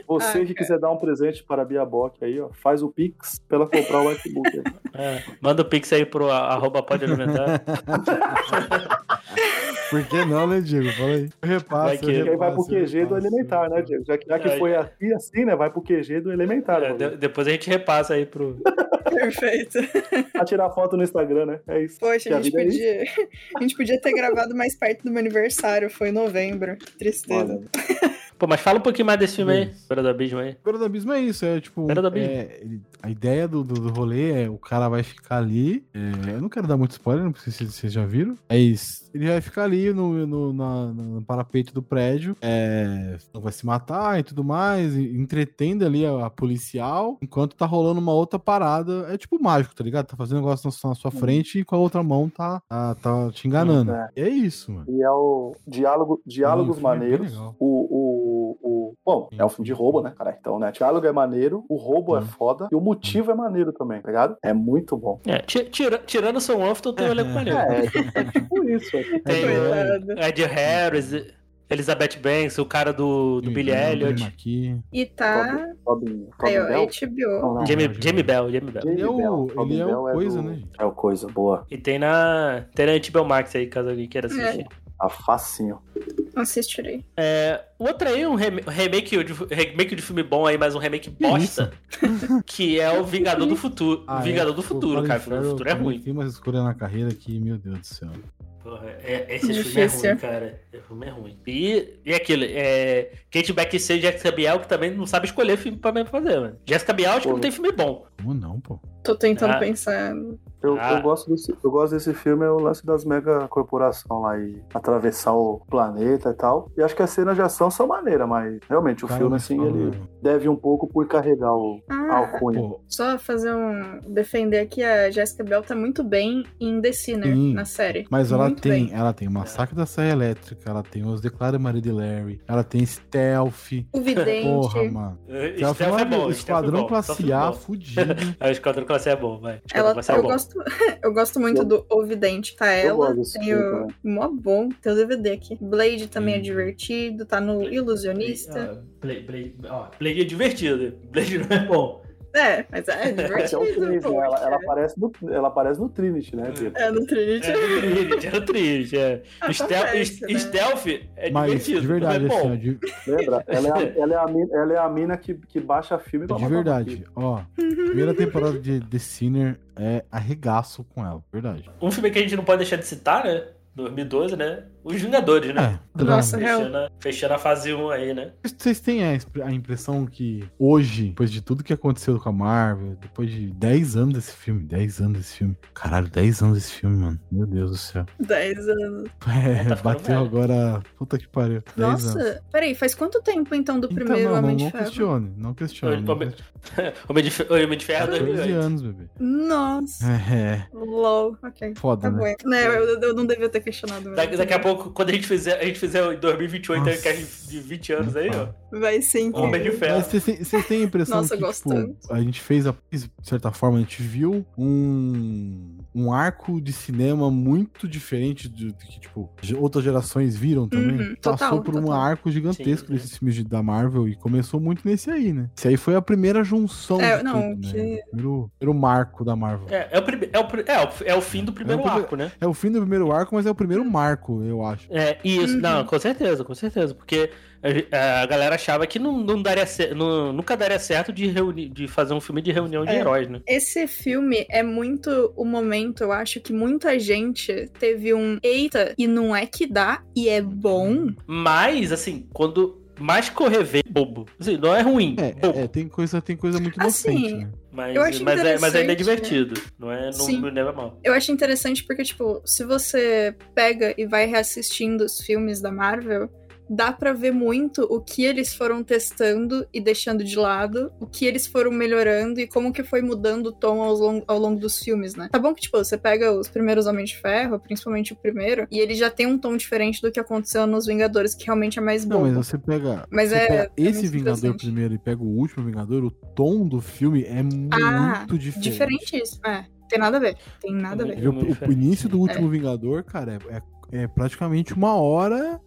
S4: Você
S2: Ai,
S4: que quiser dar um presente para a Bia Bock aí, ó, faz o Pix pra ela comprar o MacBook.
S1: É, manda o pix aí pro a- arroba pode alimentar.
S3: Por que não, né, Diego? Fala aí. Eu repasso,
S1: Vai que-
S3: eu
S4: E aí vai
S3: repasso,
S4: pro
S3: eu
S4: QG do
S3: repasso,
S4: Elementar,
S3: eu
S4: né,
S3: repasso.
S4: Diego? Já que, já que
S1: Aí.
S4: foi assim, assim, né? Vai pro QG do Elementar.
S1: É,
S4: né?
S1: de- depois a gente repassa aí pro.
S2: Perfeito.
S4: Pra tirar foto no Instagram, né? É isso.
S2: Poxa,
S4: Que
S2: a gente,
S4: vida é isso.
S2: podia... a gente podia ter gravado mais perto do meu aniversário, foi em novembro. Que tristeza.
S4: Olha,
S1: Pô, mas fala um pouquinho mais desse filme aí. Fora do Abismo aí.
S3: Beira do Abismo é isso, é tipo.
S1: Beira do Abismo.
S3: é, ele- a ideia do, do, do rolê é o cara vai ficar ali. é, eu não quero dar muito spoiler, não sei se vocês já viram. Mas ele vai ficar ali no, no, na- no parapeito do prédio. é, não vai se matar e tudo mais. e entretendo ali a, a policial. Enquanto tá rolando uma outra parada. É tipo mágico, tá ligado? Tá fazendo negócio na, sua- na sua frente e com a outra mão tá, tá, tá te enganando.
S4: É.
S3: E é isso, mano.
S4: E é o diálogo, diálogos
S3: Sim, o filme é bem
S4: maneiros.
S3: legal.
S4: o, o, o- Bom, é um filme de roubo, né, cara? Então, né? Diálogo é maneiro, o roubo é
S3: Sim.
S4: foda e o motivo é maneiro também, tá ligado? É muito bom.
S1: É, ti- tira- tirando o Sam Ofton, tem o elenco maneiro.
S4: É, é tipo isso. é tipo-
S1: Tem né?
S3: É,
S2: Coitado.
S1: o Ed Harris, Elizabeth Banks, o cara do, do Billy Elliot.
S3: um Aqui.
S2: E tá.
S4: Robin, Robin
S2: Aí, ó,
S4: Bell? Então, né,
S2: HBO.
S4: Não, não.
S1: Jamie, Jamie Bell, Jamie Bell.
S3: Ele é
S4: Bell,
S3: o-
S4: Robin
S3: ele é o
S4: Bell
S3: coisa,
S4: do-
S3: né, gente?
S4: É o coisa, boa.
S1: E tem na, tem na HBO Max aí, caso alguém queira assistir.
S4: Tá facinho.
S2: Assistirei.
S1: É, outra aí, um rem- remake, de, remake de filme bom aí, mas um remake
S3: É
S1: bosta, que é o Vingador do Futuro.
S3: Ah,
S1: o
S3: é.
S1: Vingador do
S3: O
S1: Futuro,
S3: Colin
S1: cara. O Vingador do
S3: Farrell
S1: Futuro é
S3: também
S1: ruim.
S3: Tem umas escolhas na carreira que, meu Deus do céu.
S1: Porra, é, esse filme é
S2: Difícil.
S1: ruim, cara. Esse filme é ruim. E, e aquilo, é, Kate Beckinsale e Jessica Biel, que tambel não sabe escolher filme pra mesmo fazer, mano. Jessica Biel, acho que
S4: Pô.
S1: não tem filme bom.
S3: Como não, pô?
S2: Tô tentando
S1: Ah.
S2: pensar.
S4: Eu,
S1: Ah.
S4: eu, gosto desse, eu gosto desse filme, é o lance das mega corporação lá e atravessar o planeta e tal. E acho que as cenas de ação são maneiras, mas realmente o
S3: Cara,
S4: filme,
S3: mas
S4: assim,
S3: fala,
S4: ele
S3: mano.
S4: deve um pouco por carregar o
S2: Ah,
S4: alcunha.
S3: Pô,
S2: Só fazer um. defender aqui, a Jessica Bell tá muito bem em The Sinner
S3: Sim.
S2: na série.
S3: mas ela
S2: Muito
S3: tem,
S2: bem.
S3: ela tem o Massacre da Serra Elétrica, ela tem os Declara Maria de Larry, ela tem Stealth.
S2: O Vidente.
S3: Porra, mano.
S1: É,
S3: Stealth é
S1: Stealth é bom.
S3: maravilhoso.
S1: Stealth é
S3: Esquadrão
S1: bom, Stealth
S3: Classe
S1: é
S3: A,
S1: bom.
S3: fudido.
S1: Ah, O Esquadrão Classe é bom, vai. Esquadrão
S2: ela,
S1: Classe é
S2: eu
S1: bom.
S2: gosto gosto, eu gosto muito
S4: Eu-
S2: do Ovidente, tá ela.
S4: gosto desse
S2: Tem
S4: filme
S2: o
S4: também.
S2: mó bom, tem o DVD aqui. Blade também é
S5: Hum.
S2: divertido, tá no
S1: É,
S2: Ilusionista.
S5: Play, play, ó, play é divertido. Blade não é bom.
S2: É, mas é
S4: Esse é o
S2: divertido.
S4: Trinity, né? ela,
S2: poxa.
S4: ela aparece no, ela aparece no Trinity, né, Pedro?
S2: É, no Trinity.
S5: É triste, é triste. É.
S2: Acontece,
S5: Stealth,
S2: né?
S5: stealth é
S3: Mas,
S5: divertido,
S3: de verdade,
S5: não é
S3: assim,
S5: bom.
S3: ó, de,
S4: Lembra? Ela é a, ela é a, mina, ela é a mina que, que baixa filme pra
S3: de
S4: matar
S3: verdade,
S4: vampiro.
S3: ó. Primeira temporada de The Sinner é arregaço com ela, verdade.
S1: Um filme que a gente não pode deixar de citar, né? 2012, né? Os Vingadores, né?
S3: É,
S2: Nossa, real.
S1: Fechando, a- fechando a fase 1 aí, né?
S3: Vocês têm a, exp- a impressão que hoje, depois de tudo que aconteceu com a Marvel, depois de 10 anos desse filme, 10 anos desse filme, caralho, 10 anos desse filme, mano, meu Deus do céu.
S2: 10 anos.
S3: É,
S1: Tá ficando
S3: bateu
S1: velho.
S3: agora, puta que pariu, 10 anos.
S2: Nossa, peraí, faz quanto tempo então do
S3: Então,
S2: primeiro
S3: não, não,
S2: Homem
S3: não
S2: de Ferro?
S3: questione, não questione.
S1: Eu-
S3: Não
S1: eu-
S3: questione.
S1: Homem de, Fe- Homem de Ferro é
S3: 14
S1: 2008.
S3: anos, bebê.
S2: Nossa,
S3: É,
S2: lol. Ok. Tá
S3: foda,
S2: bom.
S3: né?
S2: Né, eu, eu não devia ter questionado.
S1: Da,
S2: mesmo.
S1: daqui a pouco, quando a gente fizer, a gente fizer o 2028 aí,
S3: Nossa.
S1: que é de 20 anos aí, ó.
S2: Vai ser
S1: Homem
S2: incrível.
S1: de
S3: Mas
S1: Ferro.
S3: vocês têm- vocês têm a impressão
S2: Nossa,
S3: que,
S2: eu
S3: tipo,
S2: gosto tanto.
S3: a gente fez, a, de certa forma, a gente viu um, um arco de cinema muito diferente do do que, tipo, ge- outras gerações viram também.
S2: Uhum, total,
S3: Passou por um
S2: total.
S3: arco gigantesco
S1: Sim,
S3: desses filmes de- da Marvel e começou muito nesse aí, né? Esse aí foi a primeira junção
S2: É,
S3: de
S2: não,
S3: tudo,
S2: que-
S3: né? O primeiro, primeiro marco da Marvel. É.
S1: É, é, o prime- é, o, pri- é, o- é o fim do primeiro
S3: É o primeiro-
S1: arco, né?
S3: o fim do primeiro arco, mas é o primeiro marco, eu acho.
S1: É, isso,
S2: Uhum.
S1: não, com certeza, com certeza. Porque a ge- a, galera achava que não, não daria cer- não- nunca daria certo de, reunir, de fazer um filme de reunião de
S2: É.
S1: heróis, né?
S2: Esse filme é muito o momento, eu acho que muita gente teve um eita e não é que dá e é bom.
S1: Mas, assim, quando mais correver, bobo. Assim, não é ruim, bobo,
S3: É, é, tem, coisa, tem coisa muito
S2: Assim,
S3: inocente, né?
S1: mas,
S2: eu acho
S1: mas, é, mas ainda é
S2: interessante, né?
S1: divertido. Não é, não,
S2: Sim.
S1: não leva mal.
S2: Eu acho interessante porque, tipo, se você pega e vai reassistindo os filmes da Marvel, dá pra ver muito o que eles foram testando e deixando de lado, o que eles foram melhorando e como que foi mudando o tom aos lon- ao longo dos filmes, né? Tá bom que, tipo, você pega os primeiros Homens de Ferro, principalmente o primeiro, e ele já tem um tom diferente do que aconteceu nos Vingadores, que realmente é mais
S3: Não,
S2: bom.
S3: mas você pega,
S2: Mas
S3: você
S2: é-
S3: pega
S2: é
S3: esse
S2: muito
S3: Vingador
S2: interessante.
S3: primeiro e pega o último Vingador, o tom do filme é muito
S2: Ah,
S3: diferente.
S2: Diferente isso, é. Tem nada a ver. Tem nada a
S3: Você
S2: ver.
S3: vê o-
S1: Muito
S3: o,
S1: diferente,
S3: início do
S1: sim.
S3: último Vingador, cara, é, é- é praticamente uma hora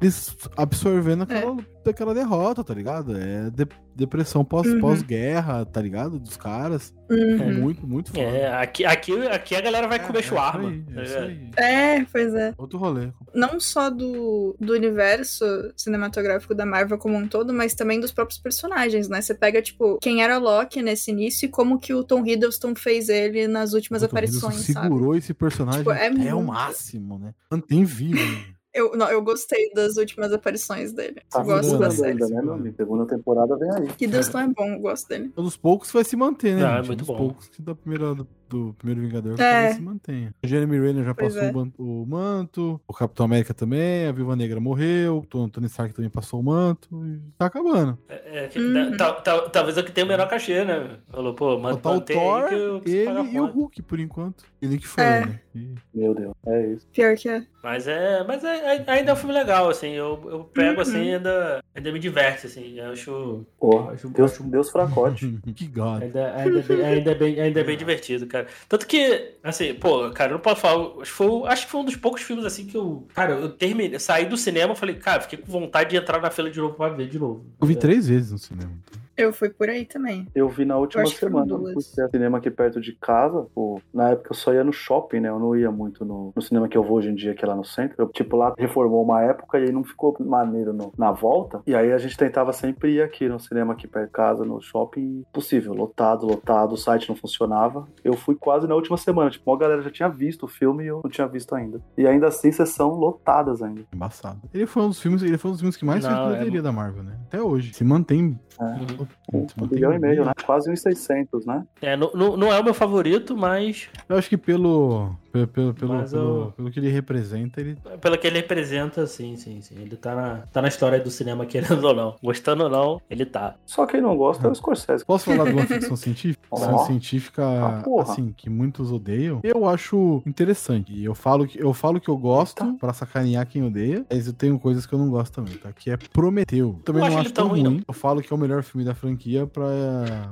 S3: eles absorvendo
S2: É.
S3: aquela, daquela derrota, tá ligado? É de- depressão pós-
S2: Uhum.
S3: pós-guerra, tá ligado? Dos caras. É
S2: Uhum.
S3: muito, muito foda.
S1: É, aqui, aqui, aqui a galera vai comer
S3: É, é isso
S1: chuarma.
S3: aí, é isso aí.
S2: É, pois é.
S3: Outro rolê.
S2: Não só do, do universo cinematográfico da Marvel como um todo, mas também dos próprios personagens, né? Você pega, tipo, quem era Loki nesse início e como que o Tom Hiddleston fez ele nas últimas
S3: Puta, o Hiddleston
S2: aparições, sabe?
S3: segurou esse personagem
S2: Tipo, é
S3: até o
S2: muito-
S3: máximo, né? Mantém vivo. né?
S2: Eu, não, eu gostei das últimas aparições dele.
S4: Tá
S2: gosto da
S4: segurando
S2: série.
S4: ainda, né, meu amigo? Segunda temporada vem aí.
S2: Hiddleston é bom, eu gosto dele.
S3: Um dos poucos vai se manter, né?
S1: Não, é
S3: gente?
S1: muito
S3: um dos
S1: bom.
S3: poucos que da primeira, do, do primeiro Vingador
S2: É.
S3: talvez se mantenha. O Jeremy Renner já
S2: Pois
S3: passou
S2: é.
S3: o ban- o, manto, o Capitão América também, a Viúva Negra morreu, o Tony Stark também passou o manto, e tá acabando.
S1: É, é que
S2: Uhum.
S1: tal- tal- talvez é o que tem o menor cachê, né? Falou, pô, manda
S3: Faltar o
S1: mantém aí
S3: Thor,
S1: que eu preciso pagar
S3: ele e o
S1: conta.
S3: Hulk, por enquanto. E o Nick Fury,
S2: É.
S3: né? E-
S4: Meu Deus, é isso.
S2: Pior que é.
S1: Mas é. Mas é, é- ainda é um filme legal, assim. Eu, eu pego assim e ainda, ainda me diverte, assim. Eu acho.
S4: Porra,
S1: Acho-
S4: Deus,
S1: acho-
S4: Deus fracote.
S3: que gado.
S5: Ainda, ainda, bem, ainda, bem, ainda
S1: É bem divertido, cara. Tanto que, assim, pô, cara, eu não posso falar. Acho que foi, acho que foi um dos poucos filmes assim que eu. Cara, eu terminei. eu Saí do cinema e falei, cara, fiquei com vontade de entrar na fila de novo pra ver de novo.
S3: Eu vi três vezes no cinema.
S2: Eu fui por aí também.
S4: Eu vi na última
S2: acho que foram
S4: semana, eu
S2: duas.
S4: fui ter cinema aqui perto de casa. pô. na época eu só ia no shopping, né? Eu não ia muito no, no cinema que eu vou hoje em dia, que é lá no centro. Eu, tipo, lá reformou uma época e aí não ficou maneiro no- na volta. E aí a gente tentava sempre ir aqui no cinema aqui perto de casa, no shopping. Possível, lotado, lotado, o site não funcionava. Eu fui quase na última semana. Tipo, a galera já tinha visto o filme e eu não tinha visto ainda. E ainda assim, sessão lotadas ainda.
S3: Embaçado. Ele foi um dos filmes, ele foi um dos filmes que mais fez
S1: Não, é
S3: bilheteria da Marvel, né? Até hoje. Se mantém. Uhum. se
S4: Um
S3: mantém
S4: bilhão e meio,
S3: vivo.
S4: né? Quase uns 600, né?
S1: É, não, não, não é o meu favorito, mas.
S3: Eu acho que pelo, Pelo, pelo, pelo, pelo, pelo que ele representa, ele.
S1: Pelo que ele representa, sim, sim, sim. Ele tá na, tá na história do cinema, querendo ou não. Gostando ou não, ele tá.
S4: Só quem não gosta é o Scorsese.
S3: Posso falar de uma ficção científica?
S4: Ó.
S3: Ficção científica,
S4: Ah, porra.
S3: assim, que muitos odeiam. Eu acho interessante. E eu falo que eu, falo que eu gosto
S4: Tá.
S3: pra sacanear quem odeia. Mas eu tenho coisas que eu não gosto também, tá? Que é Prometeu. Também
S1: Eu
S3: não
S1: acho
S3: acho
S1: ele tão
S3: tão
S1: ruim, não.
S3: ruim. Eu falo que é o melhor filme da franquia pra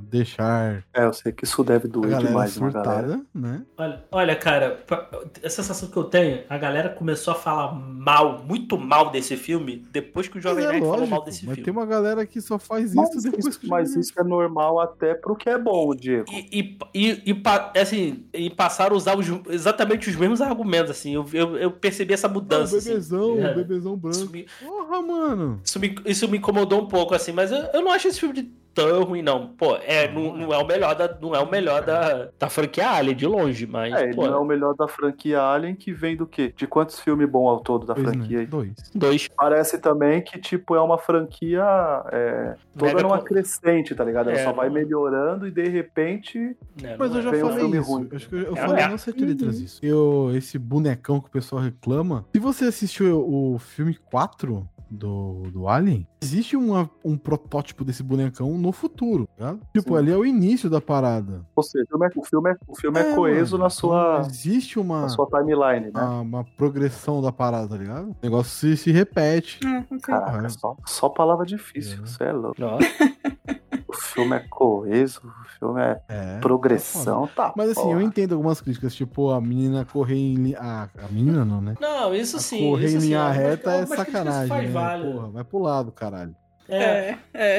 S3: deixar
S4: É, eu sei que isso deve
S3: a
S4: doer
S3: galera
S4: demais na galera.
S3: surtada, né?
S1: Olha, olha, cara, pra- a sensação que eu tenho, a galera começou a falar mal, muito mal desse filme, depois que o
S3: Mas
S1: Jovem
S3: é
S1: Nerd falou
S3: lógico,
S1: mal desse
S3: mas
S1: filme.
S3: tem uma galera que só faz isso
S4: Mas
S3: depois
S4: isso,
S3: que
S4: mas isso é normal até pro que é bom, Diego.
S1: E, e, e, e pa- assim, e passaram a usar os- exatamente os mesmos argumentos, assim. Eu, eu, eu percebi essa
S3: Ah, o
S1: mudança. assim.
S3: bebezão,
S1: É.
S3: o bebezão branco.
S1: Isso me-
S3: Porra, mano.
S1: Isso me, isso me incomodou um pouco, assim, mas eu, eu não acho esse filme de tão ruim, não. Pô, é,
S4: Uhum.
S1: não, não é o melhor da, não é o melhor da, da franquia Alien, de longe, mas,
S4: É, ele
S1: pô,
S4: não é o melhor da franquia Alien, que vem do quê? De quantos filmes bons ao todo da
S3: Dois,
S4: franquia
S3: né?
S4: aí?
S3: Dois.
S1: dois.
S4: Parece também que, tipo, é uma franquia é, toda
S1: Mega
S4: numa
S1: co-
S4: crescente, tá ligado? Ela
S1: É,
S4: só vai
S1: não-
S4: melhorando e, de repente,
S1: né,
S3: Mas
S1: não
S3: eu já
S1: é.
S4: Tem um
S3: falei
S4: filme
S3: isso.
S4: ruim. Uhum.
S3: Acho que eu, eu
S1: É,
S3: falei
S1: é.
S3: não sei letras isso. Eu, esse bonecão que o pessoal reclama. Se você assistiu o filme 4 do, do Alien, existe uma- um protótipo desse bonecão no futuro, tá? ligado? Tipo,
S4: Sim.
S3: ali é o início da parada.
S4: ou seja, o filme é, o filme é- o filme é
S3: É,
S4: coeso
S3: mano. Ah,
S4: na sua,
S3: Então, existe uma,
S4: na sua timeline, né?
S3: uma, uma progressão da parada, tá ligado? O negócio se, se repete.
S2: Ah, ok.
S4: Caraca,
S3: é.
S4: só, só palavra difícil,
S3: É.
S4: você é louco.
S1: Nossa.
S4: O filme é coeso, o filme é
S3: É.
S4: progressão, tá?
S3: Mas assim,
S4: porra.
S3: eu entendo algumas críticas, tipo, a menina correr em linha. A, a menina não, né?
S1: Não, isso
S3: A
S1: sim.
S3: correr
S1: isso
S3: em
S1: sim,
S3: linha
S1: algumas-
S3: reta é
S1: algumas críticas
S3: sacanagem.
S1: faz
S3: Né?
S1: válido.
S3: Porra, vai pro lado, caralho.
S1: É,
S2: É, é.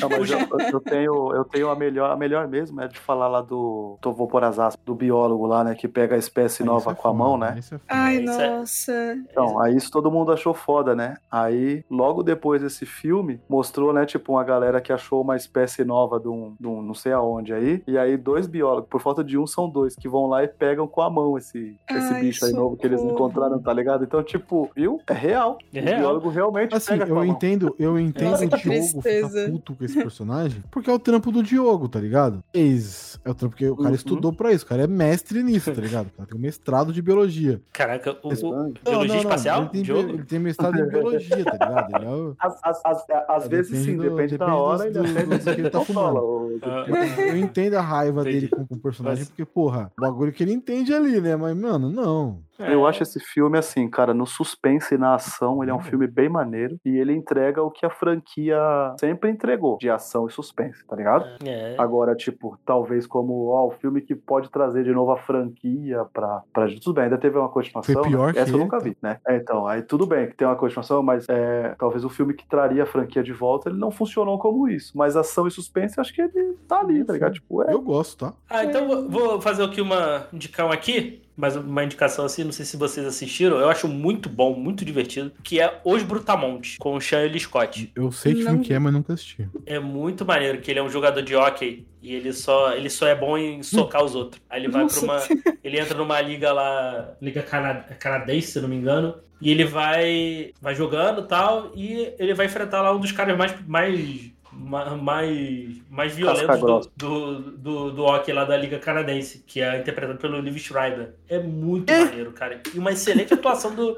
S4: Não, mas eu, eu- eu tenho, eu tenho a melhor, a melhor mesmo é de falar lá do. Tô, vou pôr as aspas, do biólogo lá, né? Que pega a espécie
S3: Aí
S4: nova
S3: isso é
S4: com a mão,
S3: foda,
S4: né?
S3: Isso é foda.
S2: Ai,
S1: Isso é-
S2: nossa.
S4: Então, aí isso todo mundo achou foda, né? Aí, logo depois desse filme, mostrou, né, tipo, uma galera que achou uma espécie nova de um, de um não sei aonde aí. E aí, dois biólogos, por falta de um, são dois, que vão lá e pegam com a mão esse, esse
S2: Ai,
S4: bicho aí novo que eles
S2: socorro.
S4: encontraram, tá ligado? Então, tipo, viu? É real.
S1: É
S4: o
S1: real.
S4: biólogo realmente
S3: Assim,
S4: pega com
S3: eu
S4: a mão.
S3: entendo, eu entendo
S2: Nossa,
S3: o
S2: que
S3: Diogo
S2: tristeza.
S3: ficar puto com esse personagem, porque é o trampo do Diogo, tá ligado? Ex, é o trampo que o cara
S4: Uhum.
S3: estudou pra isso, o cara é mestre nisso, tá ligado? O cara tem um mestrado de biologia.
S1: Caraca, o,
S3: é
S1: o
S4: Entendo.
S3: Não, não,
S1: biologia
S3: não,
S1: espacial?
S3: Ele tem,
S1: Diogo?
S3: ele tem mestrado em biologia, tá ligado? Ele é o-
S4: Às, às- às- é, às vezes
S3: É, Depende
S4: sim,
S3: do-
S4: depende da
S3: depende
S4: hora
S3: dos-
S4: e depende
S3: dos- do que ele tá
S4: Não
S3: fumando.
S4: fala, ô,
S1: Ah,
S3: Eu, eu entendo a raiva
S1: Entendi.
S3: dele com, com o personagem,
S1: Mas-
S3: porque, porra, o bagulho que ele entende ali, né? Mas, mano, não.
S1: é.
S4: Eu acho esse filme assim, cara, no suspense e na ação,
S3: Hum.
S4: ele é um filme bem maneiro e ele entrega o que a franquia sempre entregou, de ação e suspense, tá ligado?
S1: É.
S4: Agora, tipo, talvez como, ó, o filme que pode trazer de novo a franquia pra, pra... Tudo bem, ainda teve uma continuação,
S3: Foi pior
S4: né?
S3: que
S4: essa eu
S3: ele,
S4: nunca
S3: tá?
S4: vi, né? É, então, aí tudo bem que tem uma continuação, mas é, talvez o filme que traria a franquia de volta, ele não funcionou como isso, mas ação e suspense, acho que ele tá ali, tá ligado? Tipo, é...
S3: Eu gosto, tá?
S1: Ah, então vou- vou fazer aqui uma indicação aqui, mas uma indicação assim, não sei se vocês assistiram, eu acho muito bom, muito divertido, que é Os Brutamontes, com o Sean Eli Scott.
S3: Eu sei que
S2: Não
S3: filme
S2: vi.
S3: que é, mas nunca assisti.
S1: É muito maneiro, que ele é um jogador de hockey e ele só, ele só é bom em socar os outros. Aí ele vai pra
S2: Nossa.
S1: uma. Ele entra numa liga lá. Liga cana- canadense, se não me engano. E ele vai. Vai jogando e tal. E ele vai enfrentar lá um dos caras mais. mais ma- mais, mais violentos
S4: grossa.
S1: do, do, do, do hockey lá da Liga Canadense, que é interpretado pelo Liv Schreiber. É muito maneiro, cara. E uma excelente atuação do.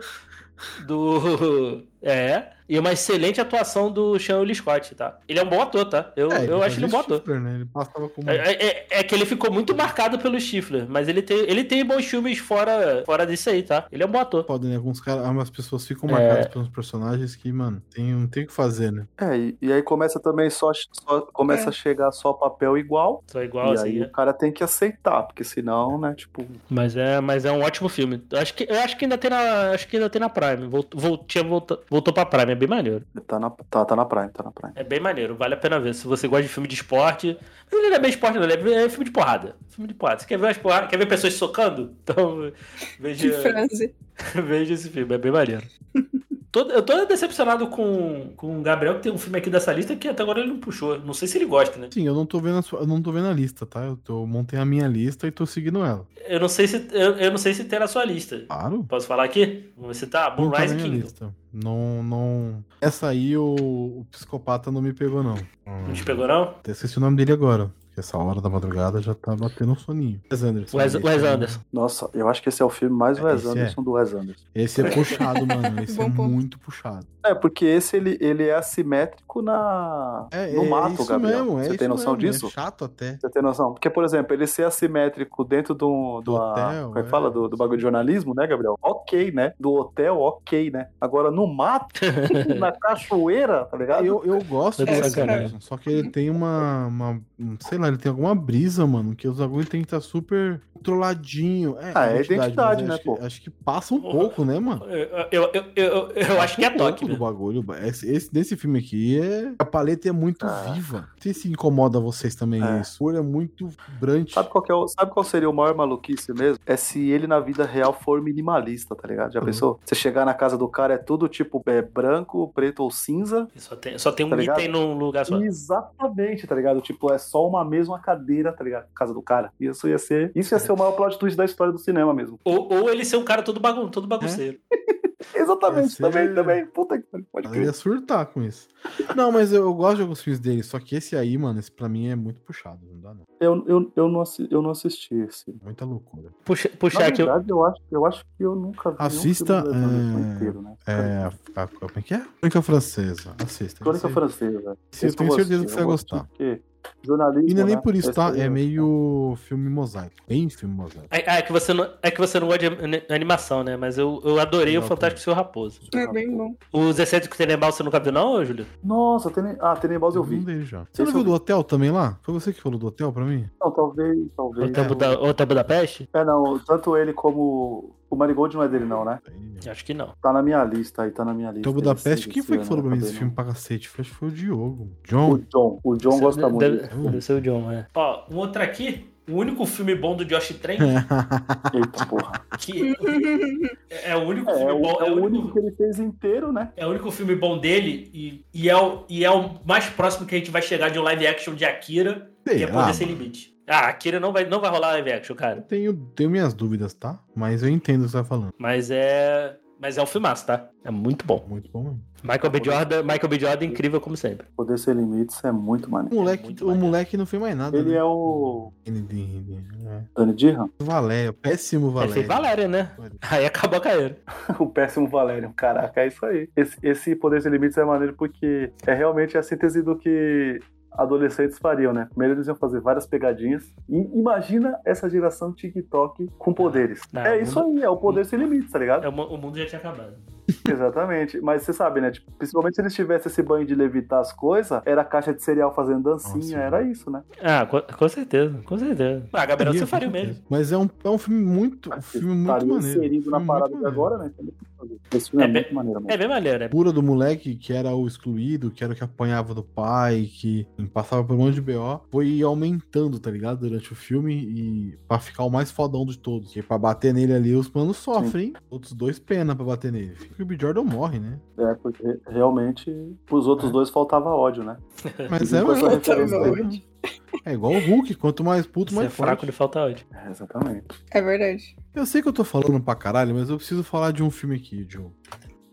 S1: Do. É. E uma excelente atuação do Sean Willis Scott, tá? Ele é um bom ator, tá? Eu,
S3: É,
S1: eu acho
S3: fazia
S1: ele um bom ator.
S3: shifter, né? Ele passava como.
S1: É, é- é que ele ficou muito marcado pelo Stifler, mas ele tem, ele tem bons filmes fora, fora disso aí, tá? Ele é um bom ator.
S3: Podem, né? Alguns caras, algumas pessoas ficam marcadas pelos personagens que, mano, tem, não tem o que fazer, né?
S4: É, e, e aí começa também só, só- começa
S2: É.
S4: a chegar só papel igual,
S1: Só
S4: e
S1: igual, assim.
S4: aí
S1: né?
S4: o cara tem que aceitar, porque senão, né, tipo,
S1: Mas, é, mas é um ótimo filme. Eu acho que, eu acho que, ainda, tem na, acho que ainda tem na Prime. Voltou, vol- tinha volta- voltou pra Prime, é bem maneiro.
S4: tá na, tá, tá na Prime, tá na Prime.
S1: É bem maneiro, vale a pena ver. Se você gosta de filme de esporte. Mas ele não é bem esporte, não, ele é filme de porrada. Filme de porrada. Você quer ver, umas porra- quer ver pessoas socando? Então,
S2: Que
S1: veja.
S2: frase.
S1: Veja esse filme, é bem maneiro. Tô- eu tô decepcionado com, com o Gabriel, que tem um filme aqui dessa lista que até agora ele não puxou. Não sei se ele gosta, né?
S3: Sim, eu não tô vendo a sua- eu não tô vendo a lista, tá? Eu tô, montei a minha lista e tô seguindo ela.
S1: Eu não sei se, eu, eu não sei se tem na sua lista.
S3: Claro.
S1: Posso falar aqui? Vamos citar?
S3: Não tá na
S1: Moonrise
S3: minha
S1: Kingdom.
S3: lista. Não, não. Essa aí o, o psicopata não me pegou, não.
S1: Não te pegou, não?
S3: Até esqueci o nome dele agora. Porque essa hora da madrugada já tá batendo um soninho. Wes Anderson.
S1: Wes,
S3: esse
S1: Wes
S3: é-
S1: Anderson.
S4: Nossa, eu acho que esse é o filme mais
S3: É,
S4: Wes
S3: esse é.
S4: Anderson do Wes Anderson.
S3: Esse é puxado, mano. Esse é
S2: Bom ponto.
S3: muito puxado.
S4: É, porque esse ele, ele é assimétrico na... no mato, Gabriel. Você tem noção disso?
S3: É chato até.
S4: Você tem noção? Porque, por exemplo, ele ser assimétrico dentro do,
S3: Do
S4: do a-
S3: hotel,
S4: como é que
S3: é.
S4: fala? Do, do bagulho de jornalismo, né, Gabriel? Ok, né? Do hotel, ok, né? Agora no mato, na cachoeira, tá ligado?
S3: Eu, eu gosto
S1: É
S3: do Wes
S1: sacanagem.
S3: Anderson, só que ele tem uma, uma- um, Sei lá, ele tem alguma brisa, mano. Que os bagulho tem que estar super controladinho. É,
S4: Ah, é identidade,
S3: mas
S4: né,
S3: acho
S4: pô?
S3: Que, acho que passa um
S1: Porra.
S3: pouco, né, mano?
S1: Eu, eu, eu, eu, eu acho que é
S3: Um
S1: toque,
S3: pouco do
S1: velho.
S3: bagulho. Esse, esse desse filme aqui é. A paleta é muito
S4: Ah.
S3: viva. Não sei se incomoda vocês também
S4: É.
S3: isso. Ele é muito vibrante.
S4: Sabe qual, que é o- sabe qual seria o maior maluquice mesmo? É se ele na vida real for minimalista, tá ligado? Já
S3: Uhum.
S4: pensou? Você chegar na casa do cara é tudo tipo é branco, preto ou cinza.
S1: Só tem, só tem um
S4: Tá ligado?
S1: item num lugar
S3: é.
S1: só.
S4: Exatamente, tá ligado? Tipo, é só uma mesma cadeira, tá ligado? Casa do cara. Isso ia ser, isso ia ser o maior plot twist da história do cinema mesmo.
S1: Ou, ou ele ser um cara todo, bagun todo bagunceiro.
S3: É.
S4: Exatamente,
S3: Ia ser-
S4: também, também. Puta que pariu, pode
S3: Ela ia
S4: crer.
S3: surtar com isso. Não, mas eu, eu gosto de alguns filmes dele, só que esse aí, mano, esse pra mim é muito puxado, não dá não.
S4: Eu, eu, eu, não, assi- eu não assisti esse.
S3: Muita loucura.
S1: Puxa,
S4: Na
S1: puxar aqui.
S4: verdade, eu acho, eu acho que eu nunca vi nenhum filme
S3: Assista,
S4: do Wes Anderson
S3: é,
S4: inteiro, né?
S3: É, a, a- como é que é? Crônica Francesa, assista.
S4: Crônica
S3: Esse-
S4: francesa.
S3: esse eu
S4: Esse
S3: tenho
S4: eu
S3: certeza que
S4: gostei,
S3: você vai
S4: eu gostei.
S3: gostar.
S4: Porque jornalismo.
S3: E não é nem
S4: né?
S3: por isso, tá?
S4: Esse
S3: É
S4: eu-
S3: meio filme mosaico. Bem filme mosaico.
S1: Ah, é que, você não, é que você não gosta de ani- animação, né? Mas eu, eu adorei o
S3: Não, tá
S1: Fantástico Seu Raposo.
S2: É bem bom.
S1: O 17 que tem você nunca viu, não, Júlio?
S4: Nossa, Tenen... ah, Tenenbaus eu
S3: Um
S4: vi.
S3: dele já.
S4: Esse
S3: Você não viu
S4: eu
S3: do hotel também lá? Foi você que falou do hotel pra mim?
S4: Não, talvez, talvez.
S1: Ou Tabu
S3: É, o-
S1: da, ou Tabu da Peste?
S4: É, não, tanto ele como. O Marigold não é dele, não, né?
S3: Aí,
S1: Acho que não.
S4: Tá na minha lista aí, tá na minha lista.
S3: Tobo da
S4: Esse-
S3: Peste, quem
S4: esse
S3: foi que
S4: eu
S3: falou
S4: não
S1: né?
S3: pra mim desse
S4: acabei,
S3: filme pra cacete? Foi, acho que foi o Diogo.
S4: não. O
S3: John.
S4: John. O John gosta
S1: deve,
S4: muito.
S1: Deve, deve ser o John, é. Ó, um outro aqui. O único filme bom do Josh Trank,
S4: É. Eita porra.
S1: que é é o único
S4: É,
S1: filme
S4: o,
S1: bom.
S4: é o único que ele fez inteiro, né?
S1: É o único filme bom dele e, e, é o, e é o mais próximo que a gente vai chegar de um live action de Akira, que é
S3: Será,
S1: Poder Sem Limite. Ah, Akira não vai, não vai rolar live action,
S3: Eu
S1: cara.
S3: tenho, tenho minhas dúvidas, tá? Mas eu entendo o que você tá falando.
S1: Mas é. Mas é um filmaço, tá? É muito bom.
S3: Muito bom mesmo.
S1: Michael B. Jordan, Michael B. Jordan é incrível como sempre.
S4: Poder Sem Limites é muito
S3: O
S4: maneiro.
S3: moleque,
S1: muito
S3: o
S1: bacana.
S3: moleque não fez mais nada.
S4: Ele
S3: né?
S4: é o.
S3: Kennedy, né?
S4: Danny Dirham?
S3: Valéria, péssimo
S1: Aí
S3: Valéria.
S1: fez Valéria, É né? Aí acabou a carreira.
S4: o péssimo Valério. Caraca, é isso aí. Esse, esse Poder Sem Limites é maneiro porque é realmente a síntese do que adolescentes fariam, né? Primeiro eles iam fazer várias pegadinhas. E imagina essa geração TikTok com poderes.
S1: Não,
S4: é isso aí, é o Poder Sem Limites, tá ligado?
S1: É, O mu- o mundo já tinha acabado.
S4: Exatamente. Mas você sabe, né? Tipo, principalmente se eles tivessem esse banho de levitar as coisas, era a caixa de cereal fazendo dancinha,
S3: Nossa,
S4: era
S3: mano.
S4: isso, né?
S1: Ah, co- com, certeza, com certeza. Ah, Gabriel,
S3: Faria,
S1: você faria o
S3: com certeza.
S1: mesmo.
S3: Mas é um, é um filme muito, um filme muito
S4: Estaria
S3: maneiro.
S4: inserido
S3: filme
S4: na parada
S3: muito
S4: de
S3: maneiro.
S4: agora, né? Então, Esse filme é,
S1: É bem-
S4: muito maneiro, mano.
S1: É bem maneiro, né?
S3: Pura do moleque que era o excluído, que era o que apanhava do pai, que passava por um monte de BO, foi aumentando, tá ligado? Durante o filme e pra ficar o mais fodão de todos. Porque pra bater nele ali, os manos sofrem, hein? Outros dois pena pra bater nele. Porque o B. Jordan morre, né?
S4: É, porque realmente pros outros
S3: É.
S4: dois faltava ódio, né?
S3: Mas é,
S4: Então,
S3: mano,
S4: essa referência
S3: é,
S2: aí.
S3: é igual o Hulk, quanto mais puto,
S1: Você é
S3: mais
S1: fraco
S3: fraco.
S1: de falta ódio.
S4: É, exatamente.
S2: É verdade.
S3: Eu sei que eu tô falando pra caralho, mas eu preciso falar de um filme aqui, Diogo.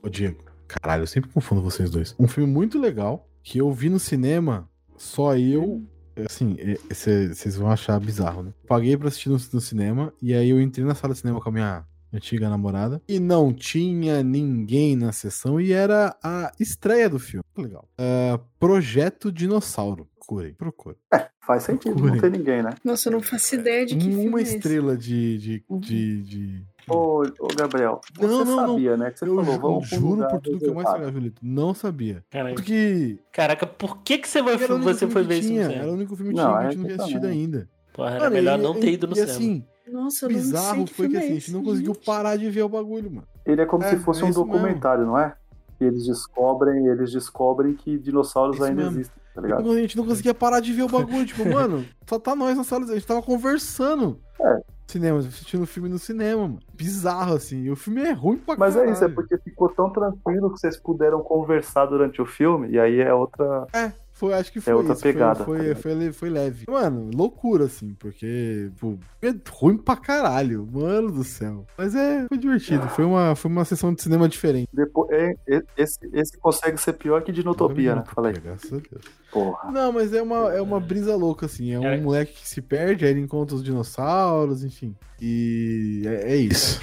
S3: Ô, Diego. Caralho, eu sempre confundo vocês dois. Um filme muito legal que eu vi no cinema, só eu. Assim, vocês vão achar bizarro, né? Paguei pra assistir no, no cinema, e aí eu entrei na sala de cinema com a minha antiga namorada, e não tinha ninguém na sessão, e era a estreia do filme. Que Legal. Ah, Projeto Dinossauro. Procurem, procurem.
S4: Faz sentido,
S3: Procurem.
S4: não tem ninguém, né?
S2: Nossa, eu não faço ideia de que
S3: Uma
S2: filme é esse. Uhum.
S3: estrela de- de- de, de
S4: Ô, ô Gabriel, você
S3: Não, não, não.
S4: sabia, né? Que você
S3: eu
S4: falou,
S3: ju-
S4: vamos pro
S3: juro
S4: lugar
S3: por tudo que eu mais
S4: reservado.
S3: falava, Julito. Não sabia.
S1: Caraca,
S3: Porque
S1: caraca por que, que É. você, vai,
S3: era o único
S1: você
S3: filme
S1: foi
S3: que
S1: ver isso no
S3: tinha,
S1: cinema?
S3: Era o único filme que
S4: Não,
S3: tinha que
S4: é
S3: a gente não tinha assistido
S4: também.
S3: ainda.
S1: Porra, era
S3: Mano,
S1: melhor
S3: e-
S1: não ter ido no
S3: e,
S1: cinema.
S3: assim,
S2: Nossa, eu não sei
S3: bizarro
S2: que
S3: foi que
S2: filme
S3: assim,
S2: é
S3: a
S2: esse,
S3: gente não conseguiu
S2: gente.
S3: parar de ver o bagulho, mano.
S4: Ele é como
S3: É,
S4: se fosse
S3: é
S4: um
S3: isso
S4: documentário, não é? E eles descobrem, eles descobrem que dinossauros
S3: Isso
S4: ainda
S3: mesmo.
S4: existem, tá ligado?
S3: Tipo, A gente não conseguia parar de ver o bagulho, tipo, mano, só tá nós na sala, a gente tava conversando.
S4: É.
S3: Cinema, assistindo filme no cinema, mano. Bizarro, assim. E o filme é ruim pra
S4: Mas é isso, é
S3: caralho.
S4: porque ficou tão tranquilo que vocês puderam conversar durante o filme, e aí é outra.
S3: É, Foi, acho que foi.
S4: É outra
S3: isso, foi-
S4: pegada,
S3: Foi,
S4: tá ligado?
S3: foi le- foi leve. Mano, loucura, assim, porque, pô, é ruim pra caralho. Mano do céu. Mas é, foi divertido. Foi uma, foi uma sessão de cinema diferente.
S4: Depois, é, é- esse, esse consegue ser pior que Dinotopia, né? Falei,
S3: Graças a Deus.
S4: porra.
S3: Não, mas é uma, é uma brisa louca, assim. É um
S1: Era-
S3: moleque que se perde, aí ele encontra os dinossauros, enfim. E é, é isso.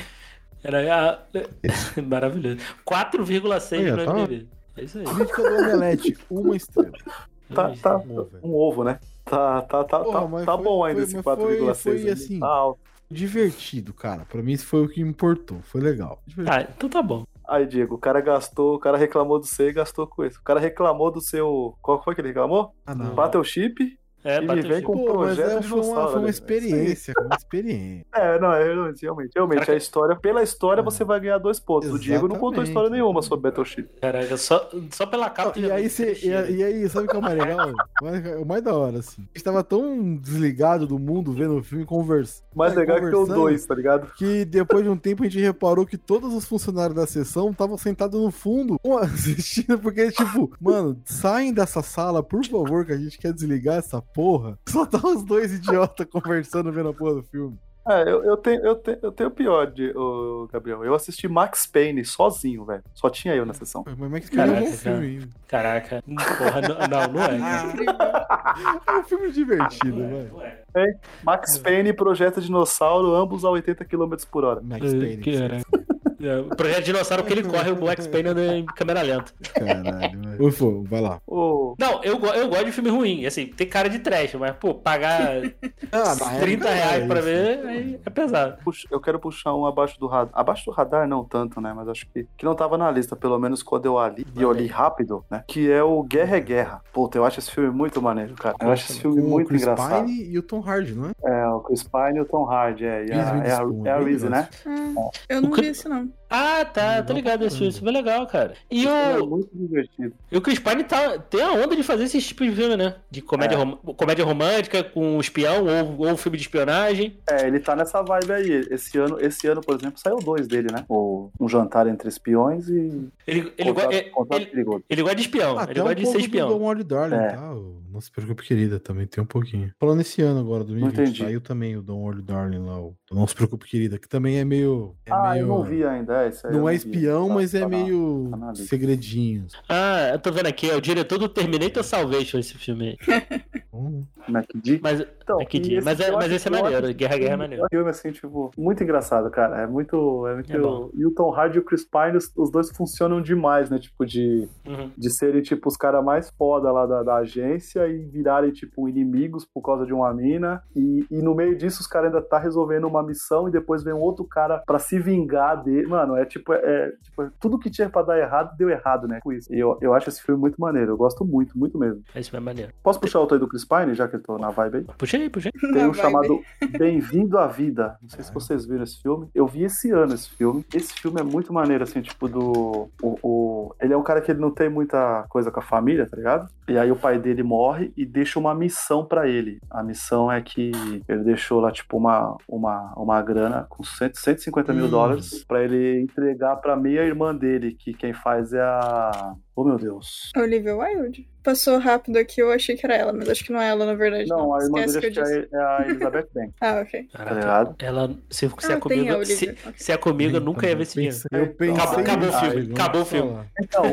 S1: Era a... maravilhoso. 4,6
S3: Aí,
S1: no
S3: ó, tá.
S1: MDB. É isso aí. É
S3: Crítica do Omelete, uma estrela.
S4: Tá, tá
S3: Bom, velho.
S4: um ovo, né? Tá, tá, tá,
S3: Porra,
S4: tá,
S3: mas
S4: tá
S3: foi-
S4: bom ainda
S3: foi-
S4: esse
S3: mas foi-
S4: 4,6.
S3: foi
S4: ali.
S3: assim.
S4: Tá alto.
S3: Divertido, cara. Pra mim, isso foi o que importou. Foi legal. Divertido.
S1: Ah, então tá bom.
S4: Aí, Diego, o cara gastou, o cara reclamou do C e gastou com isso. O cara reclamou do seu. Qual foi que ele reclamou?
S3: Ah, não.
S4: Battleship?
S1: É,
S4: Ele
S1: bateu
S4: vem
S1: o chip.
S4: com- um projeto
S3: é,
S4: de
S3: foi, uma,
S4: dinossauro,
S3: foi uma
S4: né?
S3: experiência, foi uma experiência.
S4: É, não, é realmente, realmente. realmente
S1: Caraca.
S4: a história, pela história,
S3: É.
S4: você vai ganhar dois pontos. O Diego não contou
S3: Exatamente,
S4: história nenhuma
S3: exatamente.
S4: sobre Battleship.
S1: Caraca, só, só pela capa. tu
S3: e
S1: já
S3: aí,
S1: viu
S3: cê,
S1: que
S3: e,
S1: cheiro.
S3: e aí, sabe o que é o mais legal? O mais- O mais da hora, assim. A gente tava tão desligado do mundo vendo o filme conversando.
S4: O mais legal é que deu dois, tá ligado?
S3: Que depois de um tempo a gente reparou que todos os funcionários da sessão estavam sentados no fundo um assistindo, porque, tipo, mano, saem dessa sala, por favor, que a gente quer desligar essa porra. Só tá os dois idiotas conversando vendo a porra do filme.
S4: É, eu, eu tenho, eu, tenho, eu tenho o pior, de, ô, Gabriel. Eu assisti Max Payne sozinho, velho. Só tinha eu na sessão.
S3: Mas como é que escolheu um bom
S1: Caraca, cara.
S3: filme, hein?
S1: Caraca. Porra, não, não, não é. cara.
S3: É um filme divertido,
S1: Não é,
S3: velho.
S1: não é.
S4: Max Payne e Projeto Dinossauro, ambos a 80 km por hora.
S3: Max Payne.
S1: Que era. É, o projeto de dinossauro que ele corre, o Black Spain anda em câmera lenta.
S3: Caralho, velho. Ufo, vai lá.
S4: Ô,
S1: Não, eu, go- eu gosto de filme ruim. Assim, tem cara de trash, mas, pô, pagar
S4: É,
S1: 30 reais pra ver aí é pesado.
S4: Puxa, eu quero puxar um abaixo do radar. Abaixo do radar, não tanto, né? Mas acho que, que não tava na lista, pelo menos quando eu ali e eu li rápido, né? Que é o Guerra é Guerra. Puta, eu acho esse filme muito maneiro, cara. Eu acho esse filme muito engraçado.
S3: Pine e o Tom Hardy, não é?
S4: É, o Chris Pine e o Tom Hardy. É, e a,
S3: Reese
S4: é,
S3: Witherspoon,
S4: a, é a
S3: bem
S4: Reese, né?
S2: Ah, eu não vi isso, não.
S1: Ah, tá, tô
S3: Legal
S1: ligado. Esse
S3: pra
S1: filme é legal, cara. E
S4: Esse filme É
S1: o,
S4: muito divertido.
S1: e o Chris Pine tá, tem a onda de fazer esse tipo de filme, né? De comédia,
S4: É.
S1: rom- comédia romântica com um espião ou, ou filme de espionagem.
S4: É, ele tá nessa vibe aí. Esse ano, esse ano, por exemplo, saiu dois dele, né? O Um Jantar Entre Espiões e
S1: Ele, ele,
S4: Contato,
S1: go- é-
S4: Contato
S1: ele,
S4: Perigoso.
S1: ele gosta de
S4: Ah,
S1: espião, ele
S3: Até um
S1: gosta de
S3: pouco
S1: ser
S3: do
S1: espião.
S3: Don't Worry Darling,
S4: É.
S3: tá? O- Não se preocupe, querida, também tem um pouquinho. Falando esse ano agora, 2020,
S4: entendi.
S3: saiu também o Don't Worry Darling lá, o Não se preocupe, querida, que também é meio... é
S4: Ah,
S3: meio-
S4: eu não vi ainda. É, esse aí eu
S3: Não é
S4: vi.
S3: espião,
S4: Tá-
S3: mas
S4: tá
S3: é
S4: na-
S3: meio
S4: tá na lista.
S3: segredinho.
S1: Ah, eu tô vendo aqui, é o diretor do Terminator Salvation esse filme aí.
S3: Hum,
S4: Mac D.
S1: Mas,
S4: Então,
S1: é que
S4: e
S1: dia. mas, é,
S4: eu
S1: mas
S4: acho-
S1: esse é
S4: eu acho
S1: maneiro, Guerra Guerra é
S4: É
S1: maneiro.
S4: um filme assim, tipo, muito engraçado, cara. É muito. É muito
S1: É bom.
S4: e o Tom Hardy e o Chris Pine, os, os dois funcionam demais, né? Tipo, de,
S1: Uhum.
S4: de serem, tipo, os caras mais foda lá da, da agência e virarem, tipo, inimigos por causa de uma mina. E, e no meio disso, os caras ainda tá resolvendo uma missão e depois vem um outro cara pra se vingar dele. Mano, é tipo, é, tipo, é tudo que tinha pra dar errado deu errado, né? Tipo isso. E eu, eu acho esse filme muito maneiro. Eu gosto muito, muito mesmo.
S1: Esse filme é maneiro.
S4: Posso puxar outro aí do Chris Pine, já que eu tô na vibe aí?
S1: Puxa aí, puxa aí.
S4: Tem
S2: Na
S4: um
S2: vibe.
S4: chamado Bem-vindo à Vida. Não sei se vocês viram esse filme. Eu vi esse ano esse filme. Esse filme é muito maneiro, assim, tipo do. O, o- Ele é um cara que ele não tem muita coisa com a família, tá ligado? E aí o pai dele morre e deixa uma missão pra ele. A missão é que ele deixou lá, tipo, uma, uma, uma grana com 100, 150 mil
S3: Hum.
S4: dólares pra ele entregar pra meia irmã dele, que quem faz é a. Oh meu Deus.
S2: Olivia Wilde? Passou rápido aqui, eu achei que era ela, mas acho que não é ela, na verdade.
S4: Não, a irmã dele
S2: Esquece que eu disse.
S4: acho que é a é a Elizabeth Banks,
S2: Ah, ok.
S4: tá ligado?
S1: Ela, se, se é
S2: ah, tem a
S1: comigo,
S2: Olivia.
S1: se,
S2: ok.
S1: se é comigo, eu nunca ia ver esse filme.
S3: pensei- tá Eu pensei...
S4: Acabou- acabou o
S3: nisso,
S1: filme,
S3: vamos
S1: acabou o filme.
S3: falar.
S4: Então,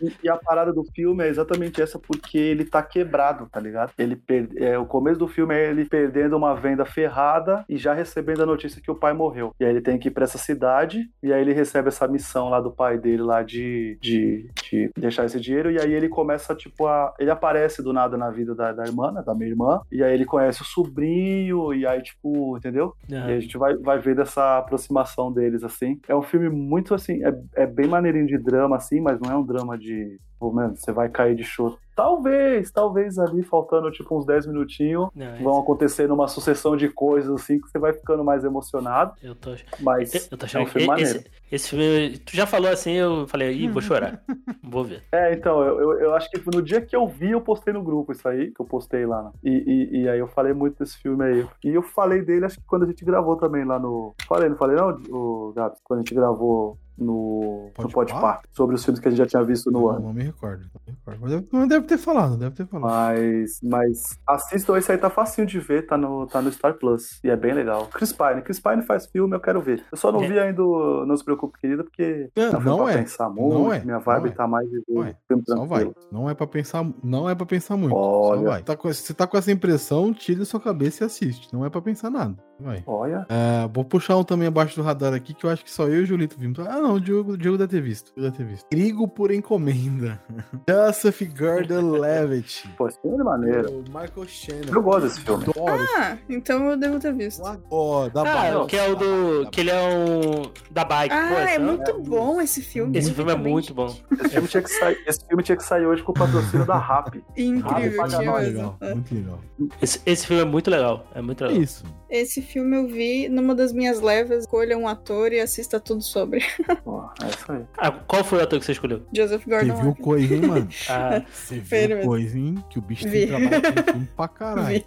S4: e, e a parada do filme é exatamente essa, porque ele tá quebrado, tá ligado? Ele per- é, o começo do filme é ele perdendo uma venda ferrada e já recebendo a notícia que o pai morreu. E aí ele tem que ir pra essa cidade, e aí ele recebe essa missão lá do pai dele lá de, de, de deixar esse dinheiro, e aí ele começa, tipo, a. Ele aparece do nada na vida da, da irmã, né, da minha irmã, e aí ele conhece o sobrinho, e aí, tipo, entendeu? E a
S1: Ah,
S4: gente vai, vai vendo essa aproximação deles, assim. É um filme muito, assim, é, é bem maneirinho de drama, assim, mas não é um drama de, pô, mano, você vai cair de choro. Talvez, talvez ali, faltando, tipo, uns 10 minutinhos,
S1: não, esse-
S4: vão acontecendo uma sucessão de coisas, assim, que você vai ficando mais emocionado,
S1: eu tô,
S4: mas
S1: eu
S4: é um
S1: tô achando que
S4: filme maneiro.
S1: esse, Esse filme, tu já falou assim, eu falei, ih, vou chorar. vou ver.
S4: É, então, eu, eu, eu, acho que no dia que eu vi, eu postei no grupo isso aí, que eu postei lá. Né? E, e, e, aí eu falei muito desse filme aí. E eu falei dele, acho que quando a gente gravou também lá no. Falei, não falei, não, o Gabs? Quando a gente gravou no Pode, no Pode Par? Par, sobre os filmes que a gente já tinha visto no
S3: não,
S4: ano.
S3: Não me recordo, não me recordo. Mas deve, não deve ter falado, deve ter falado.
S4: Ah, Mas, mas assistam esse aí, tá facinho de ver, tá no, tá no Star Plus. E é bem legal. Chris Pine, Chris Pine faz filme, eu quero ver. Eu só não é. vi ainda Não Se Preocupe, querida, porque
S3: não,
S4: tá
S3: não é.
S4: pensar muito.
S3: Não é.
S4: Minha vibe
S3: não
S4: tá mais de
S3: não é. Só vai. Não é pra pensar, não é pra pensar muito. Olha. Só vai. Tá com, se tá com essa impressão, tira da sua cabeça e assiste. Não é pra pensar nada. Vai.
S4: Olha.
S3: É, vou puxar um também abaixo do radar aqui, que eu acho que só eu e o Julito vimos. Ah, não, o Diogo, o Diogo deve ter visto. Deve ter visto. Trigo por encomenda. Joseph Gordon-Levitt.
S4: Pô, esse filme é maneiro.
S3: O Michael Shannon.
S4: Eu gosto desse filme.
S3: Adoro.
S2: Ah, então eu devo ter visto.
S3: Adoro. Da
S1: ah,
S3: bike.
S1: que é o do... Que ele é o... Da bike.
S2: Ah,
S1: Pô,
S2: é
S4: né?
S1: essa-
S2: muito bom
S3: Hum.
S2: esse filme.
S1: Esse filme é muito bom.
S4: Esse filme, tinha que sair, esse filme tinha que sair hoje com o patrocínio da RAP.
S2: Incrível,
S4: Ah,
S2: tinha
S4: legal,
S2: mesmo.
S3: legal, muito legal.
S1: Esse, esse filme é muito legal. É muito
S3: É
S1: legal.
S3: isso.
S2: Esse filme eu vi numa das minhas levas. Escolha um ator e assista tudo sobre.
S4: Pô, é isso aí.
S1: Ah, qual foi o ator que você escolheu?
S2: Joseph
S3: Você viu
S2: Gordon-Levitt.
S3: coisa, hein, mano?
S1: Ah,
S3: Você viu
S2: Fenomenal.
S3: coisa, hein? Que o bicho
S2: Vi.
S3: tem trabalho com filme pra um caralho.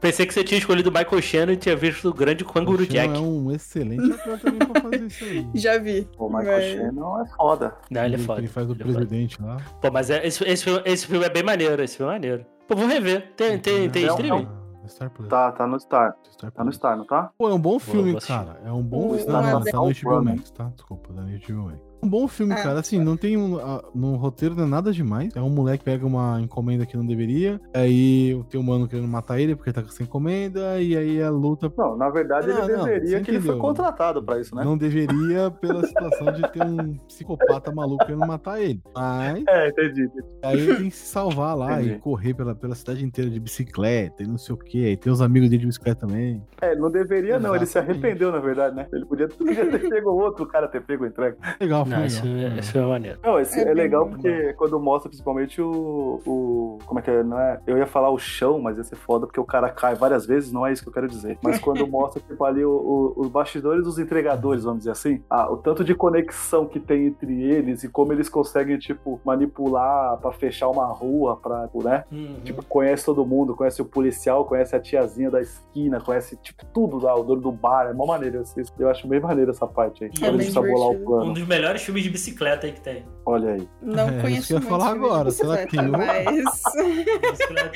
S1: pensei que você tinha escolhido o Michael Shannon e tinha visto o grande Canguru
S3: O Shannon
S1: Jack.
S3: é um excelente ator também pra fazer isso aí.
S2: Já vi.
S4: O Michael
S2: Mas-
S4: Shannon é foda.
S1: Não, ele é
S3: que
S1: foda.
S3: Ele faz o
S1: Ele é foda.
S3: presidente lá.
S1: Pô, mas é- esse, esse, filme- esse filme é bem maneiro, esse filme é maneiro. Pô, vou rever. Tem, tem, tem
S4: Não,
S1: streaming?
S3: Ah, Star Plus.
S4: Tá, tá no Star.
S3: Star
S4: Tá no
S3: Plus.
S4: Star, não tá?
S3: Pô, é um bom filme,
S1: vou assistir.
S3: cara. É um bom
S2: Um
S3: filme. Não, não,
S2: adendo.
S3: tá no HBO
S4: Running.
S3: Max, tá? Desculpa, tá no HBO Max. Um bom filme,
S2: Ah.
S3: cara.
S4: tá.
S3: Assim, não tem um, a- no roteiro não é nada demais. É um moleque que pega uma encomenda que não deveria. Aí tem um mano querendo matar ele porque ele tá sem encomenda. E aí a luta
S4: Não, na verdade
S3: Não,
S4: ele
S3: Ah, não,
S4: deveria,
S3: você
S4: que ele foi
S3: entendeu. né?
S4: contratado pra isso, né?
S3: Não deveria pela situação de ter um psicopata maluco querendo matar ele. Mas
S4: É, entendi.
S3: aí ele tem que se salvar lá
S4: Entendi.
S3: e correr pela, pela cidade inteira de bicicleta e não sei o que. Aí tem os amigos dele de bicicleta também.
S4: É, não deveria não, ele se
S3: Exatamente.
S4: arrependeu, na verdade, né? Ele podia, podia ter pego outro cara ter pego o entrega.
S3: Legal, foi
S1: Não, esse,
S3: legal.
S1: filme é- esse filme é maneiro.
S4: Não, esse
S2: É
S4: é,
S2: bem
S4: legal
S2: bom.
S4: porque quando mostra principalmente o, o. Como é que é? Não é? Eu ia falar o chão, mas ia ser foda porque o cara cai várias vezes, não é isso que eu quero dizer. Mas quando mostra, tipo, ali o- o- os bastidores dos entregadores, vamos dizer assim, ah, o tanto de conexão que tem entre eles e como eles conseguem, tipo, manipular pra fechar uma rua, pra, tipo, né? Tipo,
S2: Uhum.
S4: conhece todo mundo, conhece o policial, conhece a tiazinha da esquina, conhece, tipo, tudo lá, o dono do bar. É mó maneiro. Eu, eu acho bem maneiro essa parte aí.
S1: É
S4: Quando
S1: bem
S4: eles sabolar o
S2: divertido.
S4: plano.
S1: Um dos melhores filmes de bicicleta aí que tem.
S4: Olha aí.
S3: É, isso
S2: Não
S3: que
S2: conheço
S3: eu ia
S2: muito
S3: falar
S2: filme de
S3: agora. Será que tem um?
S2: bicicleta, Mas...
S1: Bicicleta.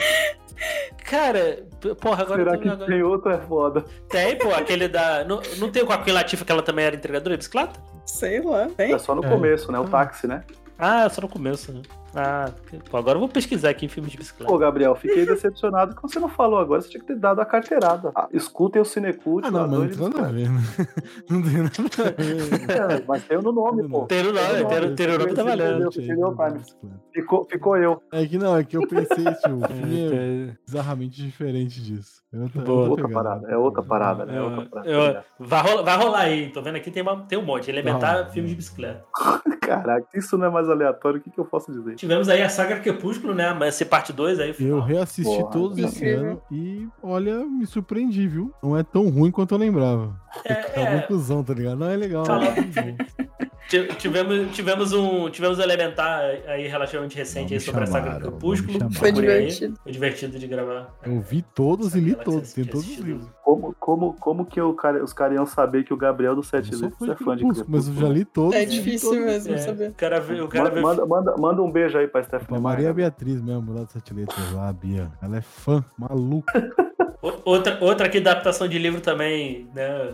S1: Cara, p- porra, agora
S4: Será
S1: eu tô
S4: que
S1: agora-
S4: tem outro é foda?
S1: Tem, pô, aquele da. Não, não tem com a Queen Latifah que ela também era entregadora de bicicleta?
S2: Sei lá. Tem?
S4: É só no
S3: É.
S4: começo, né? O
S3: Ah.
S4: táxi, né?
S1: Ah, só no começo, né? Ah, que- pô, agora eu vou pesquisar aqui filmes de bicicleta.
S4: Pô, Gabriel, fiquei decepcionado que você não falou agora. Você tinha que ter dado a carteirada. Ah, escutem o Cinecult.
S3: Ah, não,
S4: lá,
S3: mano, não
S4: dois
S3: tem nada a
S4: de
S3: ver, né? Não tem nada a ver.
S4: bicicleta. É, Mas tem um no nome, pô.
S1: Ter o nome, ter o- ter o nome tá
S4: assim,
S1: valendo.
S4: Entendeu? Entendeu, Prime? Ficou, ficou eu.
S3: É que não, é que eu pensei, tipo, o filme é
S1: É,
S3: bizarramente diferente disso. Eu não tô- eu
S1: Boa.
S3: não tô
S4: Outra
S3: pegando.
S4: parada, é outra parada, né? É outra parada.
S1: eu- vai, rolar, vai rolar aí, tô vendo aqui tem, uma- tem um monte. Elementar
S3: Vai rolar.
S1: filmes de bicicleta.
S4: Caraca, isso não é mais aleatório. O que, que eu posso dizer?
S1: Tivemos aí a saga Crepúsculo, né? Mas ser parte 2 aí.
S3: Eu
S1: final.
S3: reassisti
S4: Porra,
S3: todos esse
S2: incrível.
S3: ano e, olha, me surpreendi, viu? Não é tão ruim quanto eu lembrava.
S1: É,
S3: Tá
S1: é,
S3: muito cuzão, tá ligado? Não, é legal.
S1: Tá
S3: é bom.
S1: Ti- Tivemos, tivemos um tivemos um elementar aí relativamente recente
S3: Não,
S1: aí
S3: me
S1: sobre a saga
S3: chamaram,
S1: do
S3: não me
S1: Crepúsculo.
S3: chamaram.
S2: Foi
S1: Procurei aí.
S2: divertido.
S1: Foi divertido de gravar.
S3: Eu vi todos e li todos, tem
S1: tenho
S3: todos os livros.
S4: Como, como, como que o cara- os caras iam saber que o Gabriel do
S3: Eu
S4: Sete
S3: só
S4: Livros
S3: fui
S4: é fã de
S3: Crepúsculo, mas eu já li todos.
S2: É
S3: e vi
S2: difícil
S3: todos.
S2: mesmo
S1: É,
S2: saber.
S1: o cara vê, o cara
S4: Manda,
S1: vê
S4: manda, manda, manda um beijo aí pra
S3: Pra
S4: Stephanie.
S3: Maria
S4: Maia.
S3: Beatriz mesmo, lá do Sete Letras, lá, a Bia. Ela é fã, maluca.
S1: O- Outra, outra aqui, adaptação de livro também, né?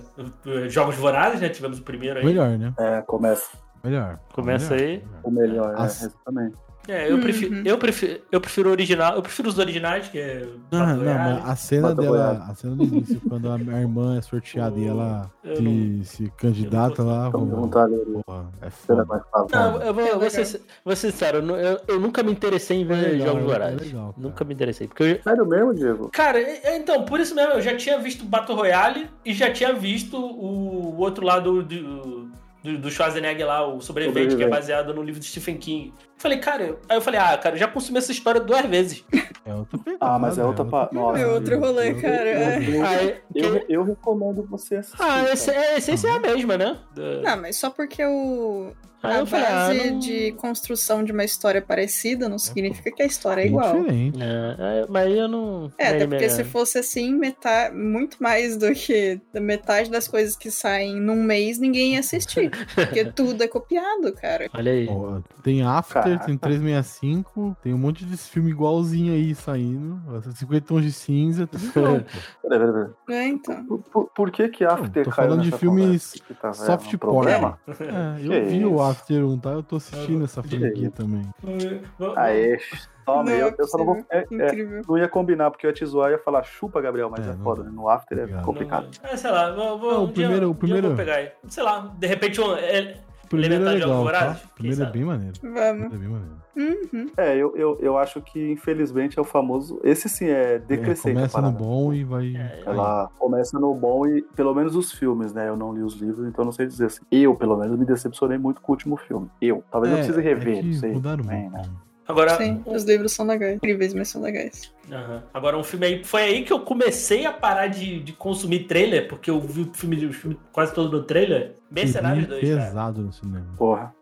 S1: Jogos Vorazes, né? Tivemos o primeiro aí.
S3: Melhor, né?
S4: É, começa.
S3: Melhor.
S1: Começa
S3: Melhor,
S1: aí.
S3: melhor.
S4: O melhor, é,
S3: As- Tá
S4: exatamente.
S1: É, eu,
S2: Uhum.
S1: prefiro, eu, prefiro, eu prefiro o original, eu prefiro os originais, que é.
S3: Ah, Não,
S1: Battle
S3: não,
S1: Royale.
S3: mas a cena
S4: Mata
S3: dela,
S4: Goiás.
S3: a cena do início, quando a minha irmã é sorteada e ela
S1: Eu
S3: se, se candidata
S1: eu não
S3: lá,
S4: Então,
S3: vamos,
S4: vontade dele.
S3: porra, é
S4: Será
S3: foda.
S4: mais fácil.
S1: Não, eu vou,
S2: É
S1: vou,
S2: legal.
S1: ser, vou ser sincero, eu nu- eu, eu nunca me interessei em ver
S3: É legal,
S1: Jogos
S3: é
S1: Vorazes.
S3: legal, cara.
S1: nunca me interessei. Porque eu,
S4: Sério mesmo, Diego?
S1: Cara, é- é, então, por isso mesmo, eu já tinha visto Battle Royale e já tinha visto o, o outro lado do, do, do Schwarzenegger lá, o sobrevivente, que é
S4: Sobrevivente.
S1: baseado no livro de Stephen King. Eu Falei, cara, eu- aí eu falei, ah, cara, eu já consumi essa história duas vezes.
S3: É outra pegada,
S4: mas é outra pa-
S3: pegada,
S4: nossa.
S2: É outro rolê,
S3: outra-
S2: cara, é.
S1: Aí,
S4: Ah, Eu, eu recomendo você assistir.
S1: Ah,
S4: cara.
S1: esse- a essência é a mesma, né? Da-
S2: Não, mas só porque o,
S1: Aí
S2: a
S1: eu falei, ah,
S2: base
S1: não-
S2: de construção de uma história parecida não significa que a história é
S3: Bem
S2: igual.
S3: diferente.
S1: É, é, mas eu não.
S2: É, até
S1: não
S2: porque se
S1: me-
S2: fosse assim, meta- muito mais do que da metade das coisas que saem num mês, ninguém ia assistir. porque tudo é copiado, cara.
S1: Olha aí.
S3: Ó, tem After,
S4: Caraca.
S3: tem 365, tem um monte de filme igualzinho aí saindo. ó, 50 tons de cinza, tá tudo igual. pô.
S4: Peraí, peraí, peraí.
S2: Né, então.
S4: Por, por- por que que After
S3: tô
S4: caiu
S3: falando de
S4: nessa
S3: filmes
S4: conversa? Que tá, velho,
S3: soft
S4: um
S3: porn.
S4: problema?
S3: É, eu
S4: Que
S3: vi
S4: isso?
S3: o After 1, tá? Eu tô assistindo essa franquia também.
S4: Aê, toma,
S2: Não,
S4: eu, eu só não vou... é, é,
S2: Incrível.
S4: não ia combinar, porque eu ia te zoar e ia falar chupa, Gabriel, mas
S3: É,
S4: é,
S3: não
S4: foda,
S3: dá.
S4: né? No After é
S3: Obrigado.
S4: complicado.
S1: Ah, sei lá, vou, vou,
S3: Não, o
S1: um dia-
S3: primeiro- o
S1: um dia eu
S3: primeiro-
S1: vou pegar aí. Sei lá, de repente um. é-
S3: O primeiro é
S1: Elementar de
S3: legal, tá?
S1: Alvorada?
S3: O primeiro
S1: Quem
S3: é bem maneiro. O
S2: Vamos.
S3: primeiro é bem maneiro.
S2: Uhum.
S4: É, eu, eu, eu acho que infelizmente é o famoso. Esse sim é
S3: É,
S4: decrescente. a
S3: começa no
S4: parada.
S3: bom e vai.
S1: É,
S3: caindo.
S4: Ela começa no bom e, pelo menos os filmes, né? Eu não li os livros, então não sei dizer assim. Eu, pelo menos, me decepcionei muito com o último filme. Eu. Talvez eu
S3: É,
S4: precise rever,
S3: é
S4: não
S3: que
S4: sei.
S3: Mudaram
S4: também,
S3: muito.
S4: né?
S3: né?
S1: Agora, um
S2: Sim, os livros são legais. Incríveis, mas são legais.
S1: Aham. Agora, um filme aí. Foi aí que eu comecei a parar de, de consumir trailer, porque eu vi o filme, o filme quase todo no trailer.
S4: Uhum.
S1: Mercenários
S3: Filminho
S1: 2, cara.
S3: é pesado no cinema.
S4: Porra.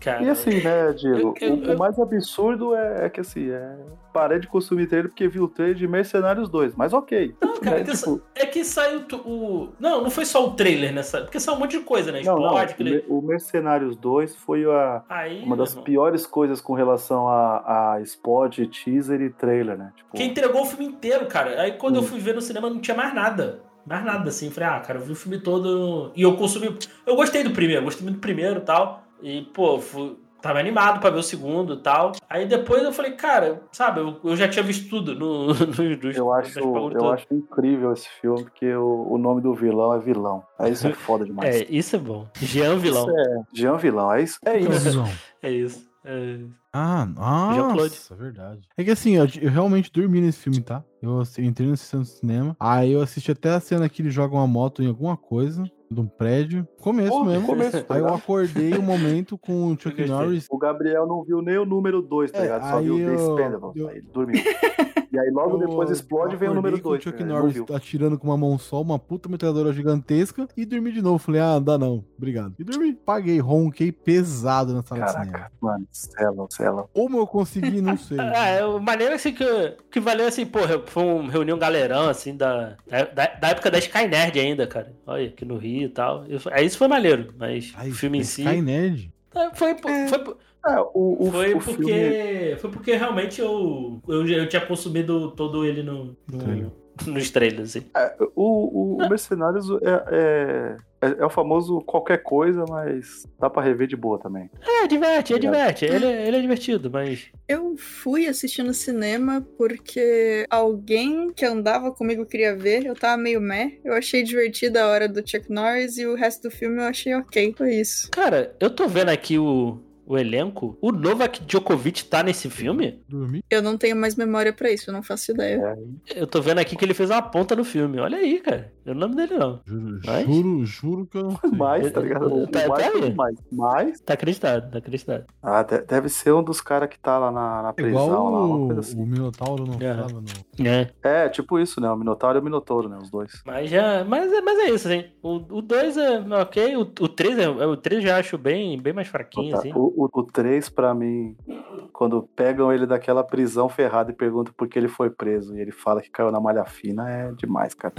S1: cara.
S4: E assim, né, Diego?
S1: Eu- eu-
S4: o, o
S1: eu-
S4: mais absurdo é, é que assim, é. Parei de consumir trailer porque vi o trailer de Mercenários 2, mas ok.
S1: Não, cara,
S4: Né,
S1: que
S4: tipo,
S1: É que saiu tu- o. Não, não foi só o trailer nessa. Porque saiu um monte de coisa, né?
S4: não, não,
S1: Explode,
S4: o
S1: aquele-
S4: Mer- o Mercenários 2 foi a,
S1: Aí.
S4: uma das
S1: meu irmão,
S4: piores coisas com relação a, a spot, teaser e trailer, né? Tipo,
S1: Que entregou o filme inteiro, cara. Aí quando eu
S4: Hum.
S1: fui ver no cinema não tinha mais nada. Mais nada, assim. Falei, ah, cara, eu vi o filme todo. E eu consumi. Eu gostei do primeiro, gostei muito do primeiro e tal. E, pô, fui. Tava animado pra ver o segundo e tal. Aí depois eu falei, cara, sabe, eu, eu já tinha visto tudo no, no, no-
S4: Eu
S1: no-
S4: acho,
S1: no bagulho
S4: eu
S1: todo.
S4: acho incrível esse filme, porque o, o nome do vilão é vilão. Aí isso é foda demais.
S1: É, isso é bom. Jean vilão.
S4: Isso é Jean Vilão, é isso. É
S3: Então,
S4: isso.
S3: Visão.
S1: É isso. É...
S3: Ah, nossa, verdade. É que assim, eu, eu realmente dormi nesse filme, tá? Eu assi- entrei nesse sessão do cinema, aí eu assisti até a cena que ele joga uma moto em alguma coisa, de um prédio. Começo
S4: Pô,
S3: mesmo.
S4: começo, tá
S3: Aí eu
S4: ligado?
S3: acordei um momento com o Chuck
S1: Eu gostei.
S3: Norris.
S4: O Gabriel não viu nem o número 2, tá
S3: É,
S4: ligado? Só
S3: aí
S4: viu o
S3: eu-
S4: The Expendables.
S3: eu-
S4: Aí ele dormiu. E aí logo
S3: eu-
S4: depois explode e
S3: eu
S4: vem o número
S3: acordei com
S4: 2.
S3: O Chuck
S4: Não
S3: Norris tá
S4: viu.
S3: atirando com uma mão só, uma puta metralhadora gigantesca, e dormi de novo. Falei, ah, dá não, obrigado. E dormi. Paguei, ronquei pesado na sala de cinema.
S4: Caraca, mano, cela, cela.
S3: Como eu consegui, não sei.
S1: Ah, é o maneiro assim que, que valeu assim, pô, foi um reunião galerão, assim, da, da, da época da Sky Nerd ainda, cara. Olha, aqui no Rio e tal. Isso, aí isso foi maneiro, mas
S3: Ai,
S1: o filme em si.
S3: Sky Nerd.
S1: É, Foi, po- foi, po-
S4: É, o, o,
S1: foi
S4: o
S1: porque.
S4: filme.
S1: Foi porque realmente eu, eu, já- eu tinha consumido todo ele no, no-
S3: Trailer.
S1: nos trailers, assim.
S4: O, o, o Mercenários é, é, é, é o famoso qualquer coisa, mas dá pra rever de boa também.
S1: É, diverte, é
S4: Obrigado.
S1: diverte. Ele, ele é divertido, mas.
S2: Eu fui assistir no cinema porque alguém que andava comigo queria ver, eu tava meio meh. Eu achei divertida a hora do Chuck Norris e o resto do filme eu achei ok. Foi isso.
S1: Cara, eu tô vendo aqui o, o elenco. O Novak Djokovic tá nesse filme?
S3: Dormi.
S2: Eu não tenho mais memória pra isso, eu não faço ideia.
S1: Eu tô vendo aqui que ele fez uma ponta no filme. Olha aí, cara. Eu não lembro dele, não.
S3: Juro,
S4: é
S1: Mas?
S3: juro, juro que eu não sei. É,
S4: Mas, tá ligado? O
S1: Tá- tá
S4: mais,
S1: aí.
S4: mais. Mas,
S1: Tá acreditado, tá acreditado.
S4: Ah, de- deve ser um dos caras que tá lá na, na
S3: É
S4: prisão.
S3: Igual
S4: lá, uma
S3: o,
S4: coisa assim.
S3: o Minotauro não
S1: É.
S3: falava no.
S1: É.
S4: É, tipo isso, né? O Minotauro e o Minotouro, né? Os dois.
S1: Mas já. Mas, é- mas é isso, assim. O 2 é ok, o 3 é, o três já acho bem, bem mais fraquinho, assim.
S4: Tá. O, o, o 3, pra mim, quando pegam ele daquela prisão ferrada e perguntam por que ele foi preso e ele fala que caiu na malha fina, é demais, cara.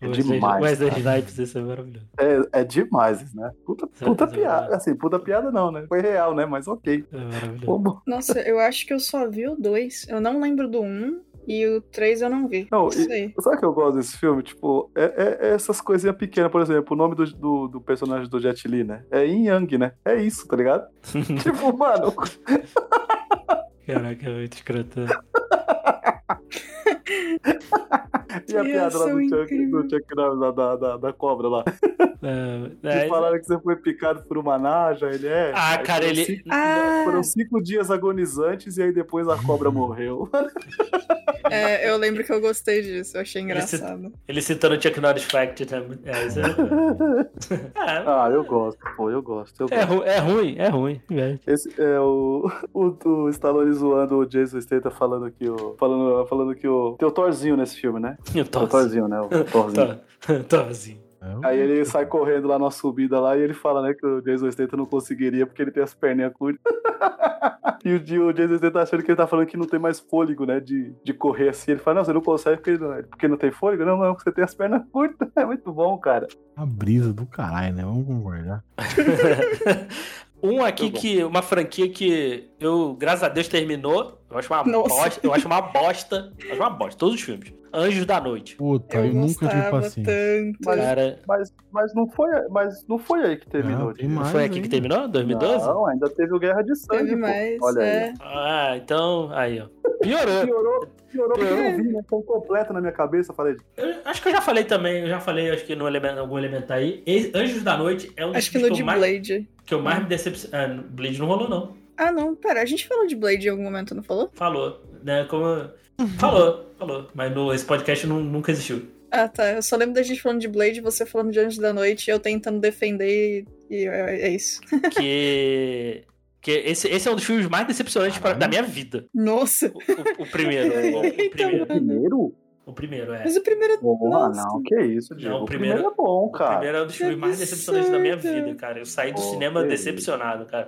S4: É demais,
S1: Mas
S4: cara.
S1: Snipes, isso é maravilhoso.
S4: É, é demais, né? Puta,
S1: é
S4: puta piada. Assim, puta piada não, né? Foi real, né? Mas ok.
S1: É maravilhoso.
S4: Pô, bom.
S2: Nossa, eu acho que eu só vi o 2. Eu não lembro do 1 um, e o 3 eu não vi.
S4: Não,
S2: isso aí.
S4: Sabe o que eu gosto desse filme? Tipo, é, é- é essas coisinhas pequenas, por exemplo, o nome do, do, do personagem do Jet Li, né? É Yin Yang, né? É isso, tá ligado? tipo, mano,
S1: Caraca, é muito escroto.
S4: E a
S2: Eles
S4: piada lá
S2: são
S4: do Chuck,
S2: incríveis.
S4: do Chuck Norris, lá da, da, da cobra lá.
S1: É,
S4: Eles
S1: é-
S4: falaram que você foi picado por uma naja, ele é.
S1: ah,
S4: Aí
S1: cara,
S4: foram
S1: ele.
S4: cinco-
S2: Ah,
S4: Foram cinco dias agonizantes e aí depois a cobra morreu.
S2: É, eu lembro que eu gostei disso, eu achei engraçado.
S1: Ele, cita, ele citando o Chuck Norris Fact também. É, isso é...
S4: ah, eu gosto, pô, eu gosto. Eu
S1: é,
S4: gosto.
S1: Ru é ruim, é ruim, velho.
S4: Esse é o, o, o Stallone zoando o Jason Statham falando que o. Falando, falando que o. Tem o Thorzinho nesse filme, né?
S1: E o
S4: Tem o Thorzinho, né? O Thorzinho.
S1: Thorzinho.
S3: É,
S4: Aí ele sai correndo lá na subida lá e ele fala, né, que o Jason Statham não conseguiria porque ele tem as perninhas curtas. e o, o Jason Statham tá achando que ele tá falando que não tem mais fôlego, né, de, de correr assim. Ele fala, não, você não consegue porque não, é, porque não tem fôlego? Não, não, porque você tem as pernas curtas. É muito bom, cara.
S3: A brisa do caralho, né? Vamos concordar.
S1: Um aqui que. Uma franquia que eu, graças a Deus, terminou. Eu acho uma
S2: Nossa.
S1: bosta. Eu acho uma bosta. Eu acho uma bosta. Todos os filmes. Anjos da Noite.
S3: Puta, tá, eu,
S2: eu
S3: nunca tive
S2: gostava
S3: paciência.
S2: tanto.
S1: Cara.
S4: Mas, mas, não, foi, mas não foi aí que terminou.
S3: Não, tem
S4: Diego.
S3: mais
S1: foi aqui
S3: ainda.
S1: que terminou? 2012?
S4: Não, ainda teve o Guerra de Sangue.
S2: Teve
S4: pô.
S2: mais,
S4: Olha aí.
S2: é.
S1: Ah, então. Aí, ó. Piorou.
S4: Piorou, piorou porque
S1: Piorou.
S4: eu vi, né? Tão completo na minha cabeça. eu Falei,
S1: Eu acho que eu já falei também. Eu já falei, acho que no elemento, algum elemento aí. Esse- Anjos da Noite é um dos
S2: Acho que
S1: filmes
S2: no de
S1: eu mais,
S2: Blade.
S1: que eu mais me decepcionei. Ah, Blade não rolou, não.
S2: Ah, não, pera, a gente falou de Blade em algum momento, não falou?
S1: Falou. Né? Como. Falou, falou. Mas no, esse podcast não- nunca existiu.
S2: Ah, tá. Eu só lembro da gente falando de Blade, você falando de Anjo da Noite, eu tentando defender e, e é, é isso.
S1: que. que esse, esse é um dos filmes mais decepcionantes pra-
S3: Caralho.
S1: da minha vida.
S2: Nossa.
S1: O, o- o primeiro.
S4: Então,
S1: O, o primeiro.
S4: primeiro?
S1: O primeiro, é.
S2: Mas o primeiro é.
S4: Porra,
S2: Nossa.
S4: não, que isso, Diego.
S1: Não, o
S4: o primeiro,
S1: primeiro-
S4: é bom,
S1: O
S4: cara.
S1: primeiro é um dos
S2: que
S1: filmes mais
S2: absurdo.
S1: decepcionantes da minha vida, cara. Eu saí do
S4: Pô,
S1: cinema
S4: que
S1: decepcionado, cara.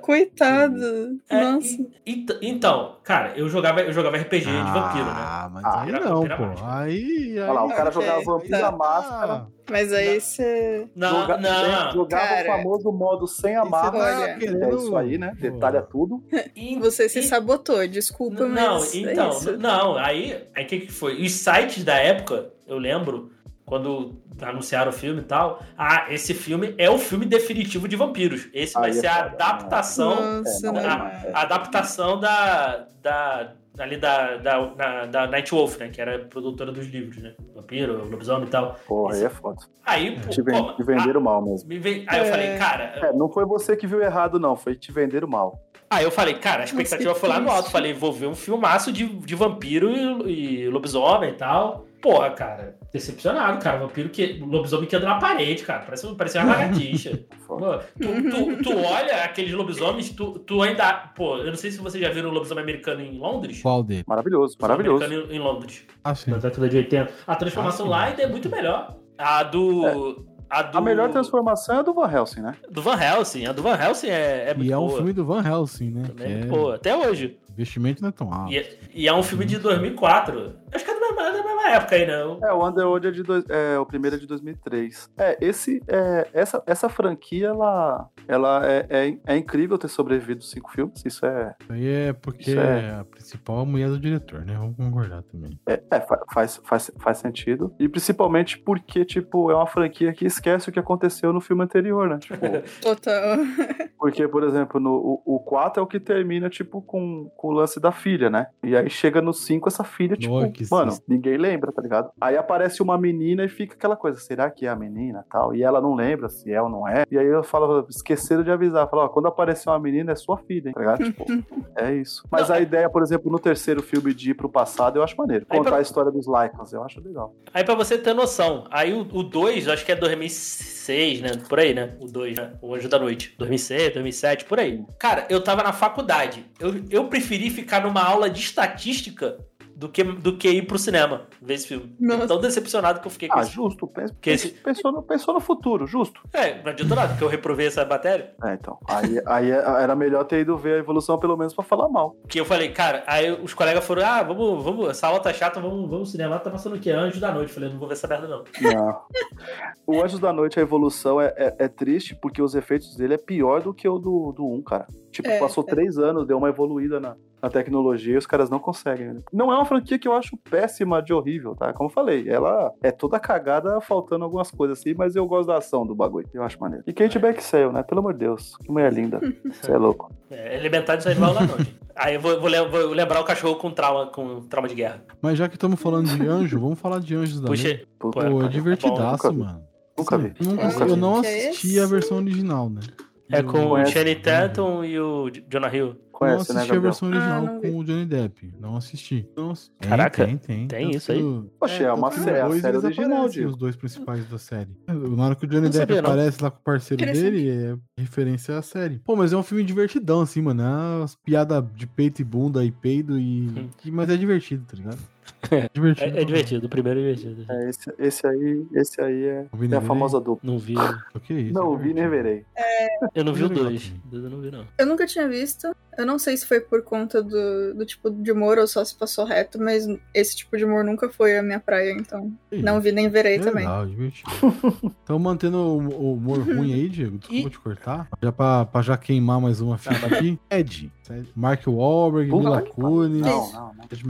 S2: Coitado.
S1: É,
S2: Nossa.
S1: e- ent- então, cara, eu jogava, eu jogava RPG de vampiro, né?
S3: Ah, mas
S4: Ah,
S3: aí
S1: era
S3: não,
S1: vampira
S3: pô.
S1: mágica.
S3: Aí, aí...
S4: Olha lá, o cara
S2: Ok,
S4: jogava vampiro
S2: tá.
S4: a máscara.
S2: Mas aí você.
S1: Não,
S4: joga-
S1: não.
S4: Jogava
S2: Cara.
S4: o famoso modo sem a máscara.
S2: Olha.
S4: É isso aí, né? Detalha tudo.
S1: E-
S2: Você se
S1: e-
S2: sabotou, desculpa,
S1: Não,
S2: mas.
S1: então,
S2: é isso.
S1: não, aí, aí o que, que foi? Os sites da época, eu lembro, quando anunciaram o filme e tal, ah, esse filme é o filme definitivo de vampiros. Esse vai
S4: Aí é
S1: ser a
S4: foda, né?
S1: adaptação,
S2: Nossa,
S4: É, não,
S2: não.
S1: a,
S4: é.
S1: a adaptação da, da, ali da, da, na- da Night Wolf, né, que era a produtora dos livros, né, vampiro, lobisomem e tal.
S4: Porra, aí é foda.
S1: Aí, pô,
S4: Te, ven-
S1: pô,
S4: te venderam mal
S1: ah,
S4: mesmo.
S1: me ven- aí eu
S2: É.
S1: falei, cara,
S4: É, não foi você que viu errado, não. Foi te venderam mal.
S1: Aí eu falei, cara, a expectativa
S2: Nossa, que
S1: foi lá no alto.
S2: triste.
S1: Falei, vou ver um filmaço de, de vampiro e, e lobisomem e tal. Porra, cara, decepcionado, cara. Vampiro que. Lobisomem que anda na parede, cara. Parece, parece uma lagartixa.
S4: Foda.
S1: Pô, tu, tu- tu olha aqueles lobisomens, tu, tu ainda. Pô, eu não sei se vocês já viram o lobisomem americano em Londres.
S3: Qual dele?
S4: Maravilhoso, maravilhoso.
S1: Lobisomem americano Em, em Londres.
S3: Ah, sim.
S1: Na década de 80. A transformação lá ainda é muito melhor. A do. A do.
S4: A melhor transformação é a do Van Helsing, né?
S1: Do Van Helsing. A do Van Helsing é, é muito
S3: E é um
S1: boa.
S3: filme do Van Helsing, né?
S1: Também
S3: Que
S1: é muito
S3: é-
S1: boa. Até hoje.
S3: O investimento não é tão alto.
S1: E, é- e é um filme de 2004. Acho que é da mesma, da mesma época aí, né?
S4: É, o Underworld é de dois, é, o primeiro é de 2003. É, esse, é, essa, essa franquia, ela, ela é, é, é incrível ter sobrevivido os cinco filmes. Isso é,
S3: Isso aí é porque
S4: Isso é-
S3: a principal é a mulher do diretor, né? Vamos concordar também.
S4: é, é, fa- faz, faz, faz sentido. E principalmente porque, tipo, é uma franquia que esquece o que aconteceu no filme anterior, né? Tipo,
S2: Total.
S4: porque, por exemplo, no, o, o 4 é o que termina, tipo, com, com o lance da filha, né? E aí chega no 5 essa filha, tipo,
S3: Nossa, que
S4: mano,
S3: susto.
S4: ninguém lembra, tá ligado? Aí aparece uma menina e fica aquela coisa, será que é a menina tal? E ela não lembra se é ou não é. E aí eu falo, esqueceram de avisar. Fala, ó, quando aparecer uma menina é sua filha, hein? tá ligado? Tipo, é isso. Mas
S1: Não,
S4: a
S1: é-
S4: ideia, por exemplo, no terceiro filme de ir pro passado, eu acho maneiro.
S1: Aí
S4: Contar
S1: pra-
S4: a história dos Lycans, eu acho legal.
S1: Aí pra você ter noção, aí o 2, acho que é 2006, né? Por aí, né? O 2, né? O Anjo da Noite. 2006, 2007, por aí. Cara, eu tava na faculdade. Eu, eu preferi ficar numa aula de estatística do que, do que ir pro cinema ver esse filme.
S2: Nossa.
S1: Tão decepcionado que eu fiquei com
S4: Ah,
S1: isso.
S4: justo. Pensa,
S1: Que esse-
S4: pensou, no, pensou no futuro, justo.
S1: É, não adiantou nada, porque eu reprovei essa matéria.
S4: É, então. Aí, aí era melhor ter ido ver a evolução, pelo menos, pra falar mal.
S1: Que eu falei, cara, aí os colegas foram, ah, vamos, vamos, essa aula tá chata, vamos, vamos ao cinema. Tá passando o quê? Anjo da Noite. Eu falei, não vou ver essa merda, não.
S4: Não. O Anjos da Noite, a evolução é, é- é triste porque os efeitos dele é pior do que o do, do 1, cara. Tipo,
S2: É,
S4: passou três anos, deu uma evoluída na, na tecnologia e os caras não conseguem. ainda. Não é uma franquia que eu acho péssima de horrível, tá? Como eu falei, ela é toda cagada, faltando algumas coisas assim, mas eu gosto da ação do bagulho. Eu acho maneiro. E
S3: É.
S4: Kate Beckinsale, né? Pelo amor de Deus, que mulher linda. Você é louco.
S1: É, elementar de animal da noite. Aí eu vou, vou le- vou lembrar o cachorro com trauma, com trauma de guerra.
S3: Mas já que estamos falando de anjo, vamos falar de anjos da noite.
S1: Puxa,
S4: Puta,
S3: Pô, é
S1: Nunca
S3: divertidaço,
S4: tá vi.
S3: mano.
S4: nunca vi.
S3: Eu não,
S2: Nunca
S3: eu
S2: vi.
S3: não
S2: Que é
S3: assisti
S2: isso?
S3: a versão original, né?
S1: É com o Channing Tatum e o Jonah Hill.
S3: não
S4: Conhece,
S3: assisti
S4: né,
S3: a
S4: Gabriel?
S3: versão
S2: Ah,
S3: original
S2: não vi.
S3: com o Johnny Depp. Não assisti. Não assisti. Tem,
S1: Caraca,
S3: tem, tem.
S1: tem
S3: Tanto
S1: isso aí?
S3: que o-
S4: Poxa, é uma
S3: tanto que
S4: série, é a
S3: depois
S4: série
S3: eles
S4: original,
S3: aparecem,
S4: Diego.
S3: os dois principais da série. Na hora que o Johnny
S1: Não
S3: Depp
S1: sabia, não.
S3: aparece lá com o parceiro
S2: Interessante.
S3: dele, é referência à série. Pô, mas é um filme divertidão, assim, mano. É umas piadas de peito e bunda e peido e... e- Mas é divertido, tá ligado? É
S1: Hum. É,
S3: divertido.
S1: é divertido, o primeiro é divertido.
S4: É, esse, esse aí, esse aí é,
S3: O Vini
S4: é a
S3: Verey?
S4: famosa dupla.
S1: Não vi.
S3: O que é isso?
S4: Não,
S3: É
S4: o Vini
S3: divertido.
S4: Everei.
S1: Eu não vi o
S3: Primeiro
S1: dois.
S3: legal
S1: Dois Eu não vi, não.
S2: Eu nunca tinha visto. Eu não sei se foi por conta do, do tipo de humor ou só se passou reto, mas esse tipo de humor nunca foi a minha praia, então.
S3: Ih,
S2: Não vi nem verei também.
S3: Legal, divertido. Então, mantendo o o humor ruim aí, Diego, desculpa te cortar. Já pra, pra já queimar mais uma fita aqui. Ted. Ted, Mark Wahlberg,
S4: Puta
S3: Mila
S4: que
S3: Kunis,
S4: Não, não, não. Não, não,
S3: Ted
S4: não, Ted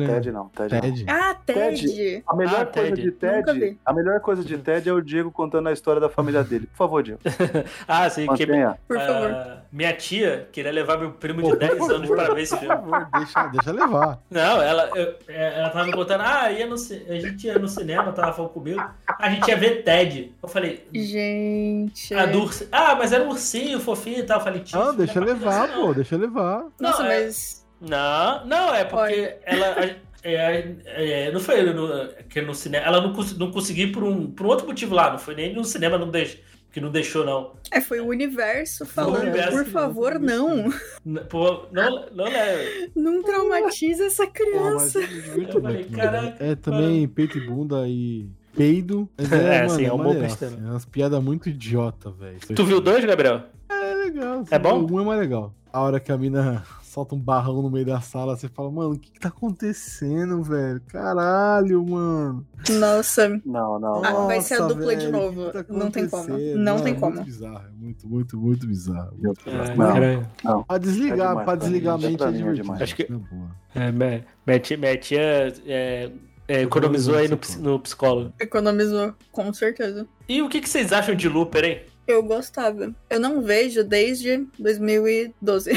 S3: McFarlane.
S4: não, Ted, não.
S3: Ted.
S2: Ah, Ted!
S4: A melhor
S1: Ah,
S4: coisa
S1: Ted.
S4: de
S2: Nunca
S4: Ted,
S2: vi.
S4: a melhor coisa de Ted é o Diego contando a história da família dele. Por favor, Diego.
S1: Ah, sim, que
S4: Mantenha.
S2: Por
S1: ah,
S2: favor.
S1: minha tia queria levar meu primo de
S3: Por
S1: 10 anos
S3: favor.
S1: para ver esse filme.
S3: Por favor, deixa, deixa levar.
S1: Não, ela, eu- é, ela tava me contando, ah, ia no, ci- a gente ia no cinema, tava falando comigo, a gente ia ver Ted. Eu falei,
S2: Gente.
S1: ah, do ursi- ah, mas era um ursinho fofinho e tal. Eu falei, tia,
S3: Não,
S1: isso não é
S3: Ah, deixa
S1: pra
S3: levar,
S1: criança, não."
S3: pô, deixa levar.
S2: Nossa,
S1: Não, é-
S2: mas.
S1: Não, não, é porque
S2: Olha.
S1: ela. a- é, é, não foi no, que no cinema. Ela não, cons- não conseguiu por um, por um outro motivo lá. Não foi nem no cinema não deix, que não deixou, não.
S2: É, foi o universo falando,
S1: universo
S2: por
S1: que
S2: favor, não.
S3: não
S1: N- Pô, não, não leva.
S2: Não traumatiza essa
S3: Pô, mas
S2: criança.
S3: eu me divirto
S1: Eu falei,
S3: muito, mano.
S1: caraca,
S3: É também peito e bunda e peido. Mas
S1: É,
S3: é, mano,
S1: assim, é um bom
S3: maneiro,
S1: castelo.
S3: assim, é umas piadas muito idiota, velho.
S1: Tu viu dois, Gabriel?
S3: É legal.
S1: É bom?
S3: Um é mais legal. A hora que a mina solta um barrão no meio da sala, você fala, mano, o que, que tá acontecendo, velho? Caralho, mano.
S2: Nossa,
S4: Não, não,
S2: Ah,
S4: não.
S2: vai ser a
S3: Nossa,
S2: dupla de novo.
S3: o que tá
S2: Não tem como.
S3: acontecendo?
S2: Não
S3: é
S2: tem como.
S3: Muito bizarro, é muito, muito, muito bizarro. Muito
S1: É,
S3: bizarro.
S4: Não.
S3: Pra desligar,
S4: É demais
S3: pra
S4: pra
S3: desligar
S4: mim,
S3: a mente
S4: pra
S3: é
S4: mim é
S3: divertido.
S4: demais.
S1: Acho que-
S3: Na boa.
S1: É, minha, minha tia, minha tia, é, é, economizou aí no, ps- no psicólogo.
S2: economizou, com certeza.
S1: E o que, que vocês acham de Looper, hein?
S2: Eu gostava. Eu não vejo desde 2012,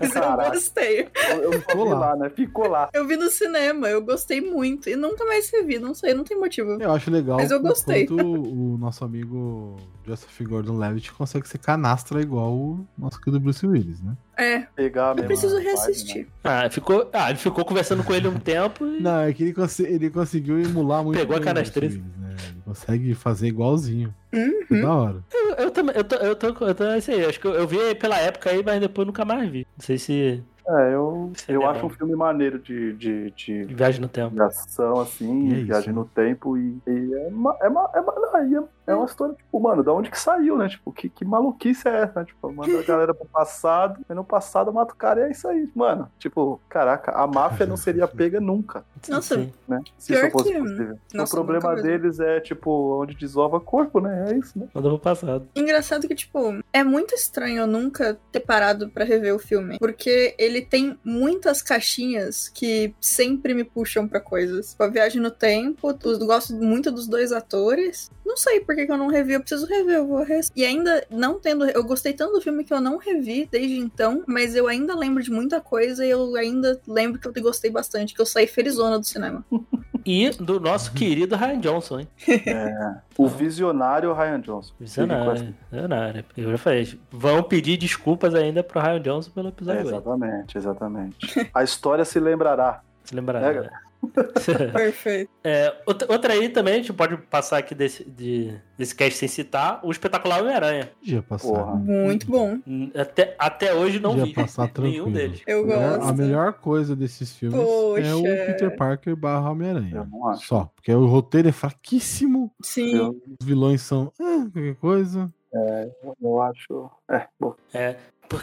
S2: mas eu
S4: Caraca.
S2: gostei.
S4: Eu, eu
S3: Ficou
S4: vi
S3: lá.
S4: lá, né? Ficou lá.
S2: Eu vi no cinema, eu gostei muito. E nunca mais revi, não sei, não tem motivo.
S3: Eu acho legal
S2: Mas eu
S3: o
S2: gostei.
S3: quanto o nosso amigo Joseph Gordon-Levitt consegue ser canastra igual o nosso querido Bruce Willis, né?
S2: É,
S4: Pegar
S2: eu preciso reassistir.
S1: Ah, ficou, ah, ele ficou conversando com ele um tempo e...
S3: Não, é que ele, conse- ele conseguiu emular muito.
S1: Pegou a
S3: bem o Bruce
S1: canastreza.
S3: Willis, né? Ele consegue fazer igualzinho. É
S2: Uhum.
S3: Da hora.
S1: Eu, eu também, eu tô, eu tô, eu tô, é isso aí, acho que eu, eu vi pela época aí, mas depois nunca mais vi. Não sei se
S4: É, eu, eu
S1: Entendeu?
S4: acho um filme maneiro de, de, de
S1: viagem no tempo.
S4: ação, assim,
S3: E é
S4: viagem
S3: isso.
S4: no tempo. E, e é, uma, é, uma, é, uma, aí é, é uma história, tipo, mano, da onde que saiu, né? Tipo, que, que maluquice é essa? né? Tipo, manda a galera pro passado, mas no passado mata o cara e é isso aí. Mano, tipo, caraca, a máfia não seria pega nunca,
S2: Nossa,
S1: Sim.
S4: né? Se
S2: Pior
S4: isso fosse
S2: que-
S4: possível.
S2: nossa,
S4: o problema
S2: nunca mesmo.
S4: deles é, tipo, onde desova corpo, né? É isso, né?
S1: Mandou pro passado.
S2: Engraçado que, tipo, é muito estranho eu nunca ter parado pra rever o filme. Porque ele tem muitas caixinhas que sempre me puxam pra coisas. Tipo, a viagem no tempo, eu gosto muito dos dois atores. Não sei por que, que eu não revi, eu preciso rever, eu vou res... E ainda não tendo. Eu gostei tanto do filme que eu não revi desde então, mas eu ainda lembro de muita coisa e eu ainda lembro que eu gostei bastante, que eu saí felizona do cinema.
S1: E do nosso querido Ryan Johnson, hein?
S3: Ah.
S4: O visionário Ryan Johnson.
S3: né?
S4: Ele
S1: Visionário, visionário. Eu já falei, vão pedir desculpas ainda pro Ryan Johnson pelo
S4: É,
S1: episódio 8.
S4: exatamente, exatamente. A história se lembrará.
S1: Se lembrar.
S4: É,
S1: né?
S2: Perfeito.
S1: É, outra, outra aí também, a gente pode passar aqui desse, de, desse cast sem citar, o espetacular Homem-Aranha.
S3: Podia passar.
S4: Porra.
S3: né?
S2: Muito bom.
S1: Até, até hoje não
S3: Podia
S1: vi
S3: passar tranquilo.
S1: nenhum deles.
S2: Eu
S3: Melhor-
S2: gosto.
S3: Né? A melhor coisa desses filmes é o
S2: Poxa.
S3: Peter Parker barra
S4: Eu
S3: Homem-Aranha.
S4: não acho.
S3: Só, porque o roteiro é fraquíssimo,
S2: Sim.
S4: Eu,
S3: os vilões são ah, qualquer coisa.
S4: eu acho. É, bom.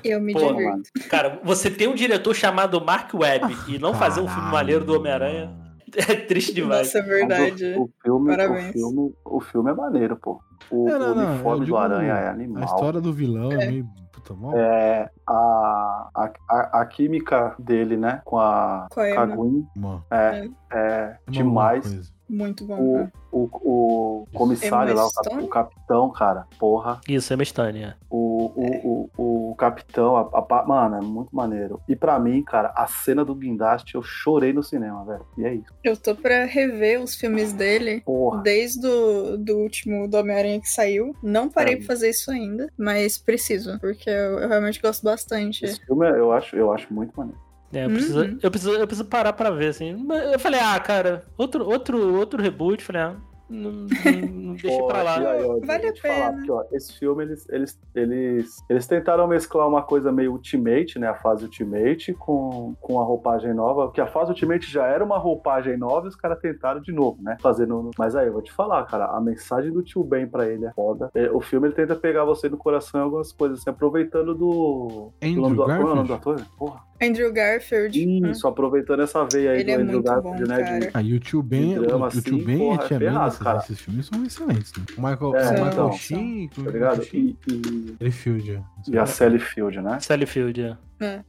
S2: Eu me
S1: Porra,
S2: divirto.
S4: mano.
S1: Cara, você tem um diretor chamado Mark Webb e não fazer um filme
S3: Caralho,
S1: maneiro do Homem-Aranha
S3: mano.
S1: é triste demais.
S2: Nossa, é verdade.
S4: O, o filme,
S2: Parabéns.
S4: o, filme, o filme é maneiro, pô. O,
S3: Não, não,
S4: o
S3: não, eu
S4: uniforme
S3: digo
S4: do Aranha é
S3: A
S4: animal.
S3: história do vilão é, meio. Puta, mó.
S4: É, a, a, a, a química dele, né? Com a
S2: Qual é,
S4: Kaguin
S3: mano.
S4: é, é
S3: É uma
S4: demais.
S3: coisa.
S2: Muito bom.
S4: O,
S2: né?
S4: o, o comissário
S2: Emma
S4: lá, o, cap-
S2: Stone?
S4: o capitão, cara, porra.
S1: Isso, é Mestânia.
S4: O, o, o, o capitão, a, a pa- mano, é muito maneiro. E pra mim, cara, a cena do guindaste, eu chorei no cinema, velho. E é isso.
S2: Eu tô pra rever os filmes dele.
S4: Porra.
S2: Desde o do último do Homem-Aranha que saiu. Não parei
S4: É.
S2: pra fazer isso ainda, mas preciso, porque eu, eu realmente gosto bastante.
S4: Esse filme é, eu acho, eu acho muito maneiro.
S1: É, eu, preciso,
S2: Uhum.
S1: eu, preciso, eu preciso parar pra ver, assim. Mas Eu falei, ah, cara, outro, outro, outro reboot, falei, ah, não, não- não deixa
S4: Pô,
S1: pra
S4: e
S1: lá.
S4: aí, ó,
S2: Vale
S4: deixa eu
S2: a
S4: te falar,
S2: pena.
S4: porque, ó, esse filme, eles, eles, eles, eles tentaram mesclar uma coisa meio Ultimate, né? A fase Ultimate com, com a roupagem nova. Porque a fase Ultimate já era uma roupagem nova e os caras tentaram de novo, né? Fazendo... Mas aí, eu vou te falar, cara. A mensagem do tio Ben pra ele é foda. É, O filme, ele tenta pegar você no coração em algumas coisas, assim, aproveitando do... do
S3: Andrew
S4: nome do ator. Como é o nome
S3: Garfield?
S4: do ator? Porra.
S2: Andrew Garfield. né?
S4: Isso, aproveitando essa veia aí
S2: Ele
S4: do
S2: é
S4: Andrew
S2: muito
S4: Garfield,
S2: bom,
S4: né?
S2: cara.
S4: de-
S3: Ah, e o Tio Ben,
S4: De
S3: o,
S4: drama,
S3: o Tio
S4: assim,
S3: Ben
S4: porra,
S3: e a Tia
S4: é
S3: Ben,
S4: ferrado,
S3: esses,
S4: cara.
S3: esses filmes são excelentes. Né? O Michael,
S4: É,
S3: o Michael
S2: então.
S3: Sheen,
S4: Tá ligado? E- e...
S3: Ele Field.
S4: E a Sally Field, né?
S1: Sally Field, é.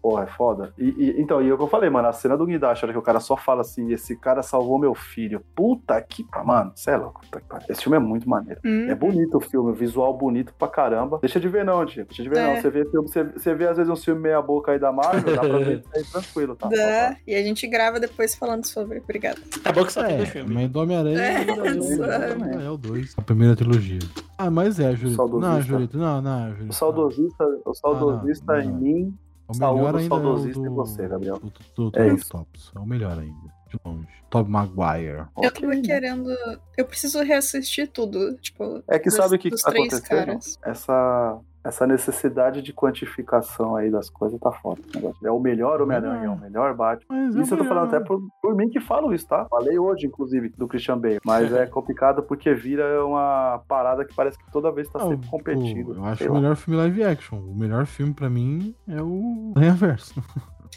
S4: Porra, é foda. E, e- então, e é o que eu falei, mano, a cena do Guindaste, a hora que o cara só fala assim, esse cara salvou meu filho. Puta que pariu, mano, cê é louco. Puta que pariu. Esse filme é muito maneiro.
S2: Hum.
S4: É bonito o filme, visual bonito pra caramba. Deixa de ver não, tio. Deixa de ver
S2: É.
S4: não. Você vê, filme, você, você vê às vezes um filme meia boca aí da Marvel, dá pra ver isso aí tranquilo, tá?
S2: Dá. E a gente grava depois falando sobre. Obrigada.
S1: Tá bom que só tem dois
S3: É,
S1: filmes.
S3: mas do Homem-Aranha
S2: É,
S3: ainda é o-
S2: sabe?
S3: ainda é o 2. A primeira trilogia. Ah, mas é, Jurito.
S4: Saudosista.
S3: Não, Jurito, não, não, Jurito.
S4: O saudosista, o saudosista
S3: Ah, não,
S4: em
S3: não.
S4: mim,
S3: O
S4: saúde
S3: melhor
S4: o
S3: ainda é
S4: saudosista
S3: o
S4: em
S3: do...
S4: você, Gabriel.
S3: Do, do, do
S4: É
S3: Top
S4: isso.
S3: Tops. É o melhor ainda. De longe. Top Maguire.
S2: Eu
S4: Ok,
S2: tava
S4: né?
S2: querendo. Eu preciso reassistir tudo. Tipo,
S4: É que
S2: dos-
S4: sabe o que que
S2: dos
S4: tá
S2: três
S4: acontecendo?
S2: caras.
S4: essa, essa necessidade de quantificação aí das coisas tá foda. esse negócio. É o melhor Homem-Aranha, é
S3: Uhum.
S4: o melhor Batman.
S3: Mas é
S4: Isso eu tô
S3: o
S4: falando
S3: melhor.
S4: até por, por mim que falo isso, tá? Falei hoje, inclusive, do Christian Bale. Mas é complicado porque vira uma parada que parece que toda vez tá
S3: Não,
S4: sempre competindo.
S3: pô, É Eu acho
S4: sei
S3: o
S4: lá.
S3: melhor filme live action. O melhor filme pra mim é o Reverso.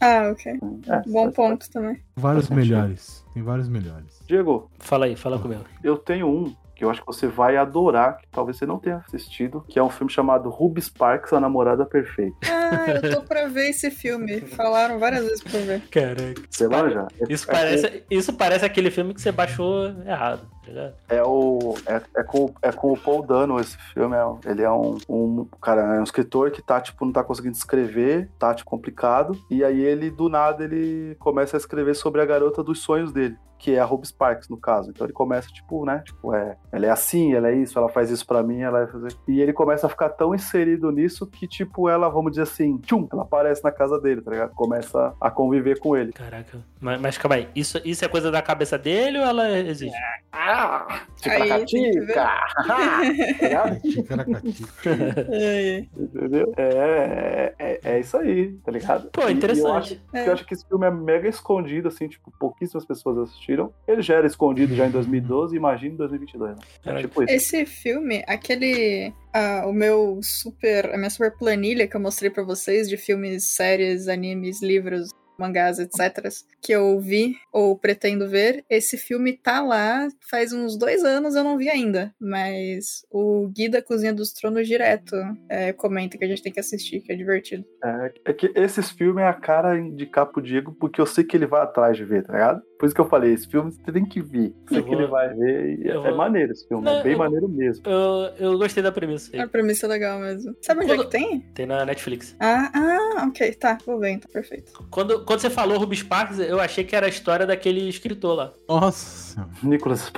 S2: Ah, ok.
S4: É,
S2: Bom
S4: mas-
S2: ponto também.
S3: Vários
S4: sentido.
S3: melhores. Tem vários melhores.
S4: Diego,
S1: Fala aí, fala comigo.
S4: eu tenho um que eu acho que você vai adorar, que talvez você não tenha assistido, que é um filme chamado Ruby Sparks, A Namorada Perfeita.
S2: Ah, eu tô pra ver esse filme. Falaram várias vezes pra eu ver.
S1: Caraca.
S4: Você manja? É-
S1: Isso
S4: é
S1: parece, isso parece aquele filme que você baixou errado, tá ligado?
S4: É o. É, é com, é com o Paul Dano esse filme. é um- ele é um, um- Cara, é um escritor que tá, tipo, não tá conseguindo escrever, tá, tipo, complicado. E aí ele, do nada, ele começa a escrever sobre a garota dos sonhos dele. Que é a Ruby Sparks, no caso. Então ele começa, tipo, né? Tipo, é. Ela é assim, ela é isso, ela faz isso pra mim, ela vai fazer. E ele começa a ficar tão inserido nisso que, tipo, ela, vamos dizer assim, tchum, ela aparece na casa dele, tá ligado? Começa a conviver com ele.
S1: Caraca. Mas, mas calma aí, isso, isso é coisa da cabeça dele ou ela existe?
S4: Ah!
S2: Aí, tem que ver.
S4: Tá Tica-tica!
S3: Ticaracatica.
S2: Ai, ai.
S4: Entendeu? É, é, é isso aí, tá ligado?
S1: Pô,
S4: E- e eu
S1: interessante.
S4: acho, eu acho que esse filme é mega escondido, assim, tipo, pouquíssimas pessoas assistiram. Ele já era escondido já em 2012, imagina em 2022, né? É
S1: Caraca.
S4: tipo isso.
S2: Esse filme, aquele. ah, o meu super. A minha super planilha que eu mostrei pra vocês de filmes, séries, animes, livros, mangás, etc. Que eu vi ou pretendo ver. Esse filme tá lá faz uns dois anos, eu não vi ainda. Mas o Guia da Cozinha dos Tronos direto é, comenta que a gente tem que assistir, que é divertido.
S4: É, é que esses filmes é a cara de capo Diego, porque eu sei que ele vai atrás de ver, tá ligado? Por isso que eu falei, esse filme você tem que ver. Sei
S1: Eu
S4: que
S1: vou-
S4: ele vai ver e é,
S1: eu vou-
S4: é maneiro esse filme,
S1: Não,
S4: é bem
S1: eu-
S4: maneiro mesmo.
S1: Eu, eu gostei da premissa
S2: A
S1: aí.
S2: premissa é legal mesmo. Sabe onde é que tem?
S1: Tem na Netflix.
S2: Ah, ah, ok, tá, vou ver então, perfeito.
S1: Quando, quando você falou Ruby Sparks, eu achei que era a história daquele escritor lá.
S3: Nossa. senhora.
S4: Nicholas Sparks?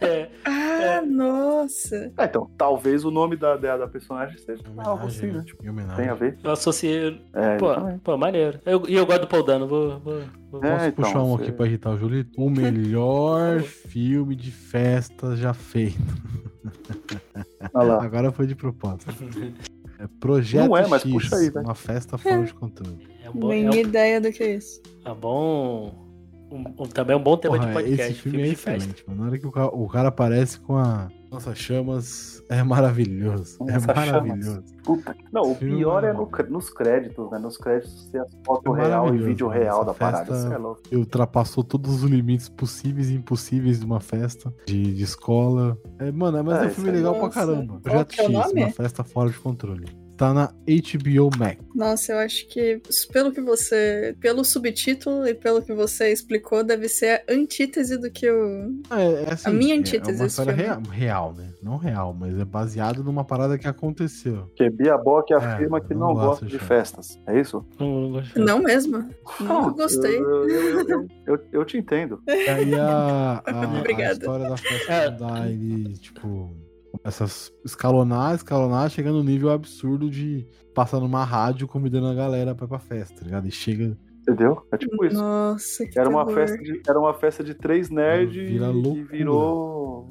S1: É,
S2: Ah, nossa!
S4: Ah, então, talvez o nome da, da, da personagem seja
S3: Em
S4: algo assim,
S3: homenagem,
S4: né?
S3: né?
S4: Tipo,
S3: Em homenagem.
S4: tem a ver.
S1: eu associei.
S4: É,
S1: Pô,
S4: exatamente.
S1: pô maneiro. Eu- E eu, gosto do Paul Dano, vou. vou- vou-
S4: É,
S3: Posso
S4: então,
S3: puxar um
S4: você-
S3: aqui pra irritar o Julito? O melhor filme de festa já feito.
S4: Olha lá.
S3: Agora foi de propósito. É Projeto
S4: Não é, mas
S3: X,
S4: puxa aí, vai.
S3: uma festa fora de controle.
S1: É um bom. É
S2: Nem
S1: um,
S2: ideia do que é isso.
S1: é um bom um- um- também é um bom tema de
S3: Porra,
S1: podcast.
S3: esse filme, é
S1: de festa.
S3: excelente, mano. Na hora que o ca- o cara, aparece com a nossa chamas, é maravilhoso. É
S4: Nossa,
S3: maravilhoso.
S4: Puta que- Não, o
S3: Filme
S4: pior é
S3: maravilhoso.
S4: no cr- nos créditos, né? Nos créditos tem as fotos
S3: É
S4: real e
S3: maravilhoso,
S4: vídeo
S3: mano,
S4: real
S3: essa
S4: da parada.
S3: festa-
S4: Isso é louco.
S3: E ultrapassou todos os limites possíveis e impossíveis de uma festa, de, de escola. É, mano, mas
S4: É,
S3: é um
S4: isso
S3: filme
S4: aí. um
S3: legal
S2: Nossa.
S3: pra caramba.
S2: Qual
S3: Projeto
S2: que é o
S3: X,
S2: nome?
S3: uma festa fora de controle. tá na HBO Max.
S2: Nossa, eu acho que, pelo que você. Pelo subtítulo e pelo que você explicou, deve ser a antítese do que o.
S3: É, é assim,
S2: A minha
S3: é-
S2: antítese
S3: É uma
S2: desse
S3: história
S2: filme.
S3: real, real, né? Não real, mas é baseado numa parada que aconteceu.
S4: Que Bia Bock afirma
S3: É,
S4: que
S3: não
S4: não,
S3: gosto
S4: gosta
S3: de
S4: de
S3: festa.
S4: festas. É isso?
S1: Não gostei.
S2: Não mesmo. Nunca gostei.
S4: Eu, eu- eu- eu- eu te entendo.
S3: E aí a, a- a
S2: Obrigada.
S3: história da festa
S1: É.
S3: não dá, ele, tipo, essas escalonar, escalonar, chega no nível absurdo de passar numa rádio convidando a galera pra ir pra festa, tá ligado? E chega,
S4: Entendeu? É tipo isso.
S2: Nossa, que
S4: Era uma,
S2: terror.
S4: festa de, era uma festa de três nerds
S3: Vira
S4: que
S3: loucura.
S4: virou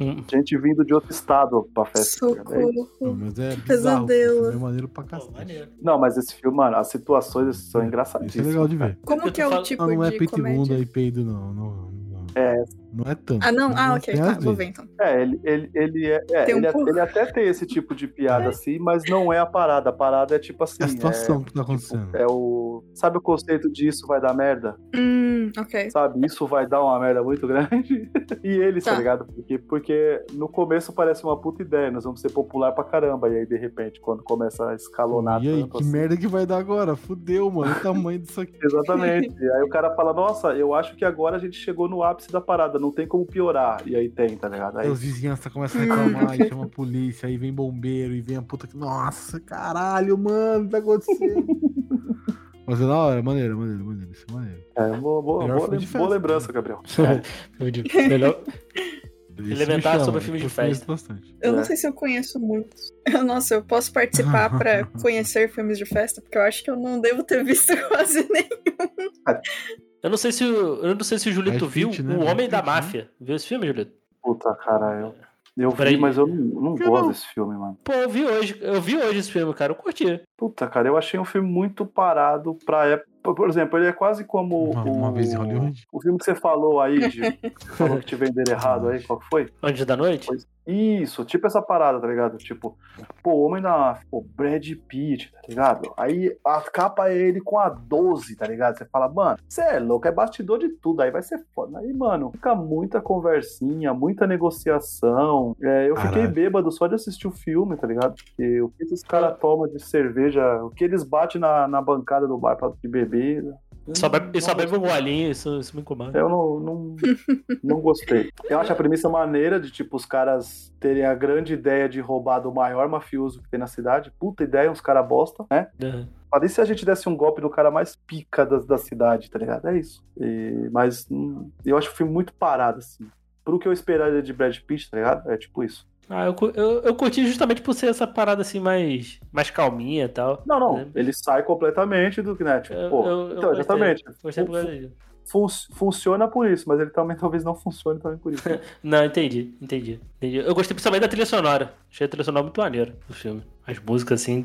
S1: Hum.
S4: gente vindo de outro estado pra festa. tá ligado? É isso.
S3: pelo
S2: Socorro.
S3: menos é bizarro.
S2: pesadelo.
S3: Pesadelo. É maneiro pra
S1: Pô,
S3: cacete.
S1: maneiro.
S4: Não, mas esse filme, mano, as situações são
S3: Isso é
S4: engraçadíssimas.
S3: legal de ver.
S2: Como
S1: Eu
S2: que
S1: tô
S2: é o
S1: falando- um
S2: tipo
S3: Não, não é
S2: de
S3: peito
S2: comédia?
S3: imundo e peido, não. Não, não,
S4: É.
S3: não é tanto.
S2: Ah, não? Ah,
S3: Mas
S2: ok.
S3: tem
S2: Tá,
S3: às
S2: vou
S3: vezes.
S2: ver então.
S4: É, ele, ele, ele, é, é,
S2: Tem um
S4: ele,
S2: pouco.
S4: ele até tem esse tipo de piada assim, mas não é a parada. A parada é tipo assim.
S3: É a situação que tá acontecendo.
S4: É o. Sabe o conceito de isso vai dar merda?
S2: Hum, ok.
S4: Sabe? Isso vai dar uma merda muito grande. e ele, tá,
S2: Tá.
S4: ligado? Porque, porque no começo parece uma puta ideia, nós vamos ser popular pra caramba. E aí, de repente, quando começa a escalonar
S3: E aí,
S4: tanto,
S3: que
S4: assim,
S3: merda que vai dar agora? Fudeu, mano. Olha O tamanho disso aqui.
S4: Exatamente. aí o cara fala, nossa, eu acho que agora a gente chegou no ápice da parada, não tem como piorar. E aí tem, tá ligado? Aí,
S3: Aí os vizinhanças começam a reclamar e chama a polícia, aí vem bombeiro e vem a puta que. Nossa, caralho, mano, o que tá acontecendo? Mas é da hora, maneiro, maneiro, maneiro. Isso é maneiro.
S4: é, boa, boa,
S3: Melhor
S4: boa,
S3: filme de
S4: boa
S3: festa,
S4: lembrança,
S3: né?
S4: Gabriel.
S1: Filme de- Melhor.
S3: Isso me
S1: Elementar
S3: chama,
S1: sobre filme de
S3: eu conheço
S1: festa.
S3: Bastante.
S2: Eu
S4: É.
S2: não sei se eu conheço muito. Nossa, eu posso participar pra conhecer filmes de festa, porque eu acho que eu não devo ter visto quase nem.
S1: Eu não sei se o, eu não sei se o Julito
S3: Brad
S1: viu
S3: Pitt, né?
S1: O
S3: Brad
S1: Homem da
S3: Pitt, né?
S1: Máfia. Viu esse filme, Julito?
S4: Puta, cara, eu, eu vi,
S1: Peraí.
S4: mas eu não, não gosto desse filme, mano.
S1: Pô, eu vi hoje, eu vi hoje esse filme, cara. Eu curti.
S4: Puta, cara, eu achei um filme muito parado pra época. Por exemplo, ele é quase como
S3: Uma-
S4: o,
S3: uma vez em Hollywood.
S4: o filme que você falou aí, Gil. que falou que te venderam errado aí, qual que foi?
S1: Antes da noite?
S4: Isso, tipo essa parada, tá ligado? Tipo, pô, homem na. Pô, Brad Pitt, tá ligado? Aí a capa é ele com a 12, tá ligado? Você fala, mano, você é louco, é bastidor de tudo, aí vai ser foda. Aí, mano, fica muita conversinha, muita negociação. É, eu fiquei
S3: Caralho.
S4: bêbado só de assistir o filme, tá ligado? Porque o que os caras tomam de cerveja, o que eles batem na, na bancada do bar pra de beber. eu
S1: Só
S4: não-
S1: bebe,
S4: não
S1: só bebe um golinho, isso, isso me incomoda.
S4: eu não, não, não gostei. Eu acho a premissa maneira de, tipo, os caras terem a grande ideia de roubar do maior mafioso que tem na cidade. Puta ideia, uns caras bosta, né?
S1: Uhum.
S4: Falei se a gente desse um golpe do cara mais pica da, da cidade, tá ligado? É isso. E- mas hum, eu acho o filme muito parado, assim. Pro que eu esperaria de Brad Pitt, tá ligado? É tipo isso.
S1: Ah, eu, cu- eu, eu curti justamente por ser essa parada assim mais, mais calminha e tal.
S4: Não, não.
S1: É.
S4: Ele sai completamente do que, né? Tipo,
S1: Eu-
S4: pô.
S1: eu- eu
S4: então,
S1: gostei.
S4: exatamente.
S1: Gostei por
S4: Fun-
S1: causa disso.
S4: fun- funciona por isso, mas ele também talvez não funcione também por isso.
S1: Não, entendi, entendi, entendi. Eu gostei principalmente da trilha sonora. Achei a trilha sonora muito maneira do filme. As músicas, assim,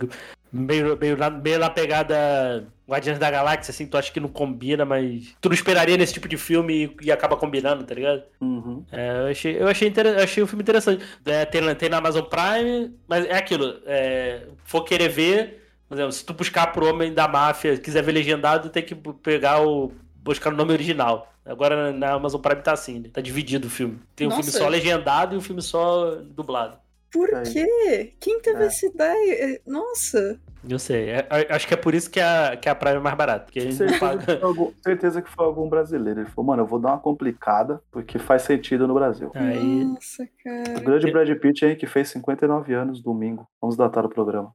S1: meio, meio, na, meio na pegada Guardiões da Galáxia, assim, tu acha que não combina, mas tu não esperaria nesse tipo de filme e, e acaba combinando, tá ligado?
S4: Uhum.
S1: É, eu achei, eu achei, inter- eu achei o filme interessante. É, tem, na- tem na Amazon Prime, mas é aquilo. É, for querer ver, por exemplo, se tu buscar pro Homem da Máfia, quiser ver legendado, tem que bu- pegar o. buscar o nome original. Agora na- na Amazon Prime tá assim, né? Tá dividido o filme. Tem um filme
S2: Nossa.
S1: só legendado e um filme só dublado.
S2: Por
S4: Aí.
S2: quê? Quem teve
S4: É.
S2: essa ideia? Nossa.
S1: Eu sei. é- a- acho que é por isso que a, que a Prime é mais barata. Porque a gente não
S4: Certeza que,
S1: paga.
S4: foi algum, certeza que foi algum brasileiro. Ele falou, mano, eu vou dar uma complicada, porque faz sentido no Brasil.
S1: Aí.
S2: Nossa,
S1: É.
S2: cara.
S4: O grande Brad Pitt aí, que fez 59 anos domingo. Vamos datar o programa.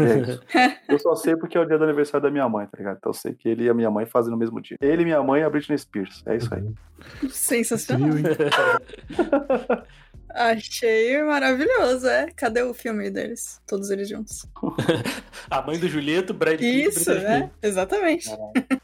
S4: E é isso. eu só sei porque é o dia do aniversário da minha mãe, tá ligado? Então eu sei que ele e a minha mãe fazem no mesmo dia. Ele, minha mãe e a Britney Spears. É isso aí.
S2: Sensacional.
S3: Frio, hein?
S2: Achei maravilhoso, é. Cadê o filme deles? Todos eles juntos.
S1: A mãe do Julieto, Brad Pitt,
S2: Isso,
S1: Brad
S2: né? Exatamente.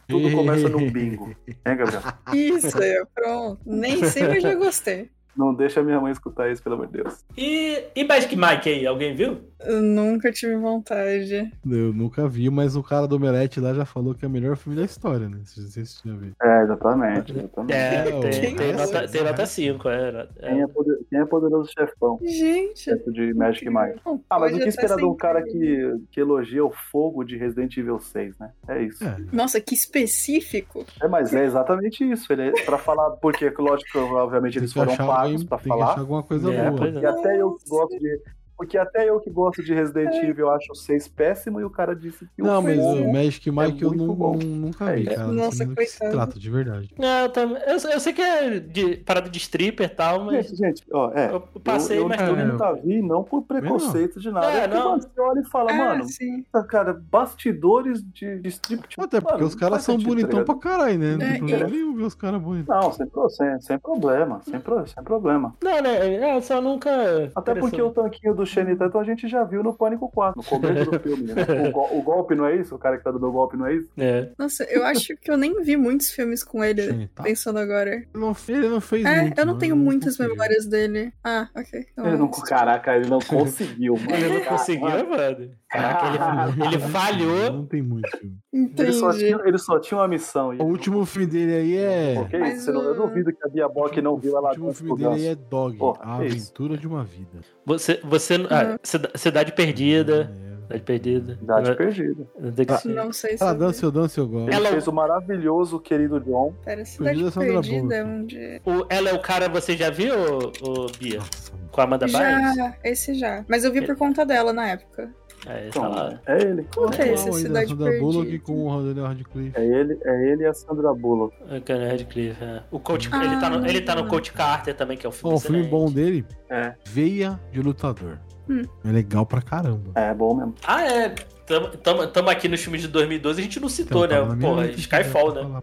S4: Tudo começa no bingo. Hein, Gabriel?
S2: Isso, eu, pronto. Nem sei, mas já gostei.
S4: Não deixa a minha mãe escutar isso, pelo amor de Deus.
S1: E, e Magic Mike aí? Alguém viu?
S2: Eu nunca tive vontade.
S3: Eu nunca vi, mas o cara do Omelete lá já falou que é o melhor filme da história, né? Se vocês já viram.
S4: É, exatamente. exatamente.
S1: É,
S3: Não,
S1: tem, tem
S3: é
S1: nota,
S3: sim,
S1: tem
S3: é
S1: nota
S3: sim.
S1: 5, é. é.
S4: Quem é, poder- quem é poderoso chefão?
S2: Gente.
S4: Chefe de Magic Mike.
S2: não
S4: Ah, mas o
S2: pode
S4: que
S2: até é
S4: esperar
S2: ser
S4: de um cara
S2: incrível.
S4: que, que elogia o fogo de Resident Evil 6, né? É isso. É,
S3: É,
S2: Nossa, que específico.
S4: mas é exatamente isso. Ele é pra falar, porque, lógico, obviamente,
S3: tem
S4: eles
S3: que
S4: foram
S3: achar alguém-
S4: pagos pra
S3: tem que achar
S4: falar.
S3: alguma coisa
S1: É,
S3: boa.
S1: pois é.
S4: E até eu
S2: Nossa.
S4: gosto de. Porque até eu que gosto de Resident Evil, eu acho o 6 péssimo e o cara disse que
S3: Não,
S4: o
S3: mas
S4: bom.
S3: o Magic Mike
S4: é
S3: eu
S4: muito
S3: não-
S4: bom.
S3: não- nunca vi,
S4: É,
S3: cara. Não
S2: nossa,
S3: sei nem do que se
S2: coitado.
S3: trata, de verdade.
S1: Não, eu, também- eu, eu sei que é de parada de stripper e tal, mas.
S4: Gente, gente, ó, é.
S1: Eu passei,
S4: eu, eu
S1: mas
S3: é,
S1: tudo
S3: eu-
S4: nunca né? vi, não por preconceito de nada.
S1: É,
S4: É,
S1: não.
S4: não. Você olha e fala, mano,
S2: Ah, sim.
S4: puta, cara, bastidores de, de striptease.
S3: Até porque
S4: Mano,
S3: os caras
S4: faz
S3: são
S4: sentido,
S3: bonitão
S4: tá
S3: pra caralho, né? Não
S2: É,
S3: tem
S2: e-
S3: problema nenhum ver os caras bonitos.
S4: Não, sem, pro- sem, sem problema, sem, pro- sem problema.
S1: Não, né? Eu só nunca.
S4: Até porque o
S1: eu.
S4: tanquinho do Xenitato a gente já viu no Pânico 4, no começo do filme. né? O, go- o golpe não é isso? O cara que tá dando o golpe não é isso?
S1: É.
S2: Nossa, eu acho que eu nem vi muitos filmes com ele,
S3: Sim, tá. Ele
S2: pensando agora.
S3: não fez, ele não fez
S2: É,
S3: muito,
S2: eu não
S3: né?
S2: tenho muitas
S3: conseguiu.
S2: memórias dele. Ah, ok. Então
S4: Ele não,
S2: é isso.
S4: caraca, ele não conseguiu, mano.
S1: Ele não
S4: Caraca.
S1: conseguiu, mano.
S3: Ah.
S1: Caraca, ele, ele falhou.
S3: Não tem muito filme.
S4: Ele só,
S2: Entendi.
S4: tinha, ele só tinha uma missão. e-
S3: O último filme dele aí é.
S4: Ok?
S2: Mas,
S4: Você não- eu
S2: uh,
S4: duvido que a Bia Bock não viu
S3: O
S4: ela
S3: último
S4: dando
S3: filme
S4: pro
S3: dele aí
S4: ganso.
S3: é Dog,
S4: Porra,
S3: A
S4: é isso.
S3: Aventura de uma Vida.
S1: Você. você ah, cida- cidade perdida.
S3: É.
S1: Cidade perdida.
S4: Idade perdida.
S1: Tem que ser.
S2: Não sei se.
S3: Ah,
S2: eu vi.
S3: dança, eu danço, eu gosto.
S4: Ele
S1: Ela-
S4: fez o maravilhoso querido John.
S2: Pera, Cidade
S3: Perdida é Sandra
S2: Perdida é
S3: Bullock.
S2: um de.
S1: O, ela é o cara, você já viu, ô, ô, Bia?
S3: Nossa,
S1: Com a Amanda Bynes?
S2: Já, esse já. Mas eu vi por conta dela na época.
S1: É, essa
S4: Então,
S1: lá.
S4: é ele.
S2: Qual que é
S3: Não,
S2: esse?
S3: ainda,
S2: Cidade
S3: Sandra Bullock
S2: Perdida.
S3: com o Daniel Radcliffe.
S4: É ele, é ele e a Sandra Bullock.
S1: O Daniel Ah, Radcliffe, é. O Coach,
S2: Ah.
S1: ele, tá no, ele tá no Coach Carter também, que é o filme.
S3: Ó, o um filme
S1: excelente.
S3: bom dele,
S4: É.
S3: Veia de Lutador.
S2: Hum.
S3: É legal pra caramba.
S4: É bom mesmo.
S1: Ah, é. Tamo, tamo, tamo aqui nos filmes de 2012 a gente não citou,
S3: Então, tá na
S1: né?
S3: minha
S1: Porra,
S3: lista,
S1: Skyfall,
S3: tá
S1: né?
S3: lá.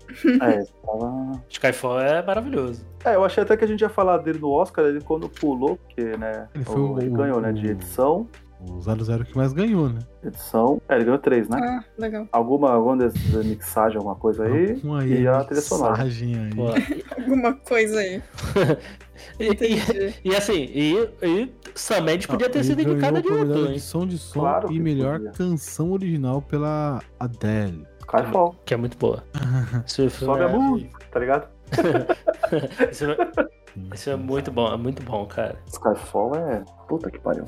S4: É, isso tava-
S1: Skyfall é maravilhoso.
S4: É, eu achei até que a gente ia falar dele no Oscar, ele quando pulou, porque, né,
S3: Ele foi
S4: o-
S3: o-
S4: ele ganhou, né, de edição,
S3: O 00 que mais ganhou, né?
S4: edição, é, ele ganhou três, né?
S2: Ah, legal.
S4: Alguma, alguma dessas mixagem, alguma coisa aí,
S3: Uma
S4: e a trilha sonora.
S3: mensagem aí.
S1: Pô.
S2: Alguma coisa aí.
S1: e, e-
S2: Entendi.
S1: e assim, e, e Sam Mendes podia ter
S3: Ele
S1: sido indicada de
S3: Ah, ganhou por melhor
S1: ator, hein?
S3: edição de som
S4: Claro
S3: e
S4: que
S3: melhor
S4: podia.
S3: canção original pela Adele.
S4: Skyfall,
S1: Que é muito boa. Esse filme
S4: sobe a
S1: é-
S4: música, tá ligado?
S1: Esse filme é- esse filme é muito bom, é muito bom, cara.
S4: Skyfall é, puta que pariu.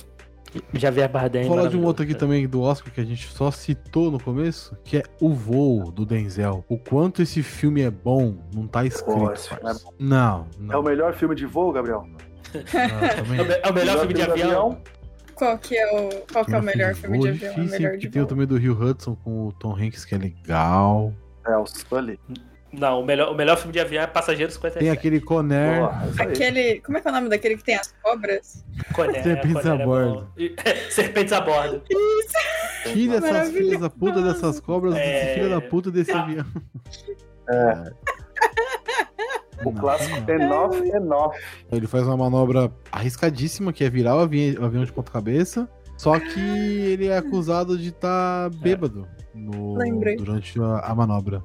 S1: Já vi a Bardem. é
S3: Vou falar de um outro aqui
S1: maravilhoso, né?
S3: também do Oscar que a gente só citou no começo, que é O Voo do Denzel. O quanto esse filme é bom não tá escrito.
S4: Pô, esse filme é
S3: parça. Não,
S4: É o
S3: não.
S4: melhor filme de voo, Gabriel?
S3: não, também
S1: cara. É o me- É o melhor filme de avião.
S2: Qual que é o, qual que é o melhor filme de
S3: Voo
S2: avião? É o
S3: difícil,
S2: melhor de
S3: que tem
S2: avião.
S3: o também do Rio Hudson com o Tom Hanks, que é legal.
S4: É, o Sully.
S1: Não, o melhor, o melhor filme de avião é Passageiro 57.
S3: Tem aquele Conner.
S4: Porra, é isso aí.
S2: Aquele. Como é que é o nome daquele que tem as cobras?
S1: Conera,
S3: Serpentes
S1: Conera
S3: a
S1: é
S3: bordo.
S1: bom. E- Serpentes a bordo.
S3: Tira essas
S2: Maravilhoso. Tá.
S3: filhas da puta dessas cobras,
S1: É.
S3: desse filho da puta desse avião.
S4: É, o
S3: Não,
S4: clássico
S3: não.
S4: Enough, Enough.
S3: Ele faz uma manobra arriscadíssima, que é virar o avi- o avião de ponta-cabeça. Só que
S2: Ah.
S3: ele é acusado de estar
S4: É.
S3: bêbado no-
S2: Lembrei.
S3: durante a, a manobra.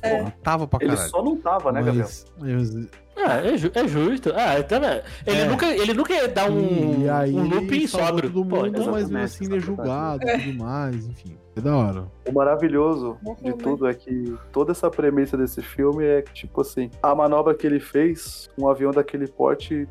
S2: É.
S3: Ele tava pra
S4: Ele
S3: caralho.
S4: só não tava, né, Gabriel?
S3: mas, mas-
S1: Ah, é, ju- é justo. Ah, então, né? ele,
S3: É.
S1: nunca, ele nunca ia
S4: É
S1: dar um,
S3: e aí
S1: um looping
S3: ele salvou
S1: sóbrio.
S3: todo
S1: Pô,
S3: mundo,
S1: então-
S3: mas mesmo
S4: exatamente,
S3: assim ele é
S4: exatamente.
S3: julgado e tudo mais, enfim. É da hora.
S4: O maravilhoso
S2: Bom
S4: de
S2: filme.
S4: tudo é que toda essa premissa desse filme é que, tipo assim, a manobra que ele fez, um avião daquele porte,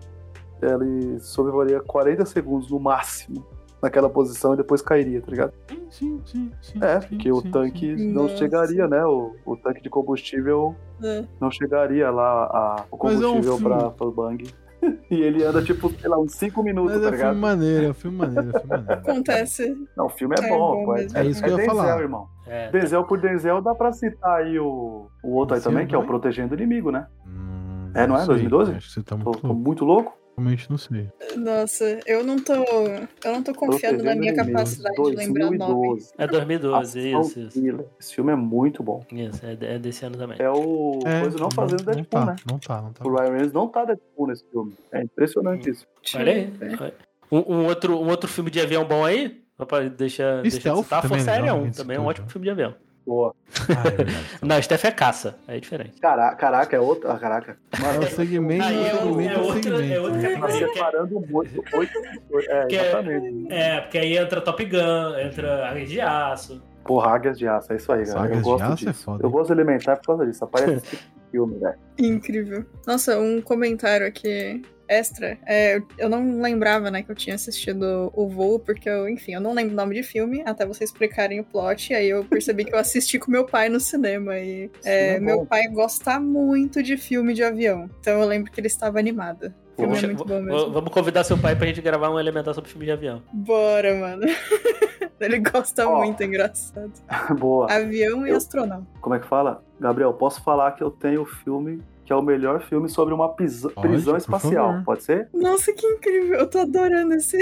S4: ele sobrevoaria 40 segundos no máximo naquela posição e depois cairia, tá ligado?
S3: Sim, sim, sim. sim,
S4: É,
S3: sim,
S4: porque o
S3: sim,
S4: tanque
S3: sim.
S4: não
S2: Nossa.
S4: chegaria, né? O, o tanque de combustível
S2: É.
S4: não chegaria lá, a- o
S3: Mas é um
S4: combustível
S3: filme.
S4: pra, pro bang. e ele anda, tipo, sei lá, uns 5 minutos,
S3: Mas
S4: tá
S3: é
S4: ligado?
S3: filme maneiro, é filme maneiro, é filme maneiro.
S2: Acontece.
S4: Não, o filme é,
S2: É
S4: bom,
S2: bom
S4: pô,
S2: mesmo.
S3: É isso que eu ia
S4: Denzel,
S3: falar.
S4: irmão.
S1: É,
S4: Denzel por Denzel, dá pra citar aí o, o outro aí
S3: Denzel
S4: também, que é o
S3: vai?
S4: Protegendo o Inimigo, né?
S3: Hum,
S4: É, não é?
S3: sei,
S4: 2012?
S3: Acho que você tá
S4: Tô,
S3: muito
S4: tô
S3: louco.
S4: muito louco.
S3: Realmente não sei.
S2: Nossa, eu não tô. Eu não tô confiando na
S4: Protegendo
S2: minha
S4: o Inimigo,
S2: capacidade de lembrar o nome.
S4: 2012.
S1: é 2012,
S4: Ação
S1: isso, isso.
S4: thriller. Esse filme é muito bom.
S1: Isso, é, é desse ano também.
S4: É o Coisa Não Fazendo
S3: não
S4: Deadpool,
S3: tá,
S4: né?
S3: Não tá, não tá.
S4: O Ryan Reynolds não tá Deadpool nesse filme. É impressionante isso.
S2: Deixa
S1: Olha
S2: eu ver.
S1: aí. Um, um outro, um outro filme de avião bom aí? Opa, deixa, deixa
S3: Stealth
S1: citar.
S3: também é
S1: Força
S3: legal,
S1: Aérea
S3: a
S1: 1
S3: gente
S1: também é um
S3: citou
S1: ótimo
S3: já.
S1: filme de avião.
S4: Boa.
S3: Ah, é verdade.
S1: Não, Steph é caça, aí é diferente.
S4: Cara, caraca, é outra. ah, Caraca.
S3: É o segmento,
S1: Aí
S3: é
S1: é
S3: o
S1: outra-
S3: segmento,
S1: é outra- é
S3: segmento.
S1: outra
S4: Tá
S1: categoria. que é-
S4: separando muito. Oito, é,
S1: Que é-
S4: exatamente.
S1: É, porque aí entra Top Gun, entra Águia de Aço.
S4: Porra, Águias de Aço, é isso aí,
S1: né?
S3: Nossa,
S4: galera.
S3: Águias
S4: eu
S3: de
S4: gosto
S3: Aço é
S4: disso.
S3: foda,
S4: eu
S3: hein?
S4: gosto de elementar por causa disso. Aparece esse tipo de filme, velho.
S2: Incrível. Nossa, um comentário aqui extra. É, eu não lembrava, né, que eu tinha assistido o voo, porque eu, enfim, eu não lembro o nome de filme, até vocês explicarem o plot. E aí eu percebi que eu assisti com meu pai no cinema. E
S4: Esse filme
S2: é,
S4: é bom.
S2: meu pai gosta muito de filme de avião. Então eu lembro que ele estava animado. Vamos, é muito bom mesmo.
S1: Vamos convidar seu pai pra gente gravar um elementar sobre filme de avião.
S2: Bora, mano. Ele gosta
S4: Ó.
S2: muito, é engraçado.
S4: Boa.
S2: Avião e
S4: Eu-
S2: astronauta.
S4: Como é que fala? Gabriel, posso falar que eu tenho o filme que é o melhor filme sobre uma pisa-
S3: Pode,
S4: prisão
S3: por
S4: espacial,
S3: favor.
S4: pode ser?
S2: Nossa, que incrível. Eu tô adorando esse.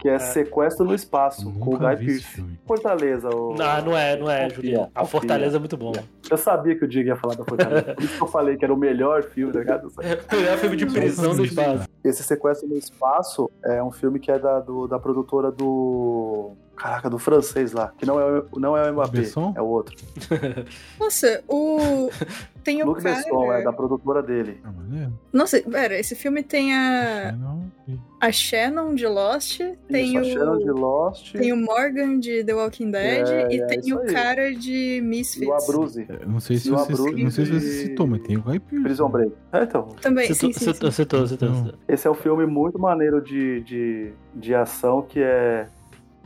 S4: Que é,
S1: É.
S4: Sequestro no Espaço,
S3: Eu
S4: com o
S3: nunca
S4: Guy
S3: vi esse
S4: Pearce.
S3: filme.
S4: Fortaleza, o...
S1: Não, não é, não é,
S4: Confia,
S1: Juliano. A
S4: confia.
S1: Fortaleza é muito bom.
S4: Eu sabia que o Diego ia falar da Fortaleza. Por isso que eu falei que era o melhor filme, tá ligado?
S1: É um filme de prisão do
S3: né?
S1: espaço.
S4: Esse Sequestro no Espaço é um filme que é da, do- da produtora do. Caraca, do francês lá. Que não é, o- não é o Mbappé,
S3: Besson?
S4: é o outro.
S2: Nossa, o. Tem o
S4: Luc
S2: cara.
S4: Besson é da produtora dele.
S3: Ah, maneiro.
S2: Nossa, pera, esse filme tem
S3: É,
S2: a.
S3: não, é. e-
S2: A Shannon de Lost, tem
S4: Isso, a
S2: o.
S4: Sharon de Lost
S2: Tem o Morgan de The Walking Dead
S4: É,
S2: e
S4: é
S2: tem
S4: isso
S2: o
S4: aí.
S2: cara de
S4: e o
S2: Misfits.
S4: Abruzzi.
S3: eu não sei se
S4: E o
S3: você,
S4: Abruzzi
S3: não sei se
S4: de-
S3: você citou, mas tem o né? Guy Pearce.
S4: Prison Break. É, então,
S2: Também, sim,
S1: Citou,
S2: sim,
S1: citou,
S2: sim.
S1: citou, citou,
S3: Não.
S1: citou.
S4: esse é um filme muito maneiro de, de, de ação que é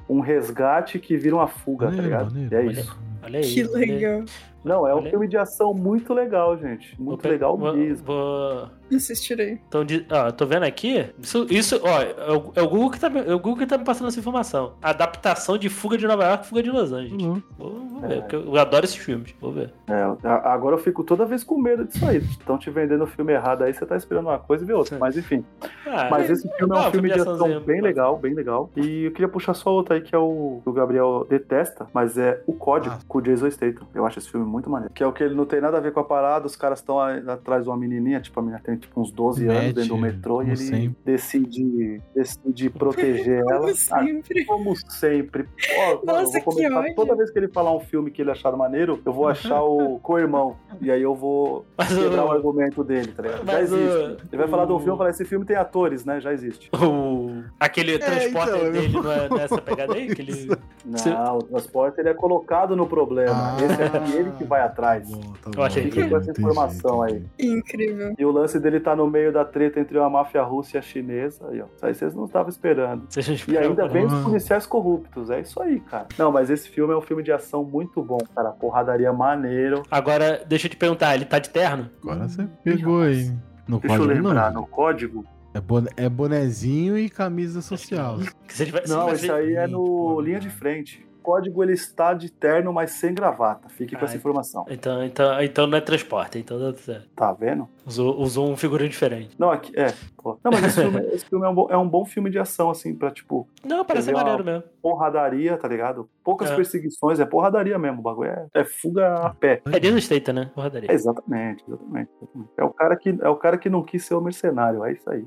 S4: um resgate que vira uma fuga, tá
S3: Maneiro,
S4: ligado?
S3: maneiro.
S4: E é
S3: Olha-
S4: isso.
S1: Olha aí.
S2: Que
S1: olha aí.
S2: legal.
S4: Não, é um
S1: Olha-
S4: filme de ação muito legal, gente.
S1: Vou
S4: Muito
S1: pe-
S4: legal
S1: vou-
S4: mesmo.
S1: vou-
S2: Assistirei.
S1: Então, de- ó, tô vendo aqui. Isso, isso ó, é o, é o Google que tá, me- é o Google que tá me passando essa informação. Adaptação de Fuga de Nova York e Fuga de Los Angeles.
S3: Uhum.
S1: Vou, vou ver, porque eu adoro esses filmes. Vou ver.
S4: É, a- agora eu fico toda vez com medo disso aí. Estão te vendendo o filme errado aí, você tá esperando uma coisa e vê outra. Mas enfim.
S1: Ah,
S4: Mas esse filme é
S1: Ah,
S4: um filme de
S1: açãozinho,
S4: ação bem
S1: mas-
S4: legal, bem legal. E eu queria puxar só outra aí que é o que o Gabriel detesta, mas é o Código
S3: Ah.
S4: com o Jason Statham. Eu acho esse filme muito maneiro. Que é o que ele não tem nada a ver com a parada, os caras estão a- atrás de uma menininha, tipo a menina tem tipo uns 12 anos
S3: Mete,
S4: dentro do metrô e
S3: como
S4: ele
S3: sempre.
S4: decide decide proteger ela.
S2: Como
S4: Ah,
S2: sempre.
S4: como sempre. Ó, mano,
S2: assim? Nossa,
S4: eu vou começar,
S2: que ódio.
S4: Toda vez que ele falar um filme que ele achar maneiro, eu vou achar o co-irmão. E aí eu vou
S1: Mas o-
S4: quebrar o argumento dele, tá ligado? é Já
S1: Mas o-
S4: existe. Ele vai falar de um
S1: o-
S4: filme e falar: esse filme tem atores, né? Já existe.
S1: O... Aquele transporte
S3: então, eu-
S1: dele não é nessa pegada aí? Aquele...
S4: Não,
S1: Você-
S4: o transporte ele é colocado no problema. Esse é ele que vai atrás.
S3: Tá Ah. bom, tá
S1: Ah. Eu
S3: bom,
S1: achei
S3: entendi,
S1: que- com
S4: essa
S3: entendi,
S4: informação
S3: entendi.
S2: Incrível.
S4: E o lance dele tá no meio da treta entre uma máfia russa e a chinesa. Aí, ó. Isso aí vocês não estavam esperando. E ainda vem os
S3: Mano.
S4: policiais corruptos. É isso aí, cara. Não, mas esse filme é um filme de ação muito bom, cara. Porradaria maneiro.
S1: Agora, deixa eu te perguntar, ele tá de terno?
S3: Agora você pegou aí. No
S4: Deixa eu
S3: quadro,
S4: lembrar,
S3: não.
S4: no código?
S3: É, boné, é bonezinho e camisa social.
S1: Que se ele vai- se
S4: Não,
S1: vai-
S4: isso aí é no
S3: Ih,
S4: linha de frente. O código ele está de terno, mas sem gravata. Fique com
S1: Ah,
S4: essa informação.
S1: Então, então, então não é transporte, então dá tudo certo.
S4: Tá vendo?
S1: Usou, usou um figurino diferente.
S4: Não, aqui, é. pô. Não, mas esse filme, esse filme é, um bom, é um bom filme de ação, assim, pra, tipo,
S1: Não, parece
S4: Entendeu?
S1: maneiro mesmo.
S4: porradaria, tá ligado? Poucas
S1: É.
S4: perseguições, é porradaria mesmo. O bagulho é, é fuga a pé.
S1: É Jason Statham, né? Porradaria.
S4: É, exatamente, exatamente, exatamente. É o, cara que, é o cara que não quis ser o mercenário, é isso aí.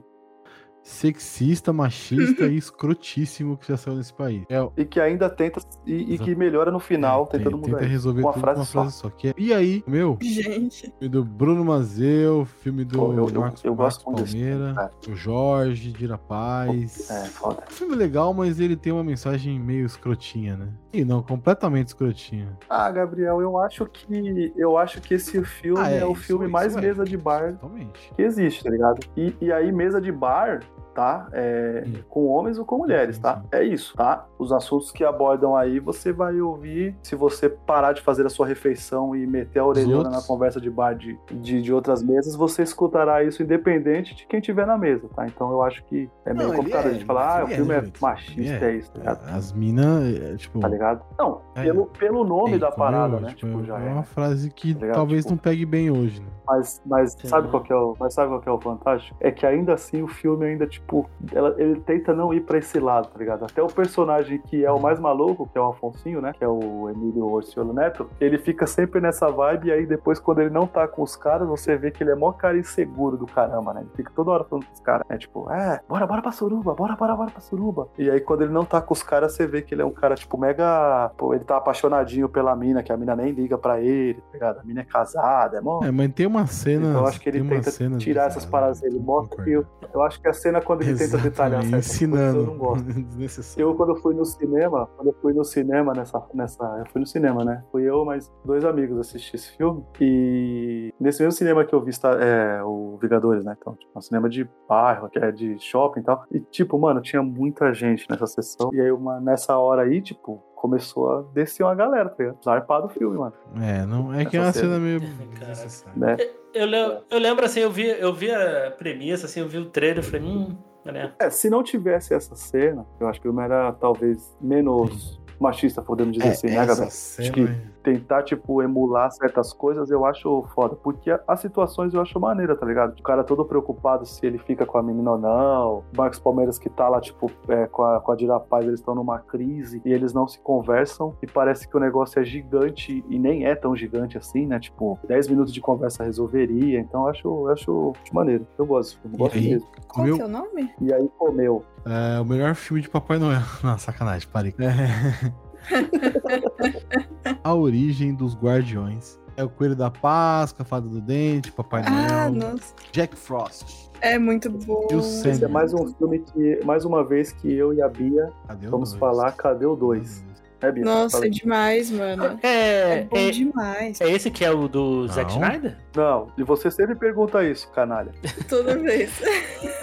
S3: Sexista, machista e escrotíssimo que já saiu nesse país. É,
S4: E que ainda tenta, e, e que melhora no final, tentando
S3: tenta
S4: mudar isso.
S3: resolver
S4: Uma
S3: tudo
S4: frase
S3: com uma frase só. que é- e aí, meu,
S2: Gente.
S3: filme do Bruno Mazeu, filme do
S4: Pô, eu- eu-
S3: Marcos,
S4: eu
S3: Marcos
S4: gosto muito desse
S3: Palmeira,
S4: filme,
S3: o Jorge, Dira Paz. um
S4: É, foda.
S3: Filme legal, mas ele tem uma mensagem meio escrotinha, né? E não, completamente escrotinha.
S4: Ah, Gabriel, eu acho que eu acho que esse filme
S3: Ah,
S4: é, o
S3: isso,
S4: filme
S3: isso
S4: mais
S3: é.
S4: mesa de bar
S3: Totalmente.
S4: que existe, tá ligado? E, e aí, mesa de bar, tá? É,
S3: Sim.
S4: com homens ou com mulheres, tá? É isso, tá? Os assuntos que abordam aí, você vai ouvir se você parar de fazer a sua refeição e meter a orelhona
S3: outros.
S4: na conversa de bar de, de, de outras mesas, você escutará isso independente de quem tiver na mesa, tá? Então eu acho que é meio
S3: ele
S4: complicado a gente
S3: é-
S4: falar, ah, o
S3: ele é,
S4: filme
S3: né,
S4: é,
S3: Vitor?
S4: machista,
S3: Ele
S4: é isso, tá ligado?
S3: As minas, é, tipo.
S4: Tá ligado? Não,
S3: É.
S4: pelo, pelo nome
S3: é,
S4: da
S3: entendeu?
S4: parada, né?
S3: Tipo,
S4: Tipo, já
S3: é
S4: é.
S3: uma frase que
S4: Tá ligado?
S3: talvez
S4: Tipo-
S3: não pegue bem hoje, né?
S4: Mas, mas
S1: Sim.
S4: sabe qual que é o, mas sabe qual que é o fantástico? É que ainda assim o filme ainda tipo, ela- ele tenta não ir pra esse lado, tá ligado? Até o personagem que é o mais maluco, que é o Afonsinho, né, que é o Emílio Orciolo Neto, ele fica sempre nessa vibe e aí depois quando ele não tá com os caras, você vê que ele é mó cara inseguro do caramba, né? Ele fica toda hora falando com os caras, é tipo, é, bora, bora pra suruba, bora, bora, bora pra suruba. E aí quando ele não tá com os caras, você vê que ele é um cara tipo mega, pô, ele tá apaixonadinho pela mina, que a mina nem liga pra ele, tá ligado? A mina é casada, é mó
S3: É, mas tem uma cena.
S4: Então, eu acho que ele
S3: tem umas
S4: tenta
S3: cenas
S4: tirar essas
S3: bizarras,
S4: paradas,
S3: né?
S4: ele mostra que
S3: Concordo.
S4: Eu acho que a cena quando ele tenta
S3: Exatamente,
S4: detalhar certas
S3: ensinando.
S4: coisas, eu não gosto.
S3: Desnecessário.
S4: Eu quando eu fui no cinema, quando eu fui no cinema nessa, nessa, eu fui no cinema, né? Fui eu mais dois amigos assistir esse filme e nesse mesmo cinema que eu vi está é, o Vingadores, né? Então, tipo, um cinema de bairro, que é de shopping e tal. E tipo, mano, tinha muita gente nessa sessão. E aí uma nessa hora aí, tipo, começou a descer uma galera, tá ligado? Larpado o filme, mano.
S3: É, não, é que é uma
S4: Essa
S3: cena
S4: cena.
S3: meio
S1: Cara.
S3: desnecessária.
S4: Né?
S1: Eu, le- eu lembro assim, eu vi, eu vi a premissa, assim, eu vi o trailer, eu falei, hum, né?
S4: É, se não tivesse essa cena, eu acho que o filme era talvez menos machista, podemos
S3: É,
S4: dizer assim, né, Gabriel? Acho que tentar, tipo, emular certas coisas, eu acho foda. Porque a- as situações eu acho maneira, tá ligado? O cara todo preocupado se ele fica com a menina ou não. O Marcos Palmeiras que tá lá, tipo, é, com a, com a Dira Paz, eles estão numa crise e eles não se conversam. E parece que o negócio é gigante e nem é tão gigante assim, né? Tipo, 10 minutos de conversa resolveria. Então eu acho, eu acho maneiro. Eu gosto desse filme, eu
S3: E
S4: gosto
S3: aí?
S4: mesmo.
S2: Qual
S3: Comeu?
S2: que é o nome?
S4: E aí comeu.
S3: É, o melhor filme de Papai Noel. Não, sacanagem, parei. É. A Origem dos Guardiões. É o Coelho da Páscoa, a Fada do Dente, Papai
S2: Ah,
S3: Noel,
S2: nossa.
S3: Jack Frost.
S2: É muito bom.
S3: E o Sam?
S4: Esse é mais um filme que, mais uma vez, que eu e a Bia
S3: Cadê o
S4: vamos
S3: dois?
S4: falar, cadê o 2? É, Bia?
S2: Nossa,
S4: Fala
S2: é
S4: aí.
S2: demais, mano.
S1: É,
S2: É bom
S1: é,
S2: demais.
S1: é esse que é o do Zack
S3: Não.
S1: Snyder?
S4: Não, e você sempre pergunta isso, canalha.
S2: Toda vez.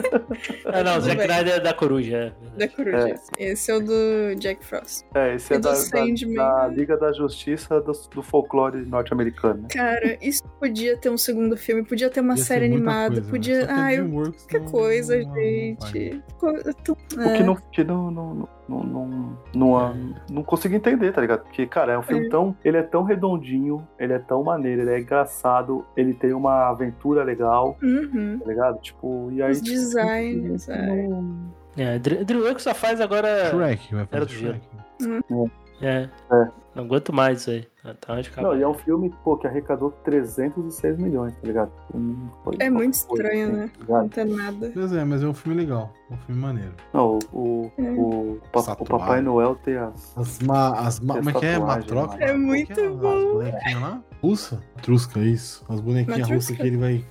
S1: Ah, não, o
S2: Tudo
S1: Zack
S2: bem.
S1: Snyder é da Coruja.
S2: Da coruja. Esse é o do Jack Frost.
S4: É, esse
S2: E
S4: é
S2: do
S4: da,
S2: Sandman,
S4: da, da
S2: né?
S4: Liga da Justiça do, do folclore norte-americano. né?
S2: Cara, isso podia ter um segundo filme, podia ter uma
S3: Ia ser
S2: série
S3: muita
S2: animada,
S3: coisa, né?
S2: podia. Ah,
S3: Só que a
S2: Ai,
S3: DreamWorks
S2: qualquer
S3: não-
S2: coisa,
S3: não- não faz.
S2: gente. Co- eu tô-
S4: O que
S2: É.
S4: não, que não, não, não, não, não, não, não consigo entender, tá ligado? Porque, cara, é um filme tão. Ele é tão redondinho, ele é tão maneiro, ele é engraçado, ele tem uma aventura legal,
S2: Uhum.
S4: tá ligado? Tipo, e aí.
S2: Os designs. ai.
S1: É, Dr- Dreamworks só faz agora...
S3: Shrek, vai fazer
S1: É, Era do
S3: Shrek.
S1: É.
S4: É.
S1: Não aguento mais isso aí. Tá onde
S4: Não, e é um filme, pô, que arrecadou 306 milhões, tá ligado? Hum, foi-
S2: É muito
S4: foi,
S2: estranho,
S4: assim,
S2: né?
S4: tá ligado?
S2: Não tem nada.
S3: Pois é, mas é um filme legal. Um filme maneiro.
S4: Não, o, o,
S2: É.
S4: o, pa- o
S3: Satuário.
S4: Papai Noel tem as.
S3: As ma... As ma... Como é que é?
S4: Tatuagem,
S3: Matroca?
S4: mano.
S2: É muito
S3: Como que é? As
S2: bom.
S3: bonequinhas lá? Russa? Trusca, isso. As bonequinhas
S2: Matrusca.
S3: russas que ele vai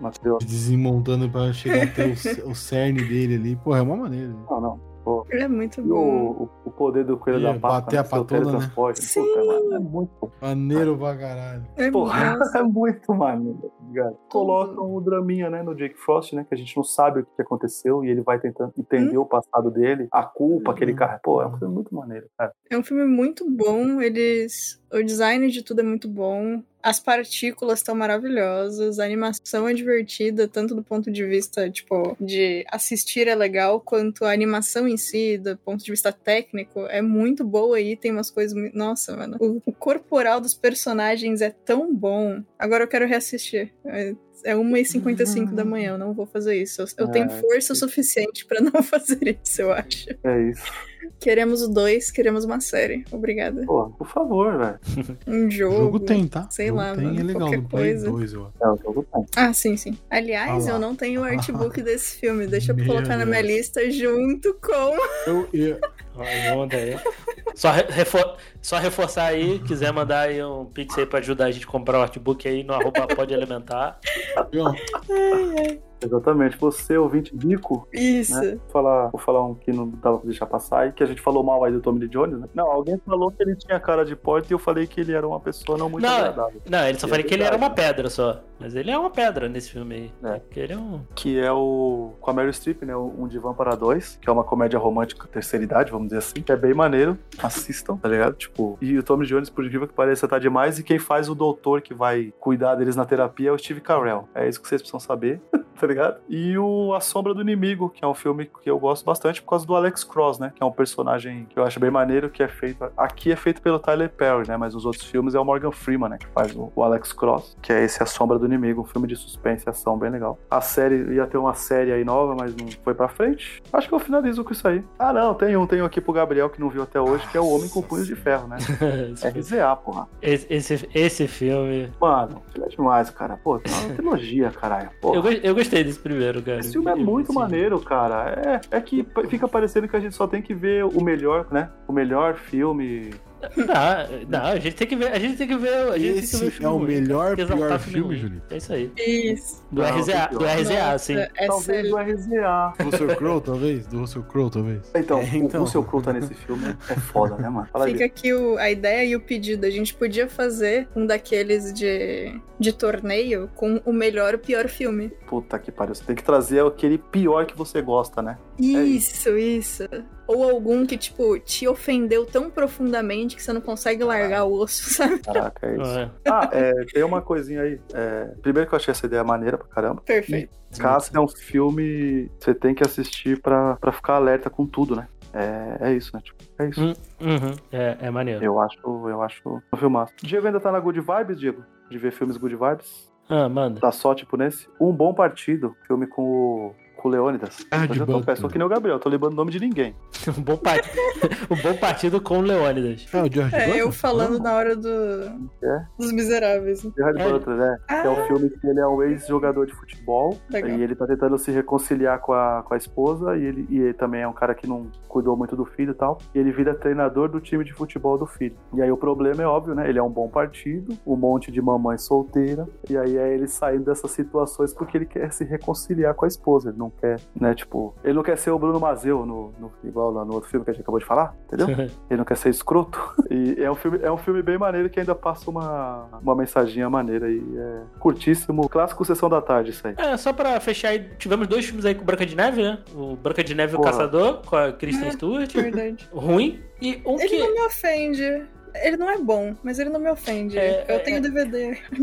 S4: Matheus.
S3: desmontando pra chegar até o, ce- o cerne dele ali. Porra, é uma maneira.
S4: Não, não.
S2: Ele é muito
S4: E
S2: bom.
S4: o, o poder do coelho
S3: E
S4: da pata.
S3: bater a
S4: né? Seu
S3: patona, né?
S4: teletransporte.
S2: Sim.
S4: Puta, mano, é muito.
S3: Maneiro pra caralho.
S2: É
S4: Porra,
S2: nossa,
S4: é muito maneiro, tá ligado? Colocam o draminha, né, no Jake Frost, né? Que a gente não sabe o que aconteceu e ele vai tentando entender o passado dele, a culpa que ele
S3: Uhum.
S4: carrega. Pô, é um filme muito maneiro, cara.
S2: É um filme muito bom. Eles. O design de tudo é muito bom. As partículas estão maravilhosas, a animação é divertida, tanto do ponto de vista, tipo, de assistir é legal, quanto a animação em si, do ponto de vista técnico, é muito boa e tem umas coisas. mui- Nossa, mano. O, o corporal dos personagens é tão bom. Agora eu quero reassistir. É, é 1h55 da manhã, eu não vou fazer isso. Eu, eu tenho
S4: Ah,
S2: força suficiente pra não fazer isso, eu acho.
S4: É isso.
S2: Queremos o 2, queremos uma série. Obrigada.
S4: Pô, por favor, velho.
S2: Um
S3: O
S2: jogo.
S3: jogo tem, tá?
S2: sei
S3: Jogo
S2: lá,
S3: tem,
S2: mano,
S3: é legal.
S2: qualquer
S3: Do Play
S2: coisa.
S3: 2, eu acho.
S4: É o jogo bom.
S2: Ah, sim, sim. Aliás,
S3: Ah lá.
S2: eu não tenho o artbook desse filme. Deixa eu
S3: Meu
S2: colocar na minha
S3: Deus.
S2: lista junto com.
S3: Eu, eu-
S1: Olha a onda aí. Só, re- refor- só reforçar aí, quiser mandar aí um pix aí pra ajudar a gente a comprar o artbook aí no arroba pode alimentar.
S3: eu-
S4: Exatamente. Você, ouvinte bico,
S2: Isso.
S4: né? Vou falar, vou falar um que não dava pra deixar passar, e que a gente falou mal aí do Tommy Lee Jones, né? Não, alguém falou que ele tinha cara de porta e eu falei que ele era uma pessoa não muito
S1: Não.
S4: agradável.
S1: Não, ele só
S4: É
S1: falei que ele
S4: verdade,
S1: era
S4: né?
S1: uma pedra só. Mas ele é uma pedra nesse filme aí.
S4: É.
S1: Que ele é um.
S4: Que é o. Com a Meryl Streep, né? o Um Divã para Dois, que é uma comédia romântica terceira idade, vamos dizer assim. Que é bem maneiro. Assistam, tá ligado? Tipo. E o Tommy Lee Jones, por incrível que pareça, tá demais. E quem faz o doutor que vai cuidar deles na terapia é o Steve Carell. É isso que vocês precisam saber. Tá ligado? E o A Sombra do Inimigo, que é um filme que eu gosto bastante por causa do Alex Cross, né? Que é um personagem que eu acho bem maneiro, que é feito. Aqui é feito pelo Tyler Perry, né? Mas os outros filmes é o Morgan Freeman, né? Que faz o, o Alex Cross, que é esse A Sombra do Inimigo, um filme de suspense e ação bem legal. A série ia ter uma série aí nova, mas não foi pra frente. Acho que eu finalizo com isso aí. Ah, não, tem um, tem um aqui pro Gabriel que não viu até hoje, que é o Homem com Punho de Ferro, né?
S1: esse, filme-
S4: RZA, porra.
S1: esse, esse, esse filme.
S4: Mano, ele é demais, cara. Pô, tá uma trilogia, caralho. Porra.
S1: Eu, go- eu gostei desse primeiro, cara.
S4: Esse filme é muito
S1: Sim.
S4: maneiro, cara. É, é que pa- fica parecendo que a gente só tem que ver o melhor, né? O melhor filme.
S1: Não, não, a gente tem que ver. A gente tem que ver. A gente tem que ver
S3: Esse
S1: filme
S3: é o
S1: ruim.
S3: melhor,
S1: Tem que exaltar
S3: pior filme,
S1: ruim.
S3: Julito.
S1: É isso aí.
S2: Isso.
S1: Do
S4: Não,
S1: RZA,
S4: tem
S1: do
S4: pior.
S1: RZA,
S2: Nossa,
S1: sim.
S2: É
S4: Talvez
S2: sério.
S4: do RZA.
S3: Do Russell Crowe, talvez? Do Russell Crowe, talvez?
S4: Então,
S3: É,
S4: o Russell Crowe tá nesse filme é foda, né, mano? Fala aí.
S2: Fica aqui o- a ideia e o pedido. A gente podia fazer um daqueles de, de torneio com o melhor e o pior filme.
S4: Bia. Puta que pariu. Você tem que trazer aquele pior que você gosta, né?
S2: Isso, isso. Ou algum que, tipo, te ofendeu tão profundamente que você não consegue largar o osso, sabe?
S4: Caraca,
S1: Uhum.
S4: é isso. Ah, é, tem uma coisinha aí. É, primeiro que eu achei essa ideia maneira pra caramba.
S2: Perfeito.
S4: Casca é um filme que você tem que assistir pra, pra ficar alerta com tudo, né? É, é isso, né? Tipo, é isso.
S1: Hum, uhum. É, é maneiro.
S4: Eu acho, eu acho um filmaço. Diego ainda tá na Good Vibes, Diego? De ver filmes Good Vibes?
S1: Ah, manda.
S4: Tá só, tipo, nesse? Um Bom Partido, filme com o, com o Leônidas.
S3: Ah,
S4: eu
S3: de
S4: já tô,
S3: banco.
S4: eu sou que nem o Gabriel, tô lembrando o nome de ninguém.
S1: Um bom, par- um bom partido com o Leônidas.
S3: É, o George
S2: É,
S3: Bush?
S2: eu falando
S3: Ah,
S2: na hora do...
S4: É?
S2: dos miseráveis. né?
S4: Gerard
S1: É.
S4: Butler, né? Que é um filme que ele é um ex-jogador de futebol.
S2: Legal.
S4: E ele tá tentando se reconciliar com a, com a esposa. E ele, e ele também é um cara que não cuidou muito do filho e tal. E ele vira treinador do time de futebol do filho. E aí o problema é óbvio, né? Ele é um bom partido, um monte de mamãe solteira. E aí é ele saindo dessas situações porque ele quer se reconciliar com a esposa. Ele não quer, né? Tipo, ele não quer ser o Bruno Mazeu, no, no- igual lá no outro filme que a gente acabou de falar, entendeu? Ele não quer ser escroto. E é um filme, é um filme bem maneiro que ainda passa uma, uma mensaginha maneira aí. É curtíssimo. Clássico Sessão da Tarde, isso aí.
S1: É, só pra fechar aí, tivemos dois filmes aí com Branca de Neve, né? O Branca de Neve e o
S4: Porra.
S1: Caçador, com a Kristen Stewart.
S2: Verdade.
S1: Ruim. E um
S2: É. Ele
S1: que.
S2: não me ofende. Ele não é bom, mas ele não me ofende.
S1: É,
S2: eu
S1: é,
S2: tenho
S1: é.
S2: DVD.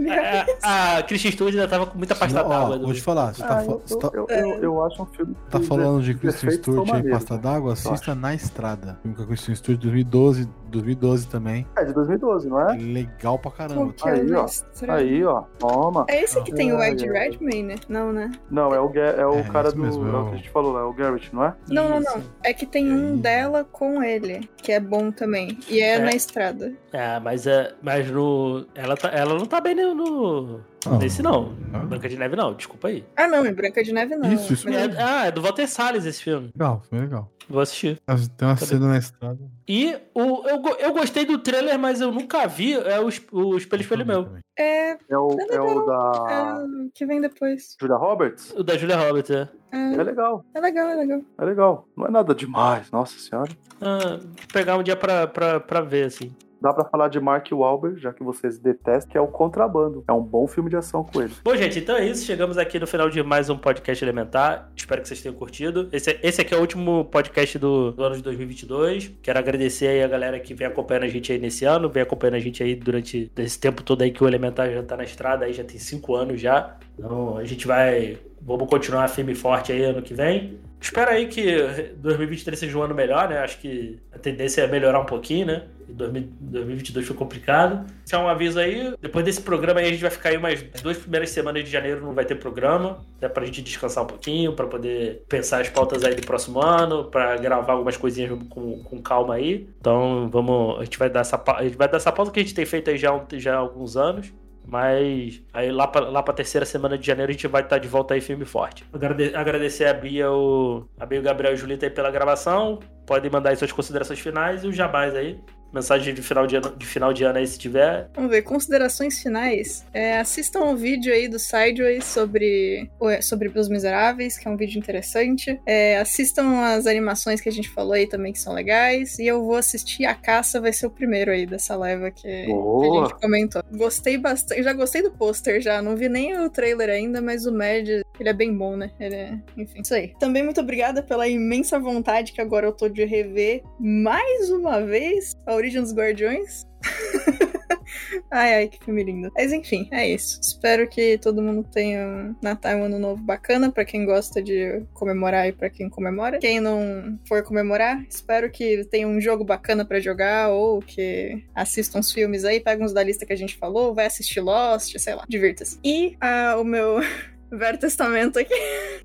S2: é
S1: A, a Kristen Stewart ainda tava com muita pasta
S3: Não, ó,
S1: d'água. do-
S3: vou te falar, você tá,
S4: Ah,
S3: fa-
S4: eu,
S3: você tá-
S4: eu, eu, eu acho um filme.
S3: tá
S4: que
S3: falando
S4: os
S3: de Kristen
S4: efeitos são
S3: Stewart aí,
S4: maneiros,
S3: pasta
S4: né?
S3: d'água, assista Na Estrada. Filme com a Kristen Stewart de 2012, 2012 também.
S4: É de 2012, não é?
S3: Legal pra
S2: Qual
S3: caramba.
S2: que é
S4: aí,
S2: o
S4: ó.
S2: mais estranho?
S4: Aí, ó. Toma.
S2: É esse que tem o
S4: Ah,
S2: Ed
S4: é.
S2: Redmayne, né? Não, né?
S4: Não, é o, Ga- é o
S3: É,
S4: cara
S3: isso
S4: do.
S3: mesmo,
S4: é
S3: é
S4: o
S3: o-
S4: que a gente falou lá, é o Garrett, não é?
S2: Não, não,
S1: Isso.
S2: não. É que tem um
S3: Aí.
S2: dela com ele, que é bom também. E é,
S1: É.
S2: na estrada.
S1: Ah, mas, é, mas no. Ela, tá, ela não tá bem no. no
S3: Ah,
S1: nesse não. é
S3: ah,
S1: Branca de Neve não, desculpa aí.
S2: Ah, não, é Branca de Neve não.
S3: Isso, isso
S2: Mas
S3: mesmo.
S2: é-
S1: Ah, é do Walter Salles esse filme.
S3: Legal, foi legal.
S1: Vou assistir.
S3: Mas Tem uma
S1: Cadê?
S3: cena na estrada.
S1: E o, eu, go- eu gostei do trailer, mas eu nunca vi. É o, es- o Espelho Espelho Meu.
S3: Também.
S2: É,
S4: É o,
S2: Não,
S4: é
S2: não,
S4: o da.
S2: é, que vem depois.
S4: Julia Roberts?
S1: O da Julia Roberts, é.
S4: É
S2: Ah,
S4: legal,
S2: é legal, é legal.
S4: é legal. Não é nada demais, nossa senhora.
S1: Ah, pegar um dia pra, pra, pra ver, assim.
S4: Dá pra falar de Mark Wahlberg, já que vocês detestam, que é o Contrabando. É um bom filme de ação com ele.
S1: Bom, gente, então é isso. Chegamos aqui no final de mais um podcast elementar. Espero que vocês tenham curtido. Esse, esse aqui é o último podcast do, do ano de 2022. Quero agradecer aí a galera que vem acompanhando a gente aí nesse ano, vem acompanhando a gente aí durante esse tempo todo aí que o elementar já tá na estrada, aí já tem cinco anos já. Então a gente vai. Vamos continuar firme e forte aí ano que vem. Espero aí que 2023 seja um ano melhor, né? Acho que a tendência é melhorar um pouquinho, né? 2000 2022 foi complicado. Só um aviso aí, depois desse programa aí a gente vai ficar aí umas duas primeiras semanas de janeiro não vai ter programa, até pra gente descansar um pouquinho, pra poder pensar as pautas aí do próximo ano, pra gravar algumas coisinhas com, com calma aí. Então, vamos, a gente vai dar essa pa- a gente vai dar essa pauta que a gente tem feito aí já há um- já há alguns anos. Mas aí lá pra, lá pra terceira semana de janeiro a gente vai estar de volta aí firme e forte. Agrade- agradecer a Bia, o, a Bia, o Gabriel e a Julita aí pela gravação. Podem mandar aí suas considerações finais e os jabás aí. Mensagem de final de ano, de final de ano aí se tiver.
S2: Vamos ver, considerações finais. É, assistam o vídeo aí do Sideways sobre, ué, sobre Os Miseráveis, que é um vídeo interessante. É, assistam as animações que a gente falou aí também, que são legais. E eu vou assistir A Caça, vai ser o primeiro aí dessa leva que, que a
S4: Boa!
S2: gente comentou. Gostei bastante, já gostei do pôster já, não vi nem o trailer ainda, mas o Mad, ele é bem bom, né? Ele é, enfim, isso aí. Também muito obrigada pela imensa vontade que agora eu tô de rever mais uma vez a Origem dos Guardiões. ai, ai, que filme lindo. Mas enfim, é isso. Espero que todo mundo tenha um Natal e um Ano Novo bacana pra quem gosta de comemorar e pra quem comemora. Quem não for comemorar, espero que tenha um jogo bacana pra jogar ou que assista uns filmes aí, pega uns da lista que a gente falou, vai assistir Lost, sei lá, divirta-se. E ah, o meu velho testamento aqui.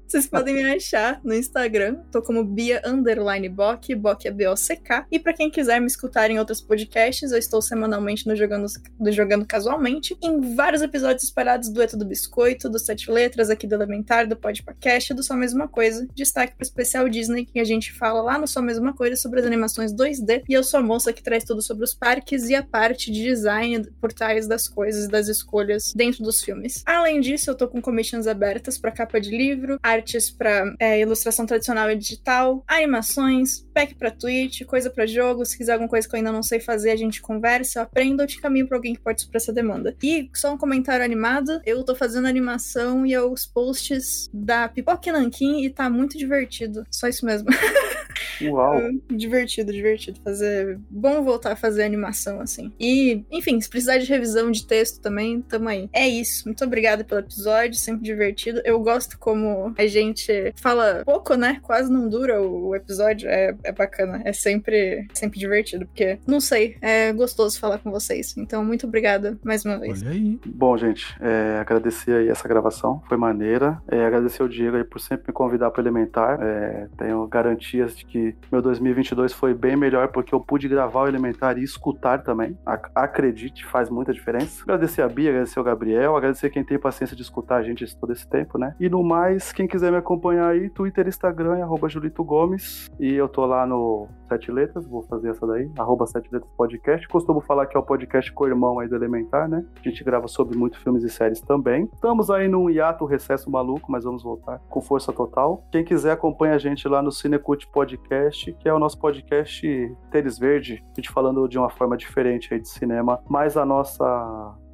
S2: Vocês podem me achar no Instagram. Tô como Bia Underline Boc, Boc é B-O-C-K. E pra quem quiser me escutar em outros podcasts, eu estou semanalmente no Jogando, do Jogando Casualmente, em vários episódios espalhados do Eto do Biscoito, do Sete Letras, aqui do Elementar, do Podcast, do Só Mesma Coisa. Destaque pro especial Disney, que a gente fala lá no Só Mesma Coisa sobre as animações 2D. E eu sou a moça que traz tudo sobre os parques e a parte de design por trás das coisas, e das escolhas dentro dos filmes. Além disso, eu tô com commissions abertas pra capa de livro, artes pra é, ilustração tradicional e digital, animações, pack pra Twitch, coisa pra jogo. Se quiser alguma coisa que eu ainda não sei fazer, a gente conversa, eu aprendo ou te caminho pra alguém que pode suprir essa demanda. E só um comentário animado: eu tô fazendo animação e é os posts da Pipoca e Nanquim e tá muito divertido. Só isso mesmo.
S4: Uau!
S2: divertido, divertido fazer. Bom voltar a fazer animação, assim. E, enfim, se precisar de revisão de texto também, tamo aí. É isso. Muito obrigada pelo episódio, sempre divertido. Eu gosto como a gente fala pouco, né? Quase não dura o episódio. É, é bacana. É sempre, sempre divertido, porque, não sei, é gostoso falar com vocês. Então, muito obrigada mais uma vez.
S3: Olha aí.
S4: Bom, gente, é, agradecer aí essa gravação, foi maneira. É, agradecer ao Diego aí por sempre me convidar para Elementar. É, tenho garantias de que meu 2022 foi bem melhor porque eu pude gravar o Elementar e escutar também. Ac- acredite, faz muita diferença. Agradecer a Bia, agradecer ao Gabriel, agradecer quem tem paciência de escutar a gente todo esse tempo, né? E no mais, quem quiser me acompanhar aí, Twitter, Instagram, é arroba Julito Gomes. E eu tô lá no Sete Letras, vou fazer essa daí, arroba Sete Letras Podcast. Costumo falar que é o podcast com o irmão aí do Elementar, né? A gente grava sobre muitos filmes e séries também. Estamos aí num hiato, um recesso maluco, mas vamos voltar com força total. Quem quiser acompanha a gente lá no Cinecult Podcast, que é o nosso podcast Teres Verde, a gente falando de uma forma diferente aí de cinema, mais a nossa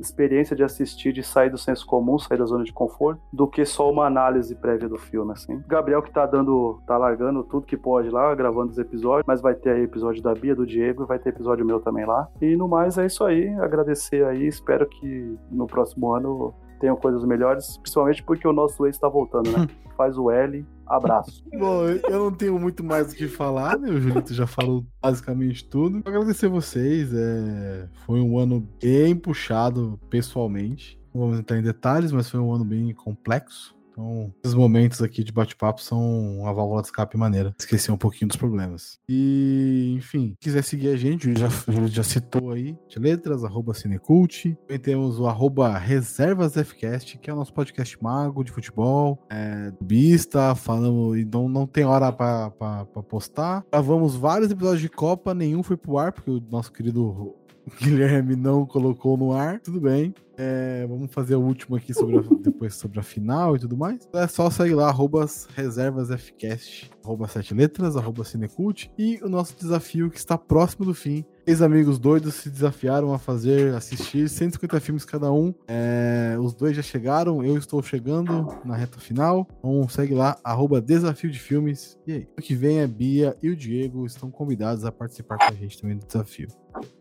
S4: experiência de assistir, de sair do senso comum, sair da zona de conforto, do que só uma análise prévia do filme, assim. Gabriel que tá dando, tá largando tudo que pode lá, gravando os episódios, mas vai ter aí episódio da Bia, do Diego, e vai ter episódio meu também lá. E no mais é isso aí, agradecer aí, espero que no próximo ano tenham coisas melhores, principalmente porque o nosso ex tá voltando, né? Faz o L, abraço.
S3: Bom, eu não tenho muito mais o que falar, né? O Julito já falou basicamente tudo. Agradecer vocês, é... foi um ano bem puxado pessoalmente. Não vamos entrar em detalhes, mas foi um ano bem complexo. Então, esses momentos aqui de bate-papo são uma válvula de escape maneira. Esquecer um pouquinho dos problemas. E, enfim, se quiser seguir a gente, o Júlio já, o Júlio já citou aí, de letras, arroba Cinecult. Também temos o arroba ReservasFcast, que é o nosso podcast mago de futebol. É, bista, falamos, e não, não tem hora pra, pra, pra postar. Gravamos vários episódios de Copa, nenhum foi pro ar, porque o nosso querido Guilherme não colocou no ar. Tudo bem. É, vamos fazer o último aqui sobre a- depois sobre a final e tudo mais. É só sair lá, arroba reservasfcast, arroba sete letras, arroba cinecult. E o nosso desafio que está próximo do fim. Três amigos doidos se desafiaram a fazer, assistir 150 filmes cada um. É, os dois já chegaram, eu estou chegando na reta final. Então segue lá, arroba desafio de filmes. E aí? O que vem é Bia e o Diego estão convidados a participar com a gente também do desafio.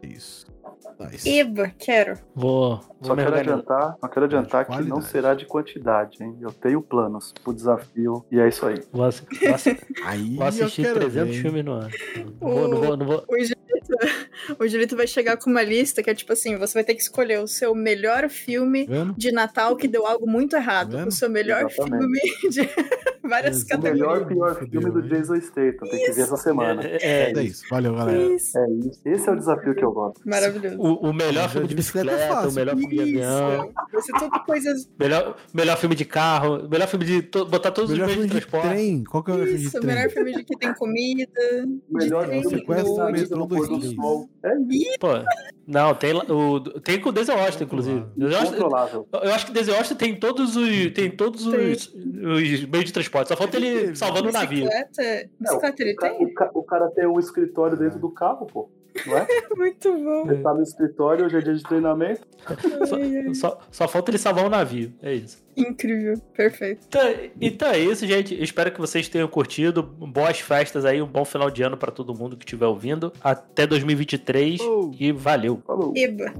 S3: É isso. Nice.
S2: Eba, quero.
S5: Vou, vou
S4: Só
S5: me
S4: quero
S5: organizar.
S4: adiantar, só quero adiantar que não
S3: qualidade.
S4: será de quantidade, hein? Eu tenho planos pro desafio e é isso aí.
S5: Vou, assi- vou assi-
S3: Aí
S5: vou assistir 300 filmes no ano. Não vou, não vou, não vou.
S2: O Julito, o Julito vai chegar com uma lista que é tipo assim: você vai ter que escolher o seu melhor filme
S3: Vendo?
S2: de Natal que deu algo muito errado.
S3: Vendo?
S2: O seu melhor
S4: Exatamente.
S2: filme de várias
S3: Exato.
S4: O
S2: categorias.
S4: melhor e pior filme do Jason Statham, tem que ver essa semana.
S5: É,
S3: É isso. Valeu, galera.
S2: Isso,
S4: É isso. Esse é o desafio que eu gosto.
S2: maravilhoso.
S5: o, o melhor
S3: Mas
S5: filme
S3: o
S5: de
S3: de bicicleta
S5: bicicleta,
S3: é fácil.
S5: o melhor filme de avião,
S2: Isso. Vai ser tudo coisas.
S5: melhor, melhor filme de carro, melhor filme de. to- botar todos
S3: Melhor
S5: os
S3: filme
S5: meios de
S3: de
S5: transporte.
S3: trem. Qual que é o filme de
S2: Isso, o melhor
S3: trem?
S2: filme de que tem comida.
S4: O melhor
S2: trem,
S4: filme
S3: sequestra
S4: do
S3: metrô
S4: Jason no pôr do
S3: 23.
S4: sol. É
S5: Pô, não, tem, lá- o, tem com o Denzel Washington, inclusive. Denzel Washington-
S4: incontrolável.
S5: Eu acho que o Denzel Washington tem todos os. Tem todos os, os meios de transporte. Só falta ele salvando o navio.
S2: Bicicleta. Bicicleta ele
S4: O ca-
S2: tem?
S4: o ca- o cara tem um escritório dentro do carro, pô. Não é?
S2: Muito bom.
S4: Ele tá no escritório, hoje é dia de treinamento.
S2: Ai, ai.
S5: Só, só falta ele salvar o navio. É isso.
S2: Incrível. Perfeito.
S5: Então, então é isso, gente. Espero que vocês tenham curtido. Boas festas aí, um bom final de ano pra todo mundo que estiver ouvindo. Até 2023
S3: Oh.
S5: e valeu.
S4: Falou.
S2: Eba.